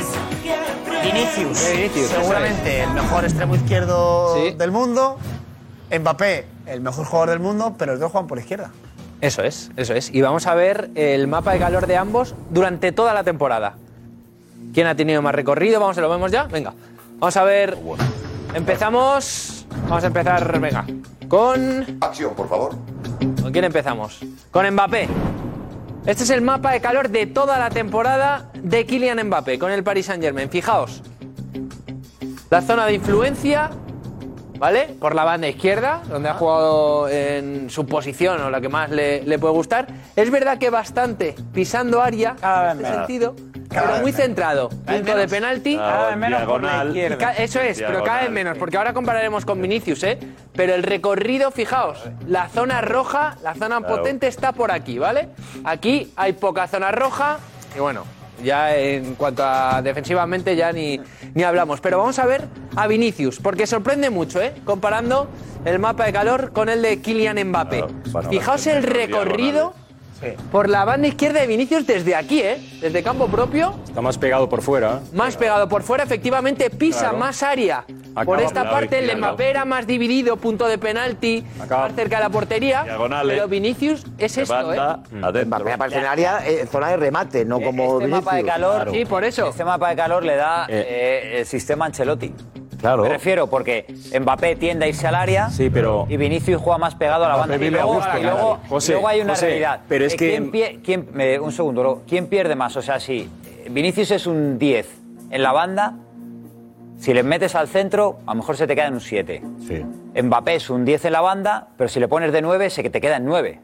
Speaker 8: Vinicius.
Speaker 4: De Vinicius,
Speaker 8: Seguramente el mejor extremo izquierdo del mundo. Mbappé, el mejor jugador del mundo, pero los dos juegan por izquierda.
Speaker 4: Eso es, eso es. Y vamos a ver el mapa de calor de ambos durante toda la temporada. ¿Quién ha tenido más recorrido? Vamos, lo vemos ya. Venga. Vamos a ver. Empezamos. Vamos a empezar, venga. Con.
Speaker 14: Acción, por favor.
Speaker 4: ¿Con quién empezamos? Con Mbappé. Este es el mapa de calor de toda la temporada de Kylian Mbappé con el Paris Saint Germain. Fijaos. La zona de influencia, ¿vale? Por la banda izquierda, donde ha jugado en su posición o la que más le, le puede gustar. Es verdad que bastante pisando área en este
Speaker 6: menos.
Speaker 4: sentido, pero muy centrado. Punto de penalti.
Speaker 6: Cada vez Ah, menos por la Diagonal. izquierda.
Speaker 4: Y ca- Eso es, pero cada vez
Speaker 6: Diagonal.
Speaker 4: menos, porque ahora compararemos con Vinicius, ¿eh? Pero el recorrido, fijaos, la zona roja, la zona
Speaker 6: Claro.
Speaker 4: potente está por aquí, ¿vale? Aquí hay poca zona roja y bueno, ya en cuanto a defensivamente ya ni, ni hablamos. Pero vamos a ver a Vinicius, porque sorprende mucho, ¿eh? Comparando el mapa de calor con el de Kylian Mbappé. Fijaos el
Speaker 11: bastante menos
Speaker 4: recorrido
Speaker 6: ¿eh?
Speaker 4: por la banda izquierda de Vinicius desde aquí, ¿eh? Desde campo propio.
Speaker 11: Está más pegado por fuera.
Speaker 4: Más pegado por fuera, efectivamente pisa
Speaker 11: Claro.
Speaker 4: más área.
Speaker 11: Acaba
Speaker 4: por esta
Speaker 11: por el lado
Speaker 4: parte, el
Speaker 11: izquierdo.
Speaker 4: Mbappé era más dividido, punto de penalti, más cerca de la portería.
Speaker 19: Diagonales.
Speaker 4: Pero Vinicius es esto, ¿eh?
Speaker 19: Mbappé aparece en área, eh, zona de remate, no como
Speaker 16: Este mapa de
Speaker 19: Vinicius.
Speaker 16: calor,
Speaker 19: Claro.
Speaker 4: ¿eh? por eso.
Speaker 16: Este mapa de calor le da eh, el sistema Ancelotti. Claro. Me refiero porque Mbappé tiende a irse al área
Speaker 11: Sí, pero-
Speaker 16: y Vinicius juega más pegado a la
Speaker 11: Mbappé
Speaker 16: banda. Y
Speaker 11: vive a
Speaker 16: luego,
Speaker 11: gusto,
Speaker 16: y luego-
Speaker 11: José,
Speaker 16: y luego hay una
Speaker 11: José,
Speaker 16: realidad.
Speaker 11: pero es
Speaker 16: Eh,
Speaker 11: que-
Speaker 16: ¿quién pie- quién- me- un segundo, luego, ¿quién pierde más? O sea, si Vinicius es un 10 en la banda, si le metes al centro, a lo mejor se te queda en un 7. Mbappé es un 10 en la banda, pero si le pones de 9, se te queda en 9.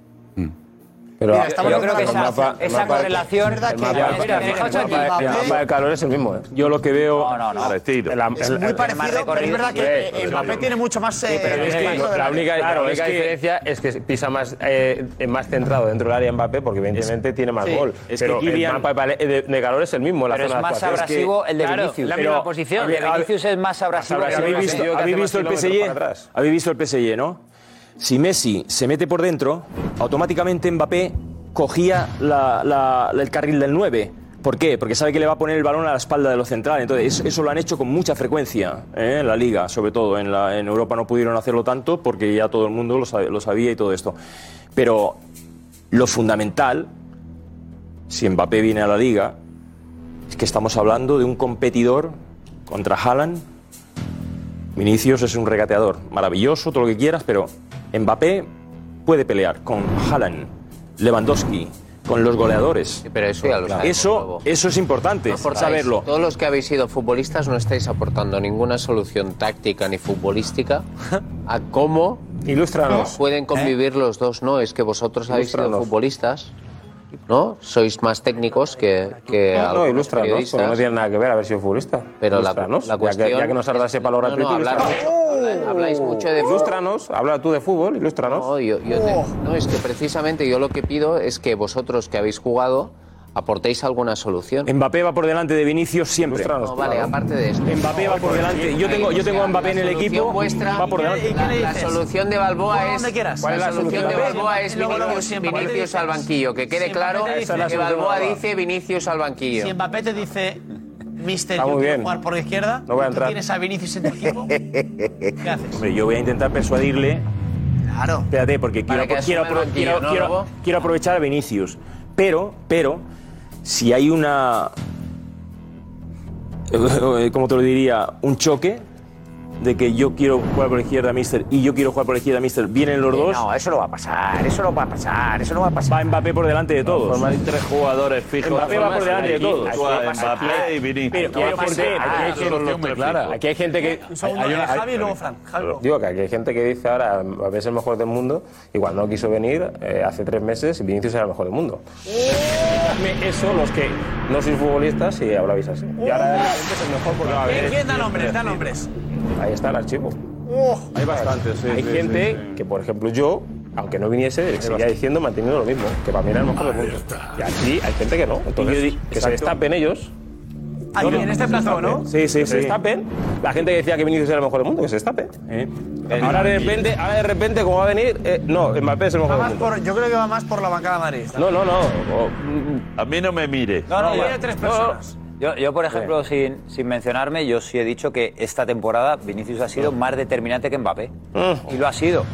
Speaker 24: Pero
Speaker 8: Mira, estamos
Speaker 24: pero
Speaker 8: viendo
Speaker 24: el
Speaker 8: la
Speaker 24: mapa-
Speaker 8: correlación.
Speaker 24: el
Speaker 8: Esa
Speaker 24: mapa de-
Speaker 8: correlación-
Speaker 24: el
Speaker 8: Mira,
Speaker 24: mapa-
Speaker 8: mira,
Speaker 24: el
Speaker 8: mira,
Speaker 24: mapa-
Speaker 8: fijaos aquí.
Speaker 24: el mapa-
Speaker 8: Mbappé-
Speaker 24: el mapa de calor es el mismo. ¿eh? Yo lo que veo.
Speaker 25: Parecido.
Speaker 8: Es muy parecido, pero es verdad que eh, Mbappé tiene mucho más. eh,
Speaker 15: pero es que
Speaker 8: impacto de
Speaker 15: la única,
Speaker 8: Claro,
Speaker 15: la
Speaker 8: es
Speaker 15: única
Speaker 8: que-
Speaker 15: diferencia es que pisa más, eh, más centrado dentro del área Mbappé porque evidentemente tiene más
Speaker 8: sí,
Speaker 15: gol.
Speaker 8: es que
Speaker 15: pero
Speaker 8: Kylian-
Speaker 15: el mapa de, de- de calor es el mismo. La
Speaker 8: Pero es
Speaker 15: zona de
Speaker 8: más
Speaker 15: actuación.
Speaker 8: abrasivo el de
Speaker 15: Claro,
Speaker 8: Vinicius.
Speaker 15: la
Speaker 8: Pero
Speaker 15: misma
Speaker 8: posición, el de Vinicius es más abrasivo que
Speaker 15: abrasivo
Speaker 8: el de
Speaker 15: que
Speaker 8: Mbappé.
Speaker 15: yo, que hace
Speaker 8: ¿Habéis
Speaker 15: más
Speaker 8: visto el
Speaker 15: kilómetros
Speaker 8: PSG?
Speaker 15: para atrás.
Speaker 11: Habéis visto el PSG, ¿no? Si Messi se mete por dentro, automáticamente Mbappé cogía la- la- la- el carril del 9. ¿Por qué? Porque sabe que le va a poner el balón a la espalda de los centrales. Entonces, es- eso lo han hecho con mucha frecuencia ¿eh? en la liga, sobre todo. En, la- en Europa no pudieron hacerlo tanto porque ya todo el mundo lo sabe- lo sabía y todo esto. Pero lo fundamental, si Mbappé viene a la liga, es que estamos hablando de un competidor contra Haaland Vinicius es un regateador maravilloso, todo lo que quieras, pero Mbappé puede pelear con Haaland, Lewandowski, con los goleadores.
Speaker 17: pero eso ya lo sabemos,
Speaker 11: Eso, eso es importante,
Speaker 17: No
Speaker 11: por
Speaker 17: aportáis.
Speaker 11: saberlo.
Speaker 17: Todos los que habéis sido futbolistas no estáis aportando ninguna solución táctica ni futbolístranos a cómo pueden convivir los dos. No, es que vosotros habéis sido
Speaker 15: ¿Eh? Ilústranos.
Speaker 17: futbolistas, ¿no? Sois más técnicos que, que
Speaker 15: No, no,
Speaker 17: algunos
Speaker 15: ilustra, ¿no? Porque no
Speaker 17: periodistas.
Speaker 15: tiene nada que ver haber sido futbolista.
Speaker 17: Pero la-
Speaker 15: Ilústranos,
Speaker 17: la
Speaker 15: ya que- Ya
Speaker 17: cuestión
Speaker 15: que, nos has dado ese valor
Speaker 17: no,
Speaker 15: a ti,
Speaker 17: no, hablar
Speaker 15: ilústranos.
Speaker 17: Eh, Habláis mucho de fútbol.
Speaker 15: Ilústranos, habla tú de fútbol, ilústranos. Oh.
Speaker 17: No, yo- yo te- no, es que precisamente yo lo que pido es que vosotros que habéis jugado aportéis alguna solución.
Speaker 11: Mbappé va por delante de Vinicius siempre.
Speaker 17: No, vale, aparte de esto.
Speaker 11: Mbappé va por delante. Yo tengo, yo tengo a Mbappé en el equipo. va por delante.
Speaker 17: La, la solución de Balboa es.
Speaker 15: ¿Cuál es la solución?
Speaker 17: de Balboa es
Speaker 15: Luego, luego, si
Speaker 17: Vinicius,
Speaker 15: Mbappé te
Speaker 17: Vinicius
Speaker 15: dice-
Speaker 17: al banquillo. Que quede
Speaker 15: si
Speaker 17: claro
Speaker 15: Mbappé te dice- Esa es la
Speaker 17: que
Speaker 15: solución de
Speaker 17: Balboa
Speaker 15: Balboa.
Speaker 17: dice Vinicius al banquillo.
Speaker 8: Si Mbappé te dice, Mister,
Speaker 15: Está
Speaker 8: yo
Speaker 15: muy
Speaker 8: quiero
Speaker 15: bien.
Speaker 8: jugar por la izquierda,
Speaker 15: No voy a
Speaker 8: y tú
Speaker 15: entrar.
Speaker 8: tienes a Vinicius en tu equipo, ¿qué haces?
Speaker 11: Hombre, yo voy a intentar persuadirle.
Speaker 8: Claro.
Speaker 11: Espérate, porque
Speaker 8: Para
Speaker 11: quiero,
Speaker 8: que
Speaker 11: quiero,
Speaker 8: asuma el
Speaker 11: quiero-
Speaker 8: banquillo, ¿no,
Speaker 11: quiero-
Speaker 8: Lobo?
Speaker 11: quiero aprovechar a Vinicius. Pero, pero, si hay una. ¿Cómo te lo diría? Un choque de que yo quiero jugar por la izquierda, mister, y yo quiero jugar por la izquierda, mister. Vienen los
Speaker 26: Sí,
Speaker 11: dos.
Speaker 26: no, eso no va a pasar, eso no va a pasar, eso no va a pasar.
Speaker 11: Va Mbappé por delante de todos.
Speaker 15: forma, hay
Speaker 11: tres jugadores
Speaker 15: fijos.
Speaker 11: Mbappé va por delante de
Speaker 15: Aquí-
Speaker 11: todos.
Speaker 15: aquí va a pasar.
Speaker 1: Mbappé y Vinicius.
Speaker 15: Pero-
Speaker 1: Aquí va a
Speaker 15: pero ¿por
Speaker 1: pasar.
Speaker 15: qué?
Speaker 1: Ah,
Speaker 15: Aquí hay
Speaker 1: eso
Speaker 15: gente-
Speaker 1: lo tengo muy claro.
Speaker 15: Aquí hay gente que.
Speaker 1: Un segundo,
Speaker 15: hay una-
Speaker 1: Javi y luego
Speaker 8: Fran.
Speaker 15: Digo que aquí hay gente que dice ahora, a veces el mejor del mundo, y cuando no quiso venir, eh, hace tres meses, Vinicius era el mejor del mundo.
Speaker 26: Oh.
Speaker 15: Dame Eso, los que no sois futbolistas y hablabais así. Y ahora de repente es el mejor porque va a haber-
Speaker 8: ¿Quién da nombres? Da nombres.
Speaker 15: Ahí está el archivo.
Speaker 1: Hay bastantes, sí.
Speaker 15: Hay
Speaker 1: sí,
Speaker 15: gente
Speaker 1: sí, sí.
Speaker 15: que, por ejemplo, yo, aunque no viniese, seguía diciendo, manteniendo lo mismo, que para mí era el mejor del mundo. Y aquí hay gente que no. Entonces,
Speaker 1: Y yo di-
Speaker 15: que
Speaker 1: exacto.
Speaker 15: se destapen ellos.
Speaker 8: Aquí, en este plazo, ¿no?
Speaker 15: Sí, sí, que se
Speaker 8: sí.
Speaker 15: destapen. La gente que decía que Vinicius era el mejor del mundo, que se destape.
Speaker 1: Eh,
Speaker 15: Eh, Ahora de repente, ahora de repente, como va a venir, eh, no, Mbappé es el mejor
Speaker 8: Va
Speaker 15: del
Speaker 8: más
Speaker 15: mundo. Oh.
Speaker 8: por- yo creo que va más por la bancada de Madrid.
Speaker 15: No, no, no.
Speaker 1: A mí no me mire.
Speaker 8: No, no,
Speaker 15: No,
Speaker 8: yo
Speaker 15: bueno.
Speaker 8: a tres personas.
Speaker 16: Yo, yo, por ejemplo, sin, sin mencionarme, yo sí he dicho que esta temporada Vinicius ha sido más determinante que Mbappé. Y lo ha sido.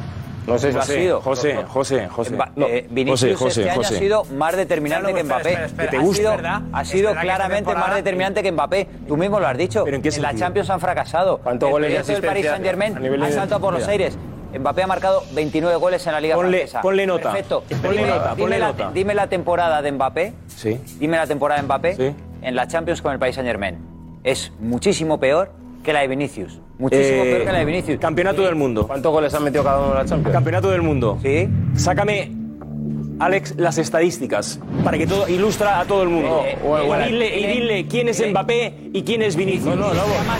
Speaker 15: No sé,
Speaker 16: lo ha
Speaker 15: José,
Speaker 16: sido.
Speaker 15: José, José, José.
Speaker 16: Mba-
Speaker 15: No,
Speaker 16: eh, Vinicius
Speaker 15: José, José,
Speaker 16: este año
Speaker 15: José.
Speaker 16: ha sido más determinante que Mbappé.
Speaker 15: espera, espera.
Speaker 16: Que
Speaker 15: ¿Te gusta?
Speaker 16: Ha
Speaker 15: ¿Es verdad?
Speaker 16: sido, ha
Speaker 15: ¿Es
Speaker 16: sido
Speaker 15: verdad que esta
Speaker 16: claramente más
Speaker 15: temporada-
Speaker 16: determinante que Mbappé. Tú mismo lo has dicho.
Speaker 15: ¿Pero en qué
Speaker 16: la
Speaker 15: sentido?
Speaker 16: Champions han fracasado.
Speaker 15: ¿Cuántos
Speaker 16: El
Speaker 15: goles y
Speaker 16: proyecto del Paris
Speaker 15: asistencias?
Speaker 16: Saint Germain
Speaker 15: A nivel
Speaker 16: ha
Speaker 15: de-
Speaker 16: saltado por los
Speaker 15: Mira.
Speaker 16: aires. Mbappé ha marcado 29 goles en la Liga
Speaker 15: Ponle-
Speaker 16: Francesa.
Speaker 15: ponle nota.
Speaker 16: Perfecto.
Speaker 15: Ponle
Speaker 16: Dime-
Speaker 15: nota,
Speaker 16: dime
Speaker 15: ponle
Speaker 16: la-
Speaker 15: nota.
Speaker 16: Dime la temporada de Mbappé
Speaker 15: Sí.
Speaker 16: dime la temporada de Mbappé en la Champions con el Paris Saint Germain. Es muchísimo peor que la de Vinicius. Muchísimo
Speaker 15: Eh,
Speaker 16: peor que la de Vinicius.
Speaker 15: Campeonato del mundo. ¿Cuántos goles han metido cada uno en la Champions?
Speaker 11: Campeonato del mundo.
Speaker 16: Sí.
Speaker 11: Sácame, Alex, las estadísticas para que todo ilustra a todo el mundo.
Speaker 15: Eh, eh,
Speaker 11: y,
Speaker 15: eh,
Speaker 11: dile, y
Speaker 15: eh,
Speaker 11: dile quién es Mbappé y quién es
Speaker 16: eh,
Speaker 11: Vinicius.
Speaker 15: No, no, Lobo,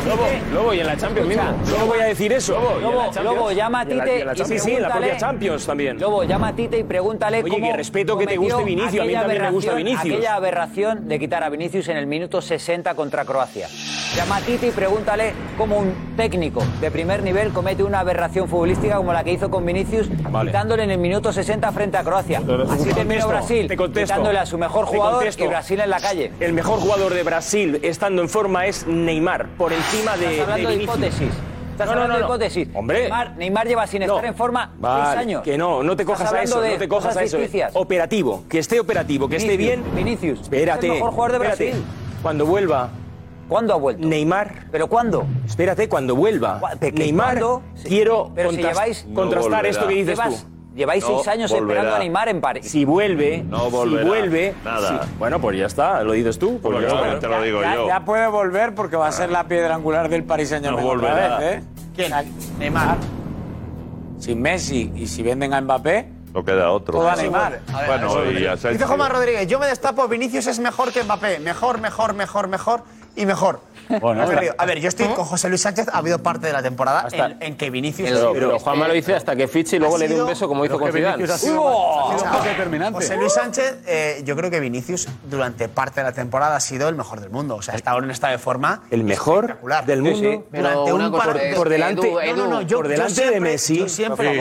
Speaker 15: Lobo, Lobo, y en la Champions mismo.
Speaker 11: No voy a decir eso.
Speaker 15: Lobo, y en la
Speaker 16: Lobo,
Speaker 15: Champions.
Speaker 16: Lobo, llama a
Speaker 15: Y en la-
Speaker 16: Tite
Speaker 15: y en la
Speaker 16: y
Speaker 11: Sí,
Speaker 15: Champions.
Speaker 11: sí, en la
Speaker 16: pregúntale-
Speaker 11: propia Champions también.
Speaker 16: Lobo, llama a Tite y pregúntale
Speaker 11: Oye,
Speaker 16: cómo.
Speaker 11: que respeto que te
Speaker 16: cometió
Speaker 11: guste Vinicius, a mí
Speaker 16: aquella
Speaker 11: también me gusta
Speaker 16: aberración-
Speaker 11: Vinicius.
Speaker 16: Aquella aberración de quitar a Vinicius en el minuto 60 contra Croacia. Llama a Tite y pregúntale cómo un técnico de primer nivel comete una aberración futbolística como la que hizo con Vinicius, quitándole en el minuto 60 frente a Croacia. Así
Speaker 11: Te
Speaker 16: terminó
Speaker 11: contesto,
Speaker 16: Brasil,
Speaker 11: te contesto.
Speaker 16: quitándole a su mejor
Speaker 11: Te
Speaker 16: jugador
Speaker 11: contesto.
Speaker 16: y Brasil en la calle.
Speaker 11: El mejor jugador de Brasil estando en forma es Neymar, por encima de.
Speaker 16: Estás hablando de hipótesis. Estás
Speaker 11: No, no,
Speaker 16: hablando
Speaker 11: no,
Speaker 16: de
Speaker 11: no.
Speaker 16: hipótesis.
Speaker 11: Hombre.
Speaker 16: Neymar, Neymar lleva sin estar en forma
Speaker 11: Vale,
Speaker 16: 6 años.
Speaker 11: Que no, no te
Speaker 16: Estás
Speaker 11: cojas a
Speaker 16: hablando
Speaker 11: eso,
Speaker 16: de
Speaker 11: no te cojas a
Speaker 16: cosas
Speaker 11: eso. eh.
Speaker 16: ficticias.
Speaker 11: Operativo, que esté operativo, que esté bien.
Speaker 16: Vinicius, Vinicius.
Speaker 11: Espérate.
Speaker 16: Es el mejor jugador de
Speaker 11: espérate.
Speaker 16: Brasil.
Speaker 11: Cuando vuelva.
Speaker 16: ¿Cuándo ha vuelto?
Speaker 11: Neymar.
Speaker 16: ¿Pero cuándo?
Speaker 11: Espérate, cuando vuelva.
Speaker 16: ¿Pero qué?
Speaker 11: Neymar,
Speaker 16: ¿Cuándo?
Speaker 11: quiero
Speaker 16: Pero si
Speaker 11: contras-
Speaker 16: lleváis-
Speaker 11: contrastar esto que dices
Speaker 16: Llevas-
Speaker 11: tú.
Speaker 16: Lleváis seis años esperando a Neymar en París.
Speaker 11: Si vuelve, No si volverá. vuelve, Nada. si- bueno, pues ya está, lo dices tú. Pues Bueno, ya ya está. te lo digo
Speaker 6: Ya, ya puede volver porque va a ser la piedra angular del Paris Saint Germain.
Speaker 11: No
Speaker 6: otra
Speaker 11: volverá.
Speaker 6: vez, ¿eh? ¿Quién? Neymar. Si Messi y si venden a Mbappé,
Speaker 9: No queda otro.
Speaker 8: Todo Neymar. A ver,
Speaker 9: Bueno, y a
Speaker 8: Dice
Speaker 9: Sergio.
Speaker 8: Juanma Rodríguez, yo me destapo, Vinicius es mejor que Mbappé. Mejor, mejor, mejor, mejor y mejor.
Speaker 2: Bueno,
Speaker 8: Me he reído. a ver, yo estoy con José Luis Sánchez, ha habido parte de la temporada
Speaker 1: Hasta-
Speaker 8: en, en que Vinicius...
Speaker 1: Pero, pero Juanma lo dice hasta que fiche y luego
Speaker 8: ha
Speaker 1: le dé
Speaker 8: sido-
Speaker 1: un beso como hizo con Zidane.
Speaker 8: O sea,
Speaker 2: determinante.
Speaker 8: José Luis Sánchez, eh, yo creo que Vinicius durante parte de la temporada ha sido el mejor del mundo. O sea, está ahora en un estado de forma
Speaker 1: El mejor
Speaker 8: espectacular.
Speaker 1: del mundo.
Speaker 8: Durante un par
Speaker 1: por, por delante, no, no, no, yo- por delante de Messi.
Speaker 8: Yo siempre
Speaker 1: Sí, sí, sí, sí.
Speaker 17: Por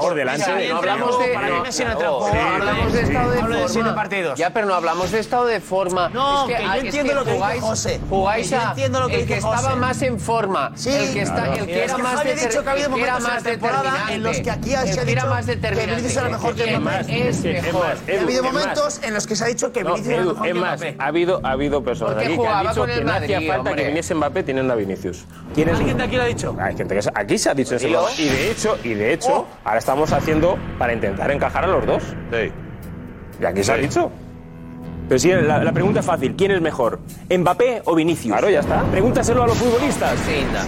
Speaker 1: Por delante.
Speaker 17: no hablamos de.
Speaker 8: Para mí Messi no entra en
Speaker 17: no,
Speaker 8: juego.
Speaker 17: hablamos de estado de
Speaker 8: Hablo de siete
Speaker 17: forma.
Speaker 8: partidos.
Speaker 17: Ya, pero no hablamos de estado de forma.
Speaker 8: No, que yo
Speaker 17: hay-
Speaker 8: entiendo lo que dice
Speaker 17: jugáis,
Speaker 8: José.
Speaker 17: Jugáis
Speaker 8: Que yo
Speaker 17: a
Speaker 8: entiendo lo
Speaker 17: el
Speaker 8: que
Speaker 17: que
Speaker 8: dice
Speaker 17: estaba
Speaker 8: José.
Speaker 17: más en forma.
Speaker 8: Sí,
Speaker 17: el que, está,
Speaker 8: claro.
Speaker 17: el que
Speaker 8: Es
Speaker 17: era
Speaker 8: que
Speaker 17: más
Speaker 8: Javi ha
Speaker 17: deter-
Speaker 8: dicho que ha habido
Speaker 17: el que era
Speaker 8: momentos en
Speaker 17: más
Speaker 8: la temporada
Speaker 17: determinante.
Speaker 8: en los que
Speaker 17: El
Speaker 8: aquí se ha
Speaker 17: que era
Speaker 8: dicho
Speaker 17: más
Speaker 8: que
Speaker 17: determinante.
Speaker 8: Vinicius era mejor que
Speaker 17: Neymar
Speaker 8: Mbappé.
Speaker 17: Es mejor.
Speaker 8: Y ha habido momentos en los que se ha dicho que
Speaker 1: No,
Speaker 8: Vinicius era
Speaker 1: Edu,
Speaker 8: mejor que
Speaker 1: es más,
Speaker 8: Mbappé.
Speaker 1: ha habido, ha habido personas
Speaker 8: Porque
Speaker 1: aquí que han
Speaker 8: jugaba
Speaker 1: dicho
Speaker 8: con el
Speaker 1: que no hacía
Speaker 8: Madrid,
Speaker 1: falta
Speaker 8: hombre.
Speaker 1: que viniese Mbappé teniendo a Vinicius. ¿Quién es-
Speaker 8: ¿Alguien de aquí lo ha dicho?
Speaker 1: Ah, hay gente que se- aquí se ha dicho eso. ¿Y luego? Y de hecho, y de hecho, Oh. ahora estamos haciendo para intentar encajar a los dos. Y aquí se ha dicho. Pero sí, la, la pregunta es fácil. ¿Quién es mejor? ¿Mbappé o Vinicius? Claro, ya está. Pregúntaselo a los futbolistas,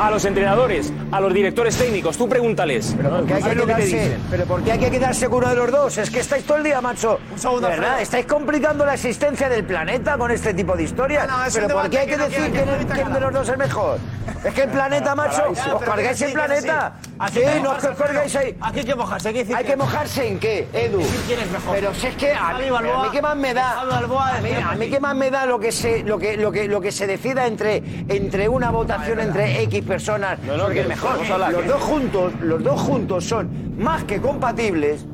Speaker 1: a los entrenadores, a los directores técnicos. Tú pregúntales. Pero
Speaker 19: ¿Por qué hay que quedarse, pero ¿por qué hay que quedarse con uno de los dos? Es que estáis todo el día, macho.
Speaker 8: segundo,
Speaker 19: De verdad,
Speaker 8: Alfredo.
Speaker 19: estáis complicando la existencia del planeta con este tipo de historias.
Speaker 8: No, no, es
Speaker 19: pero
Speaker 8: un
Speaker 19: ¿por
Speaker 8: debate
Speaker 19: qué hay que
Speaker 8: que no
Speaker 19: decir
Speaker 8: quiero que
Speaker 19: quién
Speaker 8: Javi
Speaker 19: es-
Speaker 8: te
Speaker 19: quién de
Speaker 8: haga.
Speaker 19: los dos es mejor? Es que el planeta, macho,
Speaker 8: Ya, pero
Speaker 19: os
Speaker 8: que
Speaker 19: cargáis
Speaker 8: sí,
Speaker 19: el
Speaker 8: que sí.
Speaker 19: planeta.
Speaker 8: Aquí
Speaker 19: Sí,
Speaker 8: hay que
Speaker 19: no os
Speaker 8: mojarse,
Speaker 19: cargáis ahí.
Speaker 8: Aquí hay que mojarse, hay que decir
Speaker 19: ¿Hay que mojarse en qué, Edu?
Speaker 8: quién es mejor.
Speaker 19: Pero si es que a,
Speaker 8: Javi
Speaker 19: a
Speaker 8: Balboa-
Speaker 19: mí qué más me da.
Speaker 8: Javi Balboa
Speaker 19: a, mí,
Speaker 8: decía
Speaker 19: a mí
Speaker 8: Mati.
Speaker 19: qué más me da lo que se, lo que, lo que, lo que se decida entre, entre una votación entre X personas.
Speaker 1: No, no,
Speaker 19: porque
Speaker 1: que
Speaker 19: mejor,
Speaker 1: vamos a hablar.
Speaker 19: los dos juntos, los dos juntos son más que compatibles.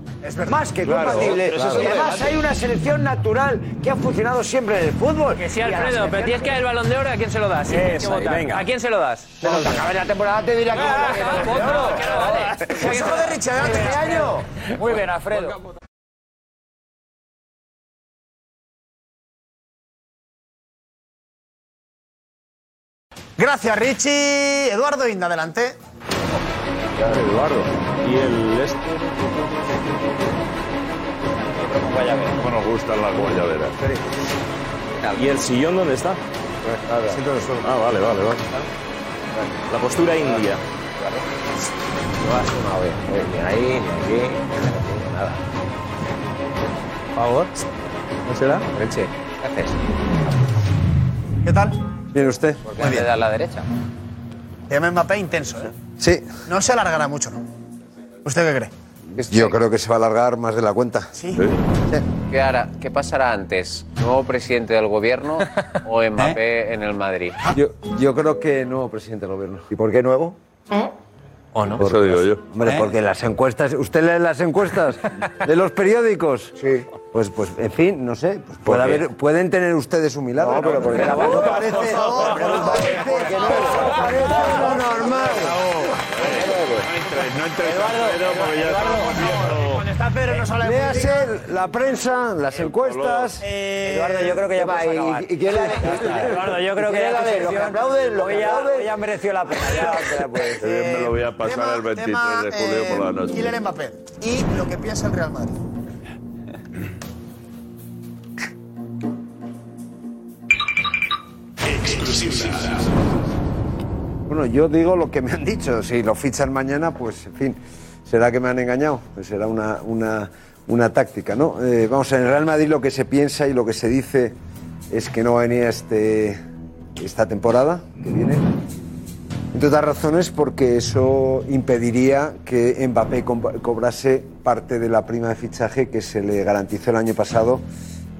Speaker 19: Más que
Speaker 1: Claro,
Speaker 19: compatibles.
Speaker 1: pero eso es
Speaker 19: Y
Speaker 1: otro
Speaker 19: además
Speaker 1: debate.
Speaker 19: hay una selección natural que ha funcionado siempre en el fútbol.
Speaker 4: Que sí, Alfredo, pero tienes que dar el balón de oro, ¿a quién se lo das? Sí,
Speaker 19: Esa,
Speaker 4: tienes que votar.
Speaker 19: venga.
Speaker 4: ¿A quién se lo das? Ah,
Speaker 19: acabe la temporada te dirá
Speaker 8: Consejo de Richard Gante.
Speaker 19: Este año. Muy bien, Alfredo.
Speaker 8: Gracias, Richie. Eduardo Inda, adelante.
Speaker 9: Eduardo. Y el este.
Speaker 14: ¿Cómo nos gustan las guayaberas?
Speaker 1: ¿Y el sillón dónde está?
Speaker 14: Ah, vale, vale, vale.
Speaker 1: La postura india. No vas una vez, ni ahí, ni aquí, nada. Por favor. ¿No será? Leche.
Speaker 17: ¿Qué haces?
Speaker 8: ¿Qué tal?
Speaker 23: Bien, usted.
Speaker 17: ¿Por qué le das la derecha?
Speaker 8: Tema Mbappé intenso, ¿eh?
Speaker 23: Sí.
Speaker 8: No se alargará mucho, ¿no? ¿Usted qué cree?
Speaker 23: Yo creo que se va a alargar más de la cuenta. Sí.
Speaker 17: ¿Qué, hará- qué pasará antes? ¿Nuevo presidente del gobierno o Mbappé en el Madrid?
Speaker 23: Yo, yo creo que nuevo presidente del gobierno. ¿Y por qué nuevo?
Speaker 17: ¿Eh? ¿O no? ¿Eh?
Speaker 23: Eso digo yo. Hombre, porque las encuestas. ¿Usted lee las encuestas de los periódicos? Sí. Pues, pues, en fin, no sé. pues puede qué? haber, pueden tener ustedes un milagro. No, pero porque
Speaker 19: No
Speaker 23: parece,
Speaker 19: parece, no parece, no parece lo normal.
Speaker 14: No entres, Pedro, porque ya estamos viendo.
Speaker 8: Cuando está Pedro no sale
Speaker 23: Léase la prensa, las encuestas.
Speaker 4: Eh,
Speaker 19: Eduardo, yo creo que ya va.
Speaker 23: y-
Speaker 19: ¿Y,
Speaker 23: y quién la-
Speaker 19: Eduardo, yo creo
Speaker 23: ¿Y
Speaker 19: que ya
Speaker 23: quién la
Speaker 19: tu
Speaker 23: ve? Los que
Speaker 19: sección-
Speaker 23: aplauden, los
Speaker 19: hoy
Speaker 23: que
Speaker 19: ya-
Speaker 23: aplauden.
Speaker 19: hoy ya ha merecido la pena.
Speaker 9: Eh, me lo voy a pasar el 23 de julio por la noche.
Speaker 8: Kylian Mbappé. Y lo que piensa el Real Madrid.
Speaker 23: Bueno, yo digo lo que me han dicho. Si lo fichan mañana, pues, en fin, será que me han engañado. Pues será una, una, una táctica, ¿no? Eh, vamos, en el Real Madrid lo que se piensa y lo que se dice es que no va a venir este, esta temporada que viene. Entre otras razones porque eso impediría que Mbappé comp- cobrase parte de la prima de fichaje que se le garantizó el año pasado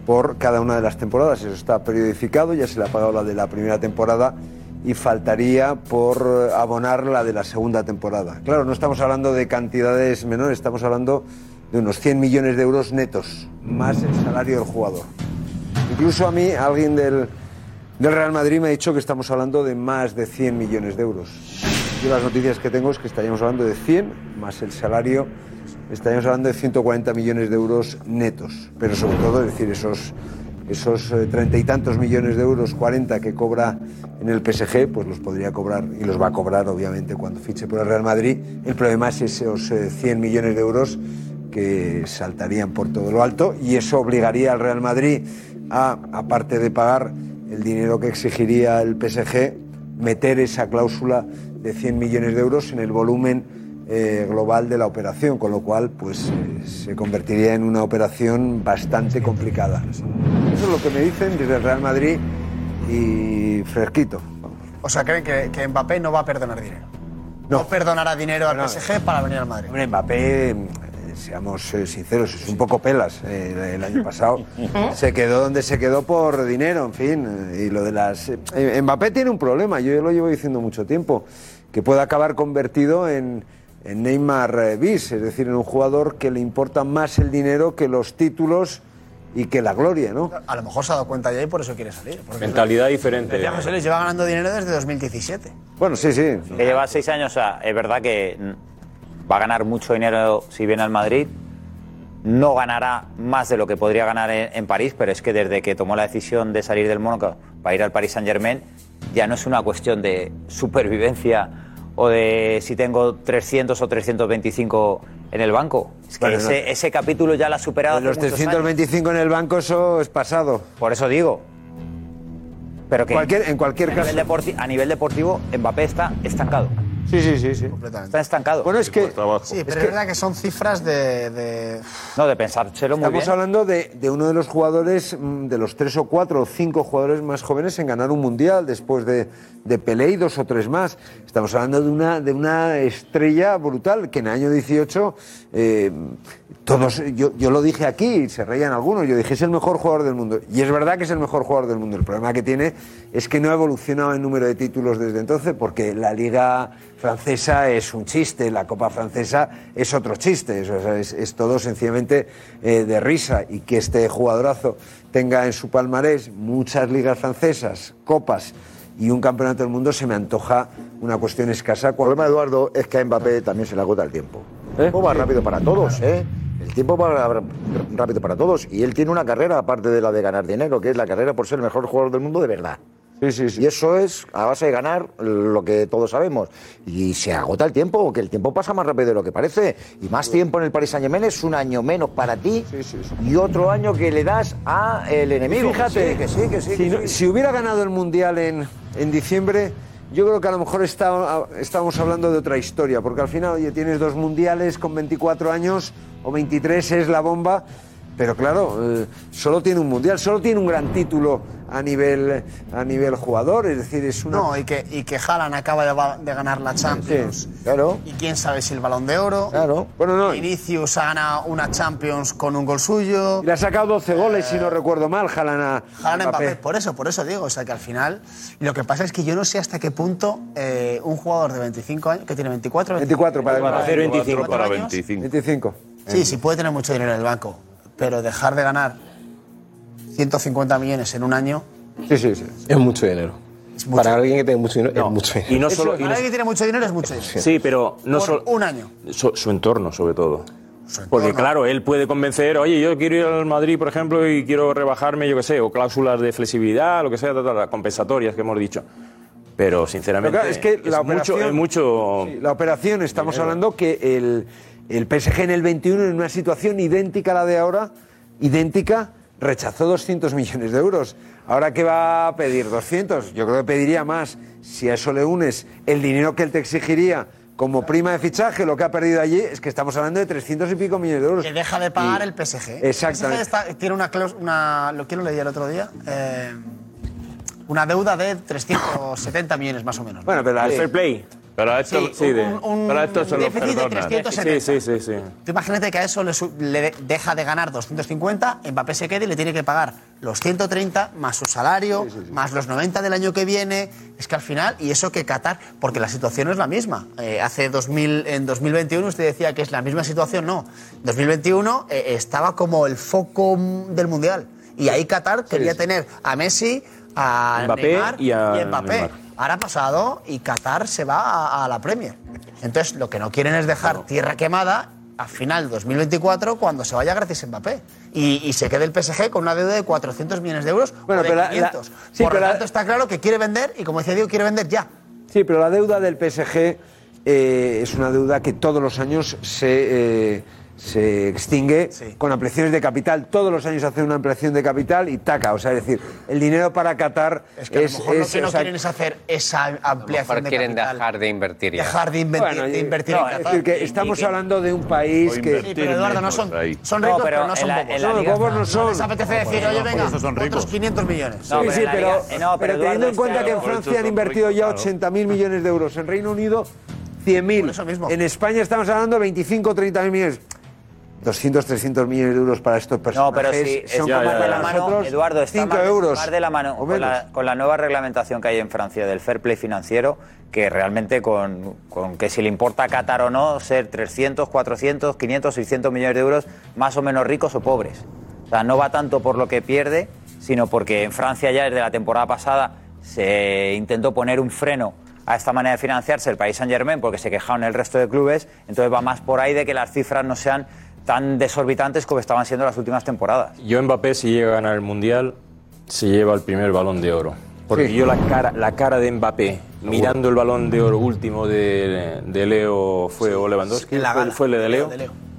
Speaker 23: por cada una de las temporadas. Eso está periodificado, ya se le ha pagado la de la primera temporada y faltaría por eh, abonar la de la segunda temporada. Claro, no estamos hablando de cantidades menores, estamos hablando de unos 100 millones de euros netos, más el salario del jugador. Incluso a mí, alguien del, del Real Madrid me ha dicho que estamos hablando de más de 100 millones de euros. Yo las noticias que tengo es que estaríamos hablando de 100 más el salario, estaríamos hablando de 140 millones de euros netos. Pero sobre todo, es decir, esos esos eh, treinta y tantos millones de euros, 40 que cobra en el PSG, pues los podría cobrar y los va a cobrar obviamente cuando fiche por el Real Madrid. El problema es esos eh, 100 millones de euros que saltarían por todo lo alto y eso obligaría al Real Madrid a, aparte de pagar el dinero que exigiría el PSG, meter esa cláusula de 100 millones de euros en el volumen eh, global de la operación, con lo cual pues eh, se convertiría en una operación bastante complicada. Eso es lo que me dicen desde el Real Madrid y fresquito.
Speaker 8: O sea, creen que, que Mbappé no va a perdonar dinero. No, perdonará dinero al PSG para venir al Madrid.
Speaker 23: Hombre, Mbappé, eh, seamos eh, sinceros, es un poco pelas. eh, el año pasado se quedó donde se quedó por dinero, en fin. eh, Y lo de las. eh, Mbappé tiene un problema, yo lo llevo diciendo mucho tiempo, que puede acabar convertido en, en Neymar eh, bis, es decir, en un jugador que le importa más el dinero que los títulos y que la gloria, ¿no?
Speaker 8: A lo mejor se ha dado cuenta ya y por eso quiere salir. porque-
Speaker 27: Mentalidad diferente.
Speaker 8: Decía José Luis, lleva ganando dinero desde 2017.
Speaker 23: Bueno, sí, sí.
Speaker 16: Que lleva seis años, o sea, es verdad que mm, va a ganar mucho dinero si viene al Madrid. No ganará más de lo que podría ganar en, en París, pero es que desde que tomó la decisión de salir del Mónaco para ir al Paris Saint Germain, ya no es una cuestión de supervivencia o de si tengo 300 o 325 en el banco. Es que
Speaker 23: Bueno,
Speaker 16: ese,
Speaker 23: no.
Speaker 16: ese capítulo ya lo ha superado.
Speaker 23: Los
Speaker 16: hace muchos años.
Speaker 23: 325 en el banco, eso es pasado.
Speaker 16: Por eso digo. Pero que
Speaker 23: Cualquier- en cualquier
Speaker 16: a
Speaker 23: caso.
Speaker 16: Nivel deporti- a nivel deportivo, Mbappé está estancado.
Speaker 23: Sí, sí, sí. sí.
Speaker 16: Está estancado.
Speaker 23: Bueno, es que.
Speaker 8: Sí, pero es, verdad que son cifras de. de-
Speaker 16: No, de pensárselo muy
Speaker 23: Estamos
Speaker 16: bien.
Speaker 23: hablando de, de uno de los jugadores, mm, de los tres o cuatro o cinco jugadores más jóvenes en ganar un mundial después de, de Pelé y dos o tres más. Estamos hablando de una, de una estrella brutal que en el año 18, eh, todos, yo, yo lo dije aquí y se reían algunos, yo dije es el mejor jugador del mundo. Y es verdad que es el mejor jugador del mundo. El problema que tiene es que no ha evolucionado en número de títulos desde entonces porque la liga francesa es un chiste, la Copa Francesa es otro chiste, es, o sea, es- es todo sencillamente eh, de risa y que este jugadorazo tenga en su palmarés muchas ligas francesas, copas y un campeonato del mundo se me antoja una cuestión escasa. El problema,
Speaker 19: Eduardo, es que a Mbappé también se le agota el tiempo. El tiempo va rápido para todos, ¿eh? El tiempo va ra- rápido para todos. Y él tiene una carrera, aparte de la de ganar dinero, que es la carrera por ser el mejor jugador del mundo de verdad. Y eso es a base de ganar lo que todos sabemos. Y se agota el tiempo, que el tiempo pasa más rápido de lo que parece. Y más tiempo en el Paris Saint Germain es un año menos para ti y otro año que le das a el enemigo.
Speaker 23: Y Fíjate,
Speaker 19: que sí, que sí, que sí,
Speaker 23: si,
Speaker 19: que
Speaker 23: no-
Speaker 19: sí.
Speaker 23: si hubiera ganado el Mundial en, en diciembre, yo creo que a lo mejor está- estábamos hablando de otra historia, porque al final, oye, tienes dos Mundiales con 24 años o 23 es la bomba, pero claro, eh, solo tiene un Mundial, solo tiene un gran título a nivel, a nivel jugador, es decir, es una...
Speaker 8: No, y que, y que Haaland acaba de, va- de ganar la Champions.
Speaker 19: Claro.
Speaker 8: Y quién sabe si el balón de oro.
Speaker 19: Claro.
Speaker 23: Bueno, no.
Speaker 8: Vinicius ha ganado una Champions con un gol suyo. Eh,
Speaker 23: Le ha sacado 12 goles, si no recuerdo mal, Jalan a
Speaker 8: Haaland Mbappé. Por eso, por eso digo. O sea, que al final. Lo que pasa es que yo no sé hasta qué punto eh, un jugador de 25 años. que tiene 24?
Speaker 23: 24 para,
Speaker 8: hacer
Speaker 9: 24 para
Speaker 23: 25. 25.
Speaker 8: Sí, sí, puede tener mucho dinero en el banco. Pero dejar de ganar 150 millones en un año.
Speaker 23: Sí, sí, sí.
Speaker 15: Es mucho dinero. Para alguien que tiene mucho dinero, es mucho dinero.
Speaker 8: Eso es, para alguien que tiene mucho dinero es mucho dinero.
Speaker 27: Sí, pero no
Speaker 8: Por
Speaker 27: solo.
Speaker 8: un año.
Speaker 27: Su, su entorno, sobre todo. Porque claro, él puede convencer, oye, yo quiero ir al Madrid, por ejemplo, y quiero rebajarme, yo qué sé, o cláusulas de flexibilidad, lo que sea, ta, ta, ta, compensatorias que hemos dicho. Pero sinceramente,
Speaker 23: Pero claro, es que la
Speaker 27: mucho-
Speaker 23: operación-
Speaker 27: es mucho,
Speaker 23: Sí, la operación, estamos hablando que el, el PSG en el 21, en una situación idéntica a la de ahora, idéntica, rechazó 200 millones de euros. Ahora que va a pedir 200, yo creo que pediría más. Si a eso le unes el dinero que él te exigiría como prima de fichaje, lo que ha perdido allí, es que estamos hablando de 300 y pico millones de euros.
Speaker 8: Que deja de pagar el PSG.
Speaker 23: Exactamente.
Speaker 8: El PSG está- tiene una, claus- una. Lo quiero leer el otro día. eh, una deuda de 370 millones más o menos. ¿no?
Speaker 23: Bueno, pero la-
Speaker 8: Sí.
Speaker 27: play. Pero a esto,
Speaker 8: Sí,
Speaker 27: sí,
Speaker 8: un-
Speaker 27: de-
Speaker 8: un-
Speaker 27: pero a esto se
Speaker 8: un
Speaker 27: lo
Speaker 8: déficit de
Speaker 27: perdonan. ¿eh?
Speaker 8: 370.
Speaker 27: Sí, sí, sí, sí.
Speaker 8: Tú imagínate que a eso le, su- le de- deja de ganar 250, Mbappé se queda y le tiene que pagar los 130 más su salario, más los 90 del año que viene. Es que al final, y eso que Qatar, porque la situación no es la misma. Eh, hace 2000, en 2021 usted decía que es la misma situación, no. 2021 eh, estaba como el foco mm, del Mundial. Y ahí Qatar quería tener a Messi, a
Speaker 27: Mbappé
Speaker 8: Neymar
Speaker 27: y a
Speaker 8: Mbappé.
Speaker 27: Neymar.
Speaker 8: Ahora ha pasado y Qatar se va a, a la Premier. Entonces, lo que no quieren es dejar tierra quemada a final 2024 cuando se vaya gratis Mbappé. Y, y se quede el PSG con una deuda de 400 millones de euros
Speaker 23: Bueno,
Speaker 8: o de
Speaker 23: pero la-
Speaker 8: 500.
Speaker 23: la- sí,
Speaker 8: Por
Speaker 23: pero
Speaker 8: lo
Speaker 23: la-
Speaker 8: tanto, está claro que quiere vender y, como decía Diego, quiere vender ya.
Speaker 23: Sí, pero la deuda del PSG eh, es una deuda que todos los años se, eh, se extingue con ampliaciones de capital. Todos los años hacen una ampliación de capital y taca. O sea, es decir, el dinero para Qatar
Speaker 8: Es que a lo mejor lo
Speaker 23: es-
Speaker 8: que no
Speaker 23: o sea,
Speaker 8: quieren es hacer esa
Speaker 17: Mejor
Speaker 8: ampliación de
Speaker 17: quieren
Speaker 8: capital.
Speaker 17: dejar de invertir ya.
Speaker 8: Dejar de invertir,
Speaker 17: Bueno,
Speaker 8: de invertir
Speaker 17: no,
Speaker 8: en
Speaker 23: Es
Speaker 8: Qatar.
Speaker 23: decir, que estamos hablando de un país que...
Speaker 8: Sí, pero Eduardo, no son, son
Speaker 23: No,
Speaker 8: ricos,
Speaker 23: pero
Speaker 8: pero, no son
Speaker 23: en la-
Speaker 8: bobos.
Speaker 23: en la No, liga bobos no están- son.
Speaker 8: les apetece
Speaker 23: No, por
Speaker 8: decir,
Speaker 23: eso-
Speaker 8: oye,
Speaker 23: por
Speaker 8: venga,
Speaker 23: eso son ricos.
Speaker 8: otros 500 millones.
Speaker 23: sí, sí, pero,
Speaker 16: eh,
Speaker 23: eh, pero teniendo en cuenta que en Francia han invertido ya 80.000 millones de euros, en Reino Unido 100.000, en España estamos hablando de 25 o 30.000 millones. 200, 300 millones de euros para estos
Speaker 16: No,
Speaker 23: personajes.
Speaker 16: pero si
Speaker 23: son
Speaker 16: está
Speaker 23: como
Speaker 16: más de la
Speaker 23: para
Speaker 16: mano,
Speaker 23: nosotros
Speaker 16: Eduardo, está
Speaker 23: cinco
Speaker 16: más,
Speaker 23: euros.
Speaker 16: más de la mano
Speaker 23: o
Speaker 16: con
Speaker 23: menos.
Speaker 16: la, con la nueva reglamentación que hay en Francia del fair play financiero, que realmente con, con que si le importa a Qatar o no ser 300, 400, 500, 600 millones de euros, más o menos ricos o pobres. O sea, no va tanto por lo que pierde, sino porque en Francia ya desde la temporada pasada se intentó poner un freno a esta manera de financiarse el país Saint Germain porque se quejaron el resto de clubes, entonces va más por ahí de que las cifras no sean tan desorbitantes como estaban siendo las últimas temporadas.
Speaker 1: Yo Mbappé, si llega a ganar el Mundial, se lleva el primer balón de oro. Porque
Speaker 16: Sí.
Speaker 1: yo la cara, la cara de Mbappé, mirando el balón de oro último de, de Leo, fue o Lewandowski,
Speaker 8: en la
Speaker 1: fue,
Speaker 8: gala.
Speaker 1: fue el de Leo,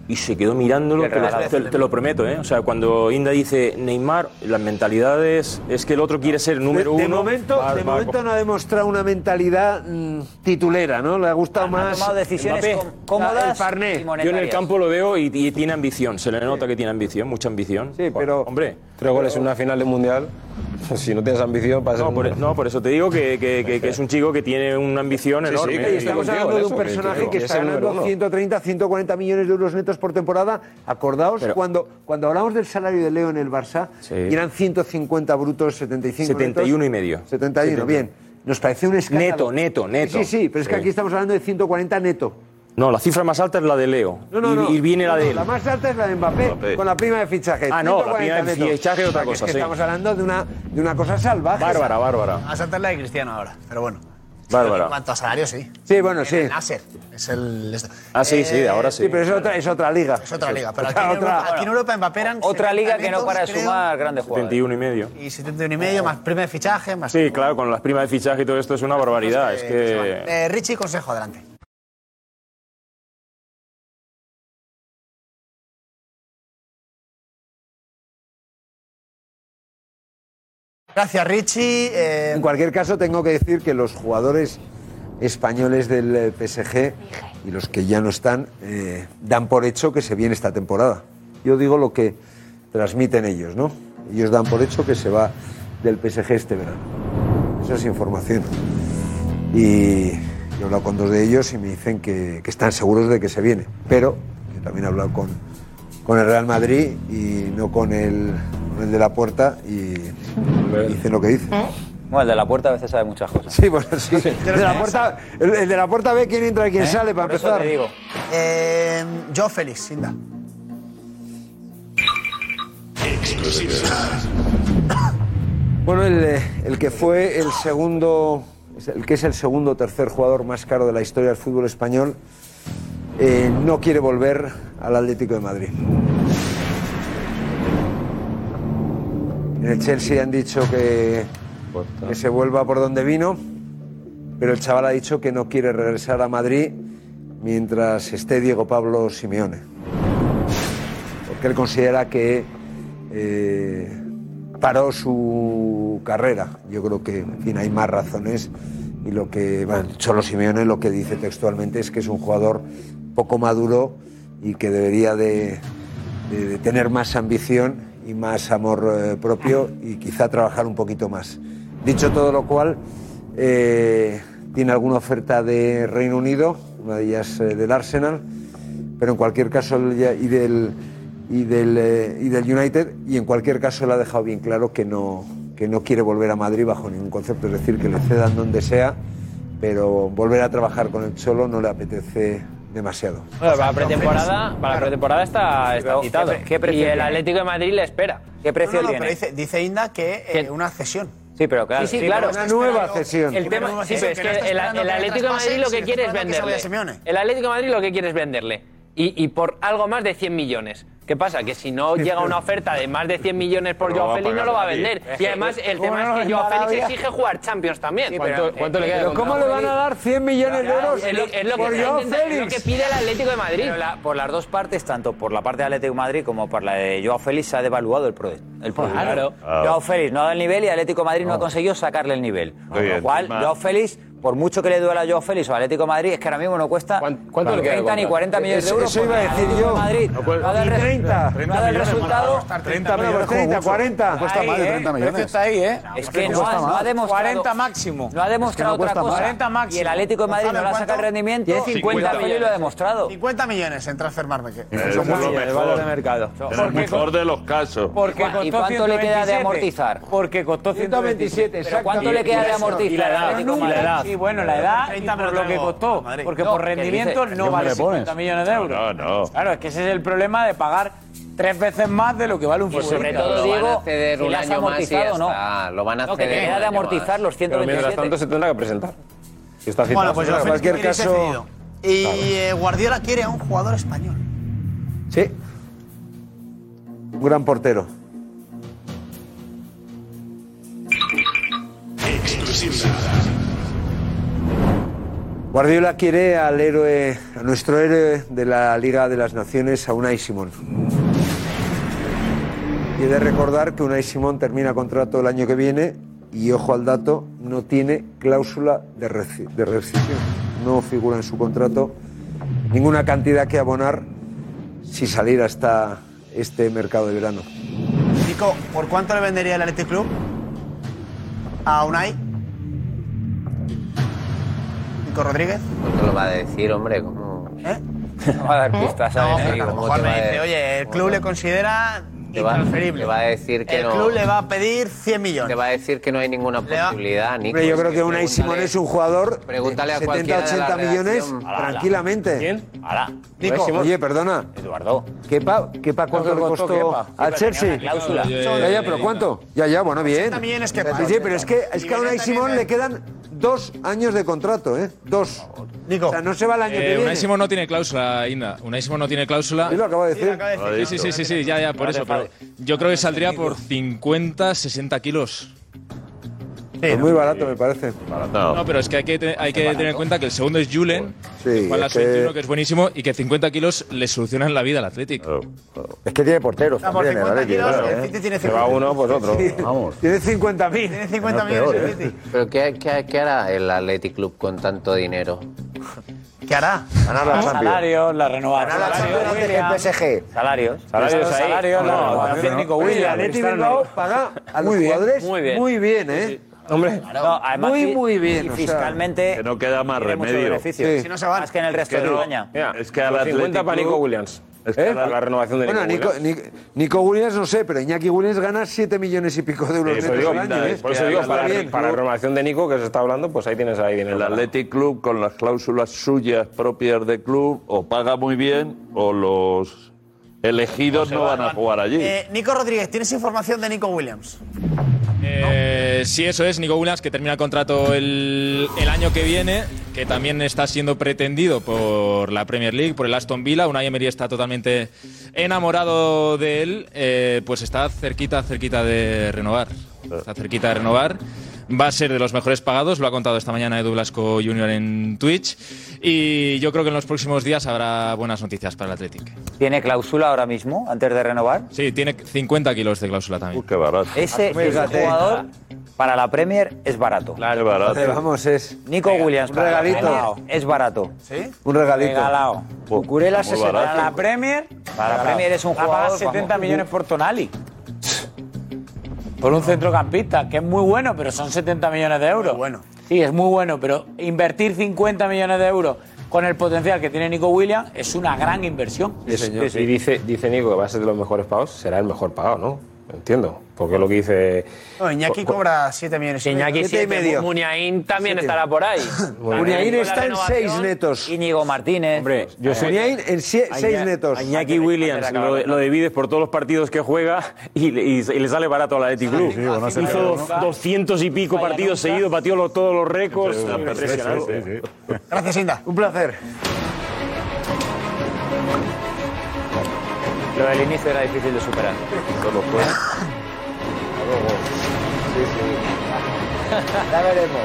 Speaker 1: y se quedó mirándolo,
Speaker 8: El
Speaker 1: te lo,
Speaker 8: regalo.
Speaker 1: te- te lo prometo. ¿eh? O sea, cuando Inda dice Neymar, las mentalidades es que el otro quiere ser número
Speaker 23: de, de
Speaker 1: uno.
Speaker 23: momento,
Speaker 1: va-
Speaker 23: de
Speaker 1: va-
Speaker 23: momento no ha demostrado una mentalidad mm, titulera, ¿no? Le ha gustado más.
Speaker 16: tomado decisiones
Speaker 23: Mbappé.
Speaker 16: com- cómodas
Speaker 23: El Parné.
Speaker 16: y
Speaker 1: Yo en el campo lo veo y, y tiene ambición, se le nota que tiene ambición, mucha ambición. Sí, pero. Hombre.
Speaker 15: Tres goles en una final de mundial, si no tienes ambición, para
Speaker 1: No por, no, por eso te digo que, que- que- que es un chico que tiene una ambición
Speaker 23: Sí, sí,
Speaker 1: enorme.
Speaker 23: que estamos hablando de un personaje que está ganando 130, 140 millones de euros netos por temporada. Acordaos,
Speaker 1: Pero-
Speaker 23: cuando, cuando hablamos del salario de Leo en el Barça,
Speaker 1: Sí.
Speaker 23: y eran 150 brutos, 75
Speaker 1: 71
Speaker 23: netos.
Speaker 1: y medio.
Speaker 23: 71, bien. Nos parece un
Speaker 1: Neto,
Speaker 23: escándalo.
Speaker 1: neto, neto.
Speaker 23: Sí, sí, sí, pero es que
Speaker 1: Sí.
Speaker 23: aquí estamos hablando de 140 neto.
Speaker 1: No, la cifra más alta es la de Leo.
Speaker 23: No, no,
Speaker 1: y,
Speaker 23: no.
Speaker 1: y viene la de él.
Speaker 23: La más alta es la de Mbappé,
Speaker 1: Mbappé.
Speaker 23: con la prima de fichaje.
Speaker 1: Ah, no, la
Speaker 23: 140
Speaker 1: prima de
Speaker 23: netos.
Speaker 1: fichaje es otra
Speaker 23: O sea, que
Speaker 1: cosa,
Speaker 23: que
Speaker 1: sí.
Speaker 23: Estamos hablando de una, de una cosa salvaje.
Speaker 1: Bárbara, bárbara.
Speaker 8: A saltar la de Cristiano ahora, pero bueno. En
Speaker 23: Bárbara.
Speaker 8: cuanto a salario, sí.
Speaker 23: Sí, bueno,
Speaker 16: Pues
Speaker 23: sí.
Speaker 8: El Nasser es el... esto.
Speaker 23: Ah, sí, sí,
Speaker 8: Eh,
Speaker 23: ahora sí. Sí, pero es otra- es otra liga.
Speaker 8: Es otra
Speaker 23: Sí,
Speaker 8: liga,
Speaker 23: sí.
Speaker 8: pero aquí,
Speaker 23: Otra-
Speaker 8: en Europa,
Speaker 23: otra-
Speaker 8: aquí en Europa Mbappé eran
Speaker 16: Otra
Speaker 8: 70
Speaker 16: liga que no
Speaker 8: netos,
Speaker 16: para de
Speaker 8: creo,
Speaker 16: sumar grandes jugadores.
Speaker 1: 71 y medio.
Speaker 8: Y 71 y medio, más premio de fichaje, más...
Speaker 1: Sí, claro, con las primas de fichaje y todo esto es una barbaridad. Es que.
Speaker 8: Eh, Richie, consejo, adelante. Gracias, Richie. Eh,
Speaker 23: En cualquier caso, tengo que decir que los jugadores españoles del eh, PSG y los que ya no están eh, dan por hecho que se viene esta temporada. Yo digo lo que transmiten ellos, ¿no? Ellos dan por hecho que se va del PSG este verano. Eso es información. Y yo he hablado con dos de ellos y me dicen que, que están seguros de que se viene. Pero yo también he hablado con, con el Real Madrid y no con el, con el de la puerta y dicen lo que dicen.
Speaker 16: Bueno, el de la puerta a veces sabe muchas cosas.
Speaker 23: Sí, bueno, sí. El de la puerta, el, el de la puerta ve quién entra y quién
Speaker 16: ¿Eh?
Speaker 23: sale para
Speaker 16: Por eso
Speaker 23: empezar.
Speaker 16: te digo.
Speaker 8: Eh, yo, Félix, Sinda.
Speaker 23: Bueno, el, eh, el que fue el segundo, el que es el segundo o tercer jugador más caro de la historia del fútbol español, eh, no quiere volver al Atlético de Madrid. En el Chelsea han dicho que, que se vuelva por donde vino, pero el chaval ha dicho que no quiere regresar a Madrid mientras esté Diego Pablo Simeone. Porque él considera que eh, paró su carrera. Yo creo que, en fin, hay más razones. Y lo que, bueno, Cholo Simeone lo que dice textualmente es que es un jugador poco maduro y que debería de, de- de tener más ambición y más amor eh, propio y quizá trabajar un poquito más. Dicho todo lo cual, eh, tiene alguna oferta de Reino Unido, una de ellas eh, del Arsenal, pero en cualquier caso él ya- y del y del eh, y del United y en cualquier caso él ha dejado bien claro que no que no quiere volver a Madrid bajo ningún concepto, es decir, que le cedan donde sea, pero volver a trabajar con el Cholo no le apetece demasiado.
Speaker 22: Bueno, para la pretemporada, para la pretemporada está, está citado. y el Atlético de Madrid le espera.
Speaker 16: ¿Qué precio
Speaker 8: No, no,
Speaker 16: tiene?
Speaker 8: pero dice, dice Inda que eh, una cesión.
Speaker 16: Sí, pero claro.
Speaker 8: Sí, sí, claro.
Speaker 16: pero-
Speaker 8: Una nueva cesión.
Speaker 16: El
Speaker 4: El tema-
Speaker 8: Pero
Speaker 4: sí,
Speaker 8: eso,
Speaker 4: pero es que
Speaker 8: que no está
Speaker 4: el,
Speaker 8: esperando
Speaker 4: el
Speaker 8: que le
Speaker 4: Atlético de Madrid
Speaker 8: traspasen,
Speaker 4: lo
Speaker 8: sino
Speaker 4: que
Speaker 8: que
Speaker 4: quiere es
Speaker 8: está esperando que se
Speaker 4: venderle.
Speaker 8: vaya a Simeone.
Speaker 4: El Atlético de Madrid lo que quiere es venderle. Y, y por algo más de 100 millones. ¿Qué pasa? Que si no llega una oferta de más de 100 millones por
Speaker 6: Pero
Speaker 4: Joao
Speaker 6: no va a
Speaker 4: Félix, no
Speaker 6: pagar
Speaker 4: lo va a
Speaker 6: nadie.
Speaker 4: vender.
Speaker 6: Es
Speaker 4: Y
Speaker 6: que-
Speaker 4: además, el
Speaker 6: ¿cómo no
Speaker 4: tema
Speaker 6: lo
Speaker 4: es que
Speaker 6: vende
Speaker 4: Joao
Speaker 6: Arabia?
Speaker 4: Félix exige jugar Champions también.
Speaker 16: eh,
Speaker 6: ¿Cuánto- cuánto le queda de
Speaker 4: pero
Speaker 6: contrato?
Speaker 28: dar 100 millones de euros
Speaker 4: Es lo, es lo que
Speaker 28: por
Speaker 4: está intentando-
Speaker 28: Joao
Speaker 4: es lo
Speaker 28: Félix?
Speaker 4: que pide el Atlético de Madrid.
Speaker 16: Pero la- por las dos partes, tanto por la parte de Atlético de Madrid como por la de Joao Félix, se ha devaluado el producto. El producto.
Speaker 4: Claro.
Speaker 16: Joao Félix no ha dado el nivel y Atlético de Madrid no ha conseguido sacarle el nivel. Con
Speaker 1: Oye,
Speaker 16: lo cual,
Speaker 1: encima-
Speaker 16: Joao Félix, por mucho que le duela a Joao Félix o Atlético de Madrid, es que ahora mismo no cuesta
Speaker 1: cuánto
Speaker 16: ni
Speaker 1: le queda de
Speaker 16: 30 ni
Speaker 1: contrato?
Speaker 23: Eh,
Speaker 16: 40 millones de
Speaker 1: Eso-
Speaker 16: euros. pues
Speaker 1: eso iba a
Speaker 16: porque
Speaker 1: decir
Speaker 16: Atlético de
Speaker 1: yo.
Speaker 16: Madrid
Speaker 1: No puede-
Speaker 16: no ha dado el
Speaker 1: ni
Speaker 16: res-
Speaker 1: 30.
Speaker 16: no ha dado el
Speaker 1: 30 millones,
Speaker 16: resultado.
Speaker 1: más costar 30 Bueno, millones como 30, mucho. 40. Cuesta
Speaker 16: ¿eh?
Speaker 1: más de 30 millones.
Speaker 6: está ¿eh? ahí, ¿eh?
Speaker 16: Es que no ha, no ha demostrado.
Speaker 6: 40 máximo.
Speaker 16: No ha demostrado otra cosa.
Speaker 6: 40 máximo.
Speaker 16: Y el Atlético de Madrid no
Speaker 6: Gonzalo,
Speaker 16: le ha sacado el
Speaker 6: ¿cuánto?
Speaker 16: rendimiento.
Speaker 6: Tiene 50
Speaker 16: millones.
Speaker 6: millones.
Speaker 16: lo ha demostrado.
Speaker 18: 50 millones en transfer market.
Speaker 9: Es lo
Speaker 6: el valor de
Speaker 9: mejor.
Speaker 6: mercado.
Speaker 9: En el mejor de los casos.
Speaker 6: Porque costó
Speaker 16: ¿Y cuánto le queda de
Speaker 6: 127?
Speaker 16: amortizar?
Speaker 6: Porque costó 127.
Speaker 16: ¿Pero cuánto le queda de amortizar?
Speaker 6: Y la edad.
Speaker 16: Atlético de Madrid.
Speaker 6: Sí, bueno, la edad y
Speaker 16: 30
Speaker 6: por lo
Speaker 16: luego
Speaker 6: que costó.
Speaker 16: Madrid.
Speaker 6: Porque
Speaker 16: No,
Speaker 6: por
Speaker 16: ¿qué
Speaker 6: rendimiento
Speaker 16: dices?
Speaker 6: no
Speaker 16: ¿Qué
Speaker 6: vale
Speaker 16: le pones?
Speaker 6: 50 millones de euros.
Speaker 9: No, no.
Speaker 6: Claro, es que ese es el problema de pagar tres veces más de lo que vale un
Speaker 17: Y
Speaker 6: futbolista.
Speaker 17: Pues sobre todo,
Speaker 6: Pero
Speaker 17: Diego,
Speaker 6: van a ceder
Speaker 17: si
Speaker 6: un
Speaker 17: le
Speaker 6: año
Speaker 17: has
Speaker 6: más y ya
Speaker 17: amortizado, ¿no?
Speaker 6: está.
Speaker 17: Lo van a
Speaker 6: No, que
Speaker 17: ceder
Speaker 6: te
Speaker 17: un
Speaker 6: queda de
Speaker 17: año más.
Speaker 6: amortizar los
Speaker 1: Pero mientras
Speaker 6: 127.
Speaker 1: tanto se tendrá que presentar. Y está
Speaker 18: Bueno,
Speaker 1: citado.
Speaker 18: pues
Speaker 1: en cualquier caso.
Speaker 18: Y
Speaker 1: Claro.
Speaker 18: eh, Guardiola quiere a un jugador español.
Speaker 23: Sí. Un gran portero. Guardiola quiere al héroe, a nuestro héroe de la Liga de las Naciones, a Unai Simón. Y he de recordar que Unai Simón termina contrato el año que viene y, ojo al dato, no tiene cláusula de resci- de rescisión. No figura en su contrato ninguna cantidad que abonar si salir hasta este mercado de verano.
Speaker 18: Nico, ¿por cuánto le vendería el Athletic Club a Unai? Nico Rodríguez.
Speaker 17: ¿Cuánto lo va a decir, hombre? ¿Cómo?
Speaker 16: No va a dar pistas.
Speaker 17: No,
Speaker 16: ¿sabes?
Speaker 17: pero a lo
Speaker 16: ¿Cómo
Speaker 17: mejor
Speaker 16: te
Speaker 17: me
Speaker 16: va a-
Speaker 17: dice,
Speaker 18: Oye, el club le considera
Speaker 17: Te va,
Speaker 18: intransferible.
Speaker 17: te va a decir que
Speaker 18: el
Speaker 17: no.
Speaker 18: club le va a pedir 100 millones.
Speaker 17: Te va a decir que no hay ninguna posibilidad, Nico.
Speaker 23: Hombre, yo creo
Speaker 17: Es
Speaker 23: que Unai Simón
Speaker 17: pregúntale-
Speaker 23: es un jugador de
Speaker 17: pregúntale a
Speaker 23: 70,
Speaker 17: cualquiera de la
Speaker 23: 80 millones
Speaker 17: redacción. Ala, ala.
Speaker 23: tranquilamente.
Speaker 16: Ala.
Speaker 23: Nico,
Speaker 16: Simón.
Speaker 23: oye, perdona.
Speaker 16: Eduardo.
Speaker 23: Kepa, Kepa ¿cuánto le
Speaker 16: costó
Speaker 23: costó
Speaker 16: Kepa? Sí,
Speaker 23: a
Speaker 16: pero tenía
Speaker 23: Chelsea?
Speaker 16: una cláusula.
Speaker 23: Ya, ya, pero ¿cuánto? Ya, ya, bueno, bien.
Speaker 18: 80 millones Kepa.
Speaker 23: Sí, sí, pero es que, es que a Unai
Speaker 18: Beneta
Speaker 23: Simón
Speaker 18: también,
Speaker 23: le quedan dos años de contrato, ¿eh? Dos. O sea, no se va el año que
Speaker 28: Eh,
Speaker 23: viene.
Speaker 28: Unai Simón no tiene cláusula, Inda. Unai Simón no tiene cláusula.
Speaker 23: Sí, lo acaba de decir.
Speaker 28: Sí, sí, sí, sí, sí, ya, ya, por eso. Pero yo creo que saldría por 50, 60 kilos.
Speaker 23: es Pues muy barato, me parece.
Speaker 28: No, pero es que hay que, te- hay que tener en cuenta que el segundo es Julen,
Speaker 23: Sí,
Speaker 28: Juan la
Speaker 23: es que-
Speaker 28: 21, que es buenísimo, y que 50 kilos le solucionan la vida al Atlético.
Speaker 19: Es que tiene porteros
Speaker 28: por
Speaker 19: también,
Speaker 28: 50
Speaker 19: ¿eh? Atleti,
Speaker 28: kilos,
Speaker 19: claro,
Speaker 28: el
Speaker 19: ¿eh?
Speaker 28: City tiene
Speaker 19: Se va
Speaker 28: 50.
Speaker 19: uno, pues otro.
Speaker 23: Sí.
Speaker 19: Vamos.
Speaker 23: Tiene 50.000. Tiene
Speaker 18: 50
Speaker 17: Peor,
Speaker 18: millones.
Speaker 17: ¿eh? ¿Pero qué, qué, qué hará el Athletic Club con tanto dinero?
Speaker 18: ¿Qué hará?
Speaker 19: Ganar la Champions.
Speaker 6: Salarios, la renovación.
Speaker 19: Ganar la Champions antes que
Speaker 6: Willian.
Speaker 19: el PSG.
Speaker 16: Salarios.
Speaker 6: Pues,
Speaker 19: Salarios ahí.
Speaker 6: Salarios, la
Speaker 19: No,
Speaker 6: renovación.
Speaker 19: no,
Speaker 6: Nico
Speaker 19: no.
Speaker 23: El
Speaker 6: Williams.
Speaker 23: Atleti
Speaker 6: Cristiano
Speaker 23: Bilbao
Speaker 6: Ronaldo.
Speaker 23: paga a los jugadores muy bien, ¿eh?
Speaker 1: Hombre,
Speaker 16: No, además,
Speaker 23: Muy,
Speaker 16: fi-
Speaker 23: muy bien,
Speaker 16: Y
Speaker 23: o sea,
Speaker 16: fiscalmente.
Speaker 9: Que no queda más
Speaker 16: tiene mucho
Speaker 9: remedio.
Speaker 16: beneficio.
Speaker 23: Sí.
Speaker 16: Si no se van. Más que en el resto
Speaker 9: que
Speaker 16: de
Speaker 9: no.
Speaker 16: España.
Speaker 9: Mira, es que al
Speaker 1: Los 50
Speaker 9: Athletic
Speaker 1: para Nico
Speaker 9: Club-
Speaker 1: Williams.
Speaker 9: Es que
Speaker 23: ¿Eh?
Speaker 9: al- la renovación de
Speaker 23: Bueno,
Speaker 1: Nico
Speaker 23: Nico,
Speaker 1: Williams.
Speaker 23: Ni- Nico Williams no sé, pero Iñaki Williams gana 7 millones y pico de euros
Speaker 1: Por eso
Speaker 23: netos
Speaker 1: digo,
Speaker 23: al año, ¿eh?
Speaker 1: por eso digo,
Speaker 23: Está
Speaker 1: para,
Speaker 23: bien.
Speaker 1: para la renovación de Nico, que se está hablando, pues ahí tienes ahí dinero.
Speaker 9: El Athletic Club con las cláusulas suyas propias de club o paga muy bien o los elegidos no van a jugar allí.
Speaker 18: Eh, Nico Rodríguez, ¿tienes información de Nico Williams?
Speaker 28: Eh, sí, eso es. Nico Williams, que termina el contrato el, el año que viene, que también está siendo pretendido por la Premier League, por el Aston Villa. Unai Emery está totalmente enamorado de él. eh, pues está cerquita, cerquita de renovar. Está cerquita de renovar. Va a ser de los mejores pagados, lo ha contado esta mañana Edu Blasco Jr. en Twitch. Y yo creo que en los próximos días habrá buenas noticias para el Athletic.
Speaker 16: ¿Tiene cláusula ahora mismo, antes de renovar?
Speaker 28: Sí, tiene 50 kilos de cláusula también.
Speaker 9: qué barato.
Speaker 16: Ese, ese jugador para la Premier es barato.
Speaker 9: Claro, barato.
Speaker 23: Vamos, es.
Speaker 16: Nico Williams
Speaker 23: un
Speaker 16: para la
Speaker 23: regalito.
Speaker 16: Premier es barato. ¿Sí?
Speaker 23: Un regalito.
Speaker 16: Regalado. Cucurella
Speaker 23: muy
Speaker 16: 60.
Speaker 23: barato.
Speaker 16: Para la Premier, para la Premier es un
Speaker 6: Ha pagado
Speaker 16: jugador
Speaker 6: 70
Speaker 16: vamos.
Speaker 6: millones por Tonali. Por un centrocampista, que es muy bueno, pero son 70 millones de euros. bueno. Sí, es muy bueno, pero invertir 50 millones de euros con el potencial que tiene Nico Williams es una gran inversión.
Speaker 1: Y, y dice, dice Nico que va a ser de los mejores pagados, será el mejor pagado, ¿no? Entiendo. Porque es lo que dice.
Speaker 18: No, Iñaki cobra 7 millones. y medio.
Speaker 16: Iñaki
Speaker 18: Siete
Speaker 16: siete,
Speaker 18: medio.
Speaker 4: Muniain también estará por ahí.
Speaker 23: Muniain está en 6 netos.
Speaker 16: Íñigo Martínez.
Speaker 1: Hombre, yo soy-
Speaker 23: Muniain en 6
Speaker 1: Aña-
Speaker 23: netos.
Speaker 1: a Iñaki Williams lo, lo divides por todos los partidos que juega y le, y- y le sale barato al Athletic Club.
Speaker 14: bueno, no se
Speaker 1: Hizo
Speaker 14: falla
Speaker 1: dos- 200 y pico partidos seguidos, batió lo- todos los récords. Impresionante.
Speaker 18: Gracias, Inda.
Speaker 23: Un placer.
Speaker 29: Lo del inicio era difícil de superar.
Speaker 23: Solo fue.
Speaker 8: Ya veremos.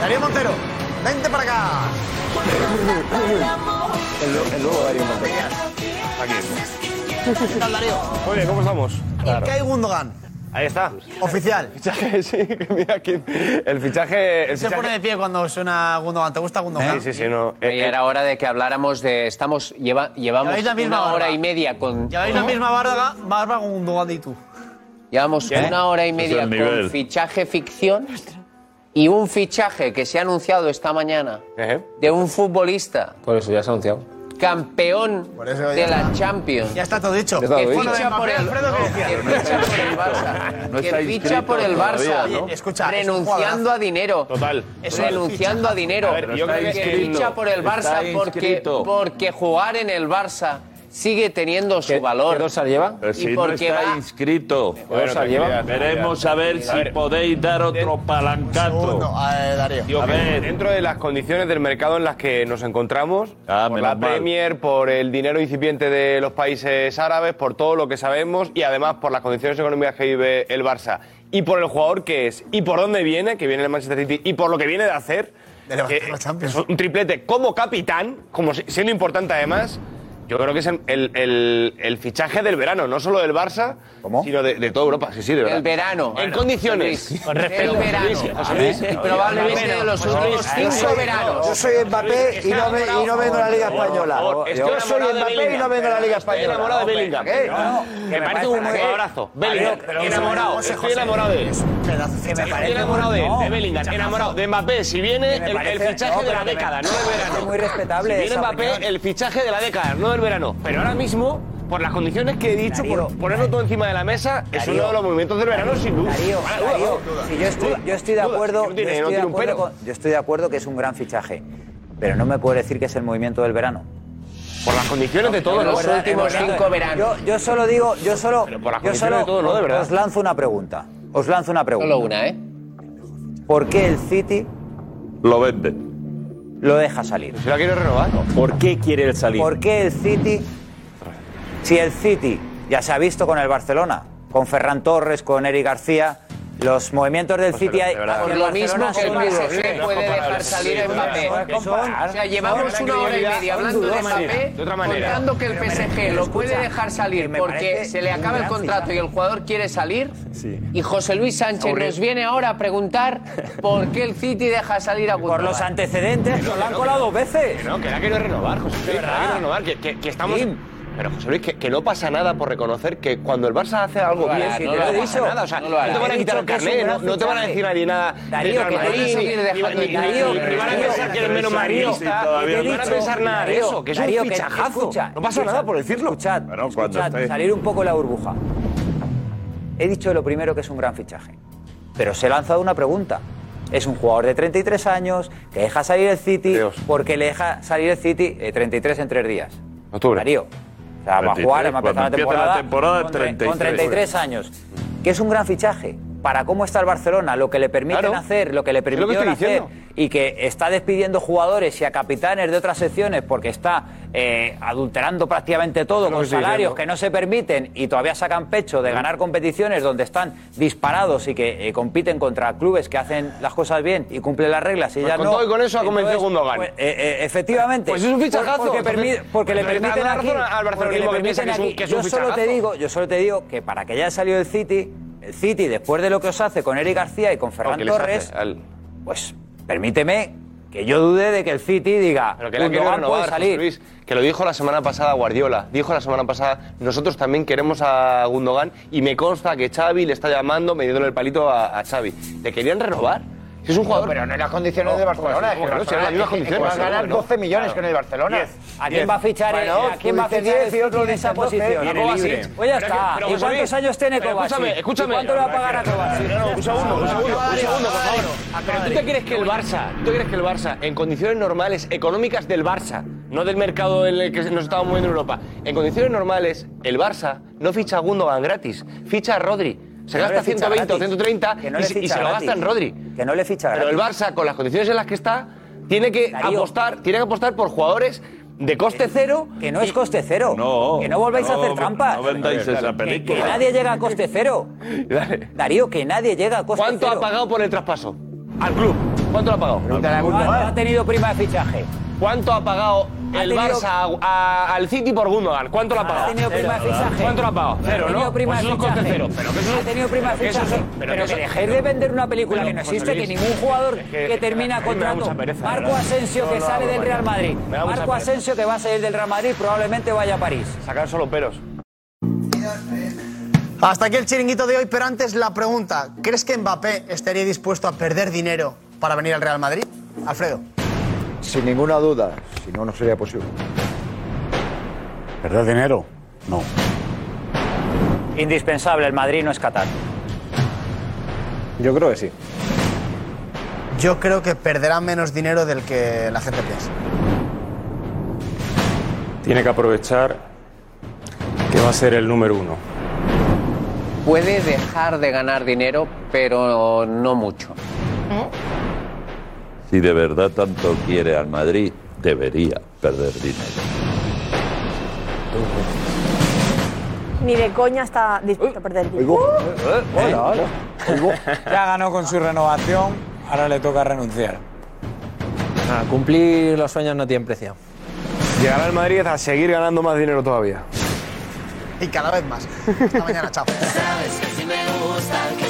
Speaker 8: Darío Montero, vente para acá.
Speaker 1: El, el nuevo Darío Montero.
Speaker 8: ¿Qué tal, Darío?
Speaker 1: Muy bien, ¿cómo estamos?
Speaker 8: Ilkay Gundogan,
Speaker 1: Ahí está.
Speaker 8: oficial.
Speaker 1: Sí, mira aquí. El fichaje. El
Speaker 8: Se
Speaker 1: fichaje
Speaker 8: pone de pie cuando suena Gundogan. ¿Te gusta Gundogan?
Speaker 1: no.
Speaker 17: Y era hora de que habláramos de. Estamos. lleva- llevamos
Speaker 8: Lleváis la misma
Speaker 17: una hora
Speaker 8: barba.
Speaker 17: y media con.
Speaker 8: Lleváis la misma barba, barba con Gundogan y tú.
Speaker 17: Llevamos
Speaker 8: ¿Qué?
Speaker 17: una hora y
Speaker 8: Es
Speaker 17: media
Speaker 8: el nivel.
Speaker 17: con fichaje ficción y un fichaje que se ha anunciado esta mañana de un futbolista
Speaker 1: Por eso ya se ha anunciado.
Speaker 17: campeón
Speaker 8: eso ya
Speaker 17: de la
Speaker 8: está.
Speaker 17: Champions.
Speaker 8: Ya está todo dicho.
Speaker 17: Que ficha por el,
Speaker 8: Alfredo, ¿qué decías?
Speaker 17: que ficha por el Barça.
Speaker 8: No está
Speaker 17: que ficha
Speaker 8: inscrito
Speaker 17: por el Barça.
Speaker 8: todavía, ¿no? Oye, escucha, es un
Speaker 17: renunciando a dinero. Total.
Speaker 8: Eso
Speaker 17: Renunciando
Speaker 8: ficha.
Speaker 17: a dinero.
Speaker 8: A ver,
Speaker 17: Pero
Speaker 8: yo
Speaker 17: está
Speaker 8: creo que-
Speaker 17: que ficha por el
Speaker 8: Está
Speaker 17: Barça porque,
Speaker 8: inscrito.
Speaker 17: porque jugar en el Barça sigue teniendo su valor.
Speaker 1: qué dorsal lleva?
Speaker 9: Pero Eh, si
Speaker 17: y
Speaker 9: no
Speaker 17: porque
Speaker 9: está
Speaker 17: va
Speaker 9: inscrito.
Speaker 1: Bueno, te creas, te
Speaker 9: Veremos
Speaker 1: creas.
Speaker 9: a ver
Speaker 1: A
Speaker 9: si
Speaker 1: ver.
Speaker 9: podéis dar otro palancazo.
Speaker 1: segundo, Digo que dentro de las condiciones del mercado en las que nos encontramos, por
Speaker 9: Ah, menos
Speaker 1: la
Speaker 9: mal.
Speaker 1: Premier, por el dinero incipiente de los países árabes, por todo lo que sabemos y además por las condiciones económicas que vive el Barça y por el jugador que es y por dónde viene, que viene el Manchester City y por lo que viene de hacer, que es un triplete como capitán, como si- siendo importante además. Yo creo que es el, el- el- el fichaje del verano, no solo del Barça, sino de, de toda Europa. Sí, sí, de verdad.
Speaker 17: El verano.
Speaker 1: En
Speaker 17: Bueno,
Speaker 1: condiciones.
Speaker 17: Luis, Con respeto. el verano.
Speaker 1: José
Speaker 16: ¿Eh?
Speaker 1: Luis,
Speaker 17: Y
Speaker 1: José Luis.
Speaker 17: probablemente de los
Speaker 1: José
Speaker 17: últimos
Speaker 1: Luis,
Speaker 17: cinco
Speaker 1: José Luis,
Speaker 17: veranos.
Speaker 23: Yo soy Mbappé y no, ve- y no vengo a la Liga Española. Yo soy Mbappé y no vengo a la Liga Española. ¿Qué?
Speaker 1: Me parece un jugadorazo. Bellingham. Enamorado. Estoy enamorado de él. Estoy enamorado de él, de Bellingham. Enamorado de Mbappé. Si viene el el fichaje de la década, no del verano. Muy respetable. Si viene Mbappé, el fichaje de la década, no del verano. Pero ahora mismo. Por las condiciones que he dicho, por ponerlo todo encima de la mesa, es uno de los movimientos del verano sin duda.
Speaker 16: Darío,
Speaker 1: Vale, duda,
Speaker 16: Darío,
Speaker 1: duda,
Speaker 16: si yo estoy,
Speaker 1: duda.
Speaker 16: yo estoy de
Speaker 1: Duda,
Speaker 16: acuerdo,
Speaker 1: que no tiene-
Speaker 16: yo
Speaker 1: no
Speaker 16: estoy de
Speaker 1: tiene un
Speaker 16: acuerdo
Speaker 1: pero.
Speaker 16: con- yo estoy de acuerdo que es un gran fichaje, pero no me puede decir que es el movimiento del verano.
Speaker 1: Por las condiciones de todos
Speaker 16: Es
Speaker 1: los
Speaker 16: verdad,
Speaker 1: últimos
Speaker 16: es verdad.
Speaker 1: cinco veranos.
Speaker 16: Yo, yo solo digo, yo solo,
Speaker 1: por las
Speaker 16: yo
Speaker 1: condiciones
Speaker 16: solo
Speaker 1: de todo, ¿no? De verdad.
Speaker 16: os lanzo una pregunta. Os lanzo una pregunta.
Speaker 17: Solo una, ¿eh?
Speaker 16: ¿Por qué el City
Speaker 9: Lo vende.
Speaker 16: lo deja salir?
Speaker 1: Si la quiere renovar.
Speaker 16: ¿Por
Speaker 1: qué quiere el salir?
Speaker 16: ¿Por qué el City? Si el City ya se ha visto con el Barcelona, con Ferran Torres, con Eric García, los movimientos
Speaker 1: Pues
Speaker 16: del City hay.
Speaker 17: Por lo mismo que el PSG
Speaker 16: Barcelona
Speaker 17: puede dejar salir a Mbappé. O sea, llevamos una hora y media hablando de Mbappé, contando que el PSG lo puede dejar salir
Speaker 16: me
Speaker 17: porque
Speaker 16: parece
Speaker 17: se le
Speaker 16: un
Speaker 17: acaba el
Speaker 16: gran
Speaker 17: contrato y el jugador quiere salir. Y José Luis Sánchez nos viene ahora a preguntar por qué el City deja salir a Por
Speaker 16: los antecedentes, nos lo han colado dos veces.
Speaker 1: Que no, que la quiero renovar, José Luis. Que la quiero renovar, que, que- que estamos. Pero José Luis, que, que no pasa nada por reconocer que cuando el Barça hace algo
Speaker 17: lo
Speaker 1: bien,
Speaker 17: hará,
Speaker 1: que
Speaker 17: no
Speaker 1: no,
Speaker 17: lo hará.
Speaker 1: pasa nada. O sea,
Speaker 17: No
Speaker 1: no,
Speaker 17: lo hará.
Speaker 1: te van
Speaker 17: He
Speaker 1: a quitar
Speaker 17: dicho
Speaker 1: el
Speaker 17: que es un
Speaker 1: carnet, no,
Speaker 17: gran
Speaker 1: no te van a
Speaker 17: fichaje.
Speaker 1: decir nadie nada.
Speaker 17: Darío,
Speaker 1: del Real
Speaker 17: que
Speaker 1: Madrid,
Speaker 17: puedes seguir
Speaker 1: ni-
Speaker 17: dejando
Speaker 1: ni-
Speaker 17: el
Speaker 1: ni-
Speaker 17: Darío,
Speaker 1: ni- ni
Speaker 17: que
Speaker 1: van a
Speaker 17: Darío,
Speaker 1: pensar que eres
Speaker 17: que
Speaker 1: menos
Speaker 17: te
Speaker 1: marido.
Speaker 17: he dicho, todavía
Speaker 1: Ni
Speaker 17: no.
Speaker 1: van a pensar nada de
Speaker 16: Darío,
Speaker 1: eso, que es
Speaker 16: Darío,
Speaker 1: un fichajazo.
Speaker 16: escucha,
Speaker 1: no pasa
Speaker 16: escucha,
Speaker 1: nada por decirlo.
Speaker 16: Escuchad,
Speaker 1: cuando
Speaker 16: escuchad,
Speaker 1: esté.
Speaker 16: salir un poco de la burbuja. He dicho lo primero que es un gran fichaje, pero se he lanzado una pregunta. Es un jugador de 33 años que deja salir el City porque le deja salir el City eh, 33 en tres días.
Speaker 1: Octubre.
Speaker 16: Darío. O sea, va a jugar, va a empezar la
Speaker 9: Cuando empiece
Speaker 16: temporada.
Speaker 9: la temporada,
Speaker 16: con tre- Con
Speaker 9: 33.
Speaker 16: 33 años. Que es un gran fichaje para cómo está el Barcelona, lo que le permiten
Speaker 1: Claro.
Speaker 16: hacer, lo que le
Speaker 1: Es lo que
Speaker 16: permitieron
Speaker 1: estoy
Speaker 16: hacer
Speaker 1: diciendo.
Speaker 16: y que está despidiendo jugadores y a capitanes de otras secciones porque está eh, adulterando prácticamente todo
Speaker 1: lo que
Speaker 16: con
Speaker 1: estoy
Speaker 16: salarios
Speaker 1: diciendo.
Speaker 16: que no se permiten y todavía sacan pecho de ganar competiciones donde están disparados y que eh, compiten contra clubes que hacen las cosas bien y cumplen las reglas y
Speaker 1: Pues
Speaker 16: ya
Speaker 1: con
Speaker 16: no.
Speaker 1: todo y con eso ha convencido
Speaker 16: Entonces,
Speaker 1: Gundogan.
Speaker 16: pues, eh, eh, efectivamente.
Speaker 1: Pues es un
Speaker 16: Por-
Speaker 1: fichajazo.
Speaker 16: Porque, permi-
Speaker 1: Entonces,
Speaker 16: porque le
Speaker 1: entonces,
Speaker 16: permiten
Speaker 1: dale la
Speaker 16: aquí.
Speaker 1: razón al
Speaker 16: porque
Speaker 1: barcelonismo
Speaker 16: le
Speaker 1: que piensa
Speaker 16: permiten
Speaker 1: que es un-
Speaker 16: aquí.
Speaker 1: que es
Speaker 16: Yo
Speaker 1: un
Speaker 16: solo te
Speaker 1: fichajazo.
Speaker 16: digo, yo solo te digo que para que ya haya salido el City, el City después de lo que os hace con Eric García y con Ferran
Speaker 1: que les hace
Speaker 16: Torres, pues permíteme que yo dude de que el City diga
Speaker 1: Pero que la quiero
Speaker 16: Gundogan puede
Speaker 1: renovar, José
Speaker 16: salir.
Speaker 1: Luis, que lo dijo la semana pasada Guardiola. Dijo la semana pasada, nosotros también queremos a Gundogan y me consta que Xavi le está llamando, metiéndole el palito a, a Xavi. ¿Le querían renovar? Si es un jugador...
Speaker 19: pero no en las condiciones
Speaker 1: No,
Speaker 19: de Barcelona.
Speaker 1: pues,
Speaker 19: Es que el
Speaker 1: pues, no, si
Speaker 19: Barcelona
Speaker 1: en las mismas
Speaker 19: tiene-
Speaker 1: condiciones,
Speaker 19: va a ganar
Speaker 1: seguro, ¿no?
Speaker 19: 12 millones
Speaker 1: Claro.
Speaker 19: con el Barcelona.
Speaker 1: Diez.
Speaker 16: ¿A quién va a fichar? el-
Speaker 19: Bueno,
Speaker 16: ¿A quién va a
Speaker 19: tú dices
Speaker 16: fichar el
Speaker 19: 10 y otro
Speaker 16: City
Speaker 19: dice
Speaker 16: en esa
Speaker 19: 12.
Speaker 16: posición?
Speaker 19: Viene
Speaker 16: Kovacic.
Speaker 19: libre.
Speaker 16: Pues ya
Speaker 19: Pero
Speaker 16: está.
Speaker 19: que- pero
Speaker 16: ¿Y
Speaker 19: José
Speaker 16: cuántos
Speaker 19: Luis,
Speaker 16: años tiene
Speaker 19: pero
Speaker 16: Kovacic?
Speaker 19: escúchame, escúchame.
Speaker 16: ¿Y ¿Cuánto le va a pagar a Kovacic?
Speaker 1: No, no, un segundo, un segundo, un segundo, por favor. Pero tú te crees que el Barça, tú te crees que el Barça, en condiciones normales, económicas del Barça, no del mercado en el que nos estamos moviendo en Europa, en condiciones normales, el Barça no ficha a Gundogan gratis, ficha a Rodri. Se
Speaker 16: Que no
Speaker 1: gasta
Speaker 16: le ficha
Speaker 1: 120 o
Speaker 16: gratis.
Speaker 1: 130
Speaker 16: Que no
Speaker 1: y,
Speaker 16: le
Speaker 1: se- y
Speaker 16: ficha
Speaker 1: se lo
Speaker 16: gratis.
Speaker 1: gasta en Rodri.
Speaker 16: Que no le ficha
Speaker 1: Pero el
Speaker 16: gratis.
Speaker 1: Barça, con las condiciones en las que está, tiene que apostar, tiene que apostar por jugadores
Speaker 16: de coste cero. Que no es coste cero.
Speaker 9: No.
Speaker 16: Que no volváis a hacer
Speaker 9: no,
Speaker 16: trampas.
Speaker 9: no vendáis esa
Speaker 16: Que- Que,
Speaker 9: película.
Speaker 16: nadie llega a coste cero. Darío, que nadie llega a coste
Speaker 1: ¿Cuánto
Speaker 16: cero.
Speaker 1: ha pagado por el traspaso? Al club. ¿Cuánto lo ha pagado?
Speaker 16: ¿Cuánto ha tenido prima de fichaje?
Speaker 1: ¿Cuánto ha pagado
Speaker 16: Ha
Speaker 1: el
Speaker 16: tenido-
Speaker 1: Barça a- a- al City por Gundogan? ¿Cuánto lo ha pagado?
Speaker 16: tenido prima de
Speaker 1: Cero,
Speaker 16: fichaje.
Speaker 1: ¿verdad? ¿Cuánto lo ha pagado?
Speaker 16: Ha
Speaker 1: Cero,
Speaker 16: tenido
Speaker 1: ¿no?
Speaker 16: prima
Speaker 1: Pues
Speaker 16: de
Speaker 1: eso es coste
Speaker 16: fichaje.
Speaker 1: cero. Pero que eso-
Speaker 16: Ha tenido prima de
Speaker 1: pero que eso es-
Speaker 16: fichaje.
Speaker 1: pero
Speaker 16: Pero
Speaker 1: que
Speaker 16: que
Speaker 1: eso-
Speaker 16: dejéis de vender una película
Speaker 1: Pero,
Speaker 16: que no
Speaker 1: José
Speaker 16: existe, que
Speaker 1: Luis,
Speaker 16: ningún jugador
Speaker 1: es que-
Speaker 16: que termina
Speaker 1: a mí me da
Speaker 16: contrato.
Speaker 1: mucha pereza,
Speaker 16: Marco
Speaker 1: ¿verdad?
Speaker 16: Asensio
Speaker 1: No,
Speaker 16: que
Speaker 1: no,
Speaker 16: sale del
Speaker 1: bueno.
Speaker 16: Real Madrid.
Speaker 1: Me da mucha
Speaker 16: Marco
Speaker 1: pereza.
Speaker 16: Asensio que va a salir del Real Madrid, probablemente vaya a París.
Speaker 1: Sacar solo peros.
Speaker 23: ¿eh?
Speaker 8: Hasta aquí el chiringuito de hoy, pero antes la pregunta. ¿Crees que Mbappé estaría dispuesto a perder dinero para venir al Real Madrid? Alfredo.
Speaker 2: Sin ninguna duda, si no, no sería posible.
Speaker 30: ¿Perder dinero? No.
Speaker 31: Indispensable, el Madrid no es Qatar.
Speaker 15: Yo creo que sí.
Speaker 8: Yo creo que perderá menos dinero del que la gente piensa.
Speaker 32: Tiene que aprovechar que va a ser el número uno.
Speaker 17: Puede dejar de ganar dinero, pero no mucho.
Speaker 9: Si de verdad tanto quiere al Madrid, debería perder dinero.
Speaker 3: Ni de coña está dispuesto a perder tiempo.
Speaker 6: Uh. Hola, hola. Ya ganó con su renovación, ahora le toca renunciar.
Speaker 4: Nada, cumplir los sueños no tiene precio.
Speaker 1: Llegar al Madrid a seguir ganando más dinero todavía.
Speaker 8: Y cada vez más. Hasta mañana, chao.
Speaker 33: Sabes que si me gusta